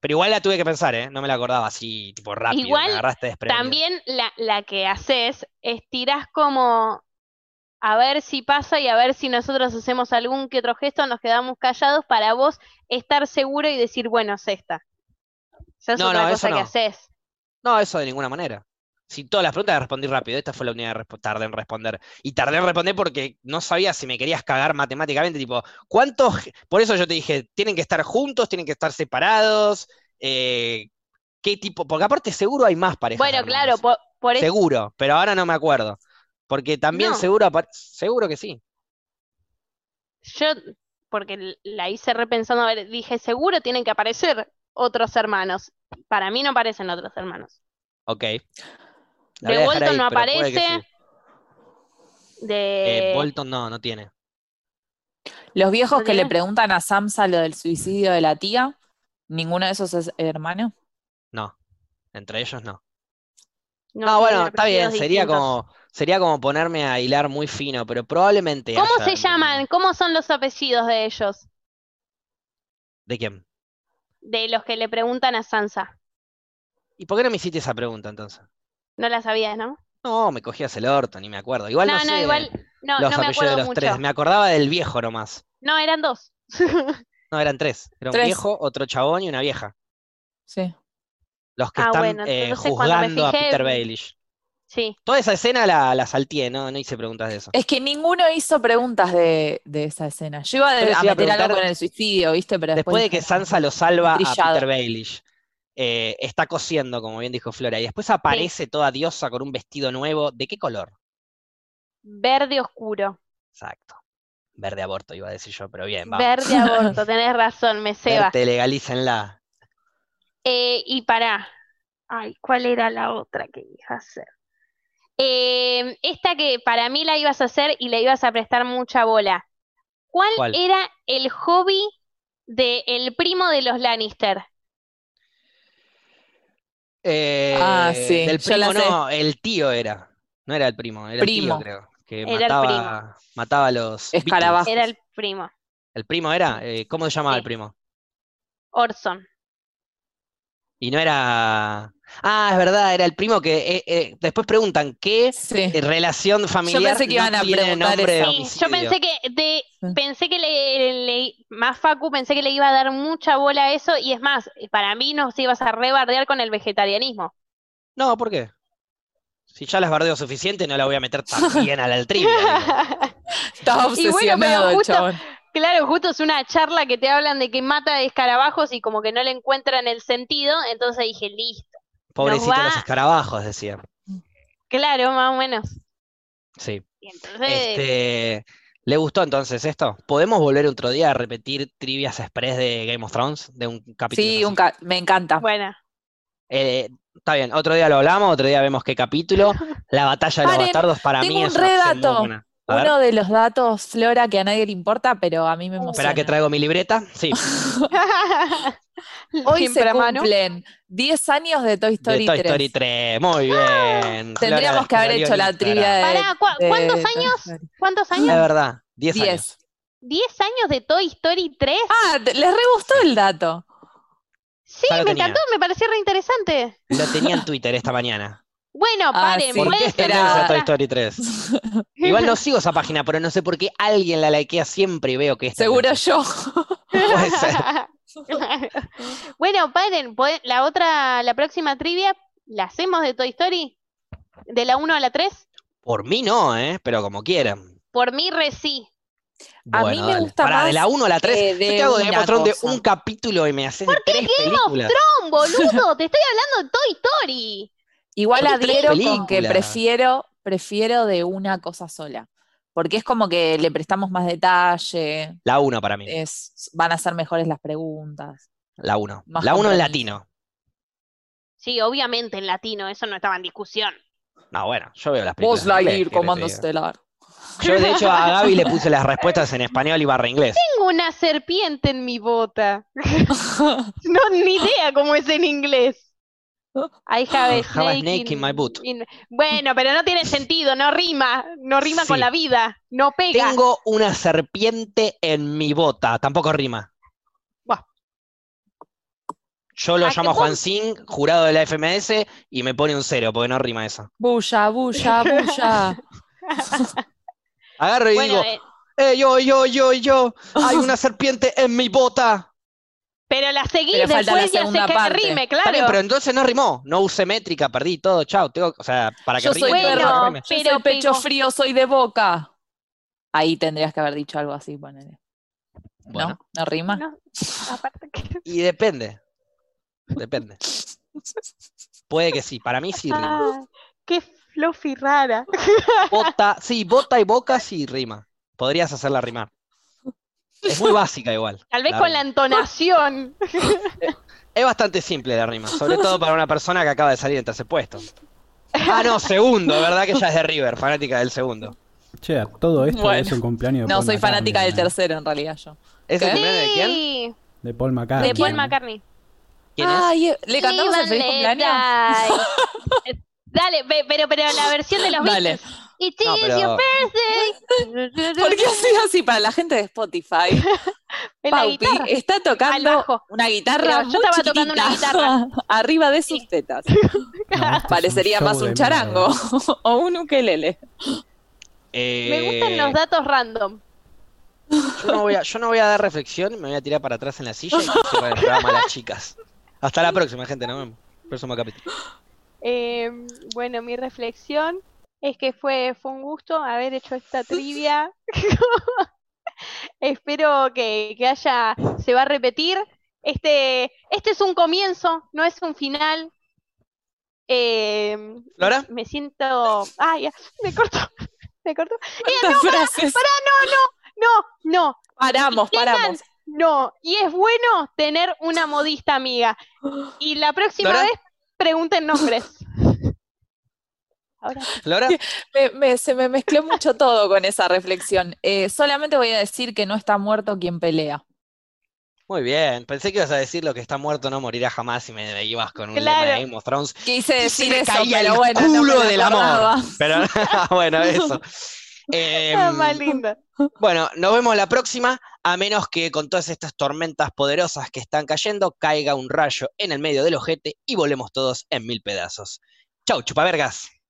Pero igual la tuve que pensar, ¿eh? No me la acordaba así, tipo rápido, me
Igual,
agarraste desprevenido.
También la, la que haces es tirás como a ver si pasa y a ver si nosotros hacemos algún que otro gesto, nos quedamos callados para vos estar seguro y decir, bueno, es esta. Esa es
No,
otra
no,
cosa
eso
que
no.
haces.
No, eso de ninguna manera. Si todas las preguntas las respondí rápido, esta fue la única que respo- tardé en responder. Y tardé en responder porque no sabía si me querías cagar matemáticamente, tipo, ¿cuántos? ge- Por eso yo te dije, tienen que estar juntos, tienen que estar separados, eh, ¿qué tipo? Porque aparte seguro hay más parejas.
Bueno,
hermanas.
claro, por, por eso.
Seguro, pero ahora no me acuerdo. Porque también
No.
seguro, apar- seguro que sí.
Yo, porque l- la hice repensando, a ver, dije, seguro tienen que aparecer otros hermanos. Para mí no aparecen otros hermanos.
Ok. La
De
voy a dejar
Bolton
ahí,
no
pero puede que
aparece.
sí. Eh,
De...
Bolton no, no tiene.
Los viejos
¿No
que le
tiene?
preguntan a Samsa lo del suicidio de la tía, ninguno de esos es hermano.
No. Entre ellos no.
no,
No, Ah, bueno,
tienen
está bien,
apellidos
sería
distintos.
como, sería como ponerme a hilar muy fino, pero probablemente
¿Cómo se
hayan-
llaman? ¿Cómo son los apellidos de ellos?
¿De quién?
De los que le preguntan a Sansa.
¿Y por qué no me hiciste esa pregunta entonces?
No la sabías, ¿no?
No, me cogías el orto, ni me acuerdo. Igual no
no, no,
sé
igual. No,
los
no
apellidos
me
de
acuerdo
los
mucho.
tres, me acordaba del viejo nomás.
No, eran dos.
No, eran tres. Era un
Tres.
viejo, otro chabón y una vieja.
Sí.
Los que
Ah,
están
bueno,
eh,
entonces cuando me
juzgando a
fijé-
Peter Baelish.
Sí.
Toda esa escena la, la salteé, ¿no? No hice preguntas de eso.
Es que ninguno hizo preguntas de, de esa escena. Yo iba de-
Yo les
a
iba a
meter algo
preguntar-
con el suicidio, ¿viste? Pero
Después de que
dije,
Sansa lo salva
Trillado.
a Peter Baelish, eh, está cosiendo, como bien dijo Flora, y después aparece toda diosa con un vestido nuevo. ¿De qué color?
Verde oscuro.
Exacto. Verde aborto, iba a decir yo, pero bien, vamos.
Verde aborto, tenés razón, me ceba.
Verte, legalícenla.
Eh, y para Ay, ¿cuál era la otra que ibas a hacer? Eh, esta que para mí la ibas a hacer y le ibas a prestar mucha bola. ¿Cuál
¿Cuál?
era el hobby del primo de los Lannister?
Eh,
Ah, sí,
Del
yo la
primo no, el tío era. No era el primo, era el tío,
Primo.
creo. Que
Era el
mataba, mataba a los Beatles.
Escarabajo.
Era el primo,
¿El primo era? Eh, ¿cómo se llamaba el
Sí.
primo?
Orson.
Y no era. Ah, es verdad, era el primo que. eh, eh, después preguntan qué
Sí.
eh, relación familiar
pensé que
no
iban a
tiene
preguntar
nombre de
eso.
Sí, yo pensé
homicidio?
que de-
Sí.
pensé que le, le- más Facu pensé que le iba a dar mucha bola a eso y es más, para mí nos ibas a rebardear con el vegetarianismo.
No, ¿por qué? Si ya las bardeo suficiente, no la voy a meter también a la del trivia, digo.
Estaba
Y bueno,
obsesionado
pero
el
justo-
chabón.
Claro, justo es una charla que te hablan de que mata escarabajos y como que no le encuentran el sentido, entonces dije, listo.
Pobrecito
va-
los escarabajos, decía.
Claro, más o menos.
Sí.
Y entonces,
Este, ¿le gustó entonces esto? ¿Podemos volver otro día a repetir trivias express de Game of Thrones? De un capítulo
Sí,
así?
un ca- me encanta.
bueno,
Eh, está bien, otro día lo hablamos, otro día vemos qué capítulo. La batalla de los
Paren,
bastardos para
tengo
mí
un
es una opción muy
redato.
buena. A ver,
Uno de los datos, Flora, que a nadie le importa, pero a mí me
Uh,
emociona.
esperá que traigo mi libreta. Sí,
Hoy
siempre
se
a mano.
cumplen 10 años de Toy
de
Story
Toy
3.
Story 3. Muy bien.
Ah, Tendríamos
Flora
que haber
descubrió
hecho la
Instagram.
trivia de,
Pará, ¿cu-
de
¿cuántos
Toy
años?
Story.
¿Cuántos
Es
años?
verdad, 10
10.
años.
¿Diez años de Toy Story 3?
Ah, te- les re gustó el dato.
Sí,
ya lo
me
tenía.
encantó, me pareció re interesante.
Lo tenía en Twitter esta mañana.
Bueno,
Ah,
paren,
sí.
¿Por
pueden
qué es
Era-
tendencia
esperar.
Toy Story 3? Igual no sigo esa página, pero no sé por qué alguien la likea siempre y veo que es
Seguro
tendencia.
yo.
Puede ser.
Bueno, paren, pueden- la otra, la próxima trivia, ¿la hacemos de Toy Story? ¿De la 1 a la 3?
Por mí no, ¿eh? Pero como quieran.
Por mí, re sí.
A mí
Bueno,
me
dale.
gusta
Pará, de la
más
1 a la 3.
que
Yo
de
te hago de Game
una
of Thrones de
cosa.
un capítulo y me haces tres películas.
¡Pum, boludo! ¡Te estoy hablando de Toy Story!
Igual
Pero tres
adhiero con que
películas.
prefiero, prefiero de una cosa sola. Porque es como que le prestamos más detalle,
La 1 para
Eh,
mí.
es, van a ser mejores las preguntas.
La 1.
más
La 1 en
compromiso.
latino.
Sí, obviamente en latino, eso no estaba en discusión.
No, bueno, yo veo las películas. en inglés, ¿qué querés que te
estelar.
diga? Yo, de hecho, a Gaby le puse las respuestas en español y barra inglés.
Tengo una serpiente en mi bota. No, ni idea cómo es en inglés. I have a
I have a
snake
snake in my boot.
in- Bueno, pero no tiene sentido, no rima, no rima con
Sí.
la vida, no pega.
Tengo una serpiente en mi bota. Tampoco rima.
Buah. Ah,
Yo lo
¿A qué
llamo Juan
punto?
Sin, jurado de la FMS, y me pone un cero, porque no rima eso.
Bulla, bulla, bulla.
Agarro y
Bueno,
digo,
eh,
eh, yo, yo, yo, yo, hay una serpiente en mi bota.
pero la seguís
Pero falta la
después y haces
segunda
que
parte.
rime,
Está bien,
claro.
pero entonces no rimó, no usé métrica, perdí todo, chao, tengo, o sea, para que
Yo
rime,
soy
tengo que
perro.
rime.
Yo soy
Pero
pecho
pegó.
frío, soy de boca. Ahí tendrías que haber dicho algo así, ponele.
Bueno,
¿No? ¿No rima?
No, aparte que-
y depende, depende. Puede que sí, para mí sí rima.
Ah, qué fluffy rara.
Bota, sí, bota y boca sí rima. Podrías hacerla rimar. Es muy básica igual.
Tal vez
la
con la
rima.
entonación.
Es bastante simple la rima, sobre todo para una persona que acaba de salir en tercer puesto. Ah, no, segundo, es verdad que ella es de River, fanática del segundo.
Che, a todo esto
Bueno.
es el cumpleaños de
No,
Paul
soy
McCartney,
fanática del
¿no?
tercero en realidad yo.
¿Es el
¿Qué?
primero de quién?
Sí,
De Paul McCartney.
De Ah,
Paul
¿Quién?
¿no?
McCartney.
¿Quién es?
Ay, ¿le cantamos el
Live
feliz
and let
cumpleaños?
die. Dale, ve- pero, pero la versión de los
Dale.
Beatles. It
No,
is
pero-
your birthday.
¿Por qué así así para la gente de Spotify?
En la
Paupi
guitarra.
está
Al
tocando
bajo.
una guitarra
Pero yo
muy
estaba tocando una
chiquitita,
guitarra.
arriba de sus tetas.
No, este es un
Parecería
show
más
de
un
mierda.
charango o un ukelele.
Me
Eh,
gustan los datos random.
Yo no, voy a, yo no voy a dar reflexión, me voy a tirar para atrás en la silla y que cierren el programa las chicas. Hasta la próxima, gente, nos vemos. Próximo capítulo.
Eh, bueno, mi reflexión es que fue, fue un gusto haber hecho esta trivia. Espero que, que haya, se va a repetir. Este, este es un comienzo, no es un final. Eh,
¿Flora?
me siento. Ay, ya, me cortó. Me cortó. Eh, no,
¿Cuántas frases?
pará, no, no, no.
Paramos,
Tengan-
paramos.
No, y es bueno tener una modista amiga. Y la próxima
¿Dora?
vez pregunten nombres. Ahora sí.
¿Lora?
Me- me- se me mezcló mucho todo con esa reflexión. Eh, solamente voy a decir que no está muerto quien pelea.
Muy bien. Pensé que ibas a decir lo que está muerto no morirá jamás y me ibas con un lema de
Claro.
Game of Thrones.
Quise
Y
decir
se me
eso,
caía
pero
el
bueno, no me
culo
lo
del amor.
acordaba.
Pero bueno, eso. Em,
Ah, más lindo.
bueno, nos vemos la próxima, a menos que con todas estas tormentas poderosas que están cayendo, caiga un rayo en el medio del ojete y volemos todos en mil pedazos. Chau, chupavergas.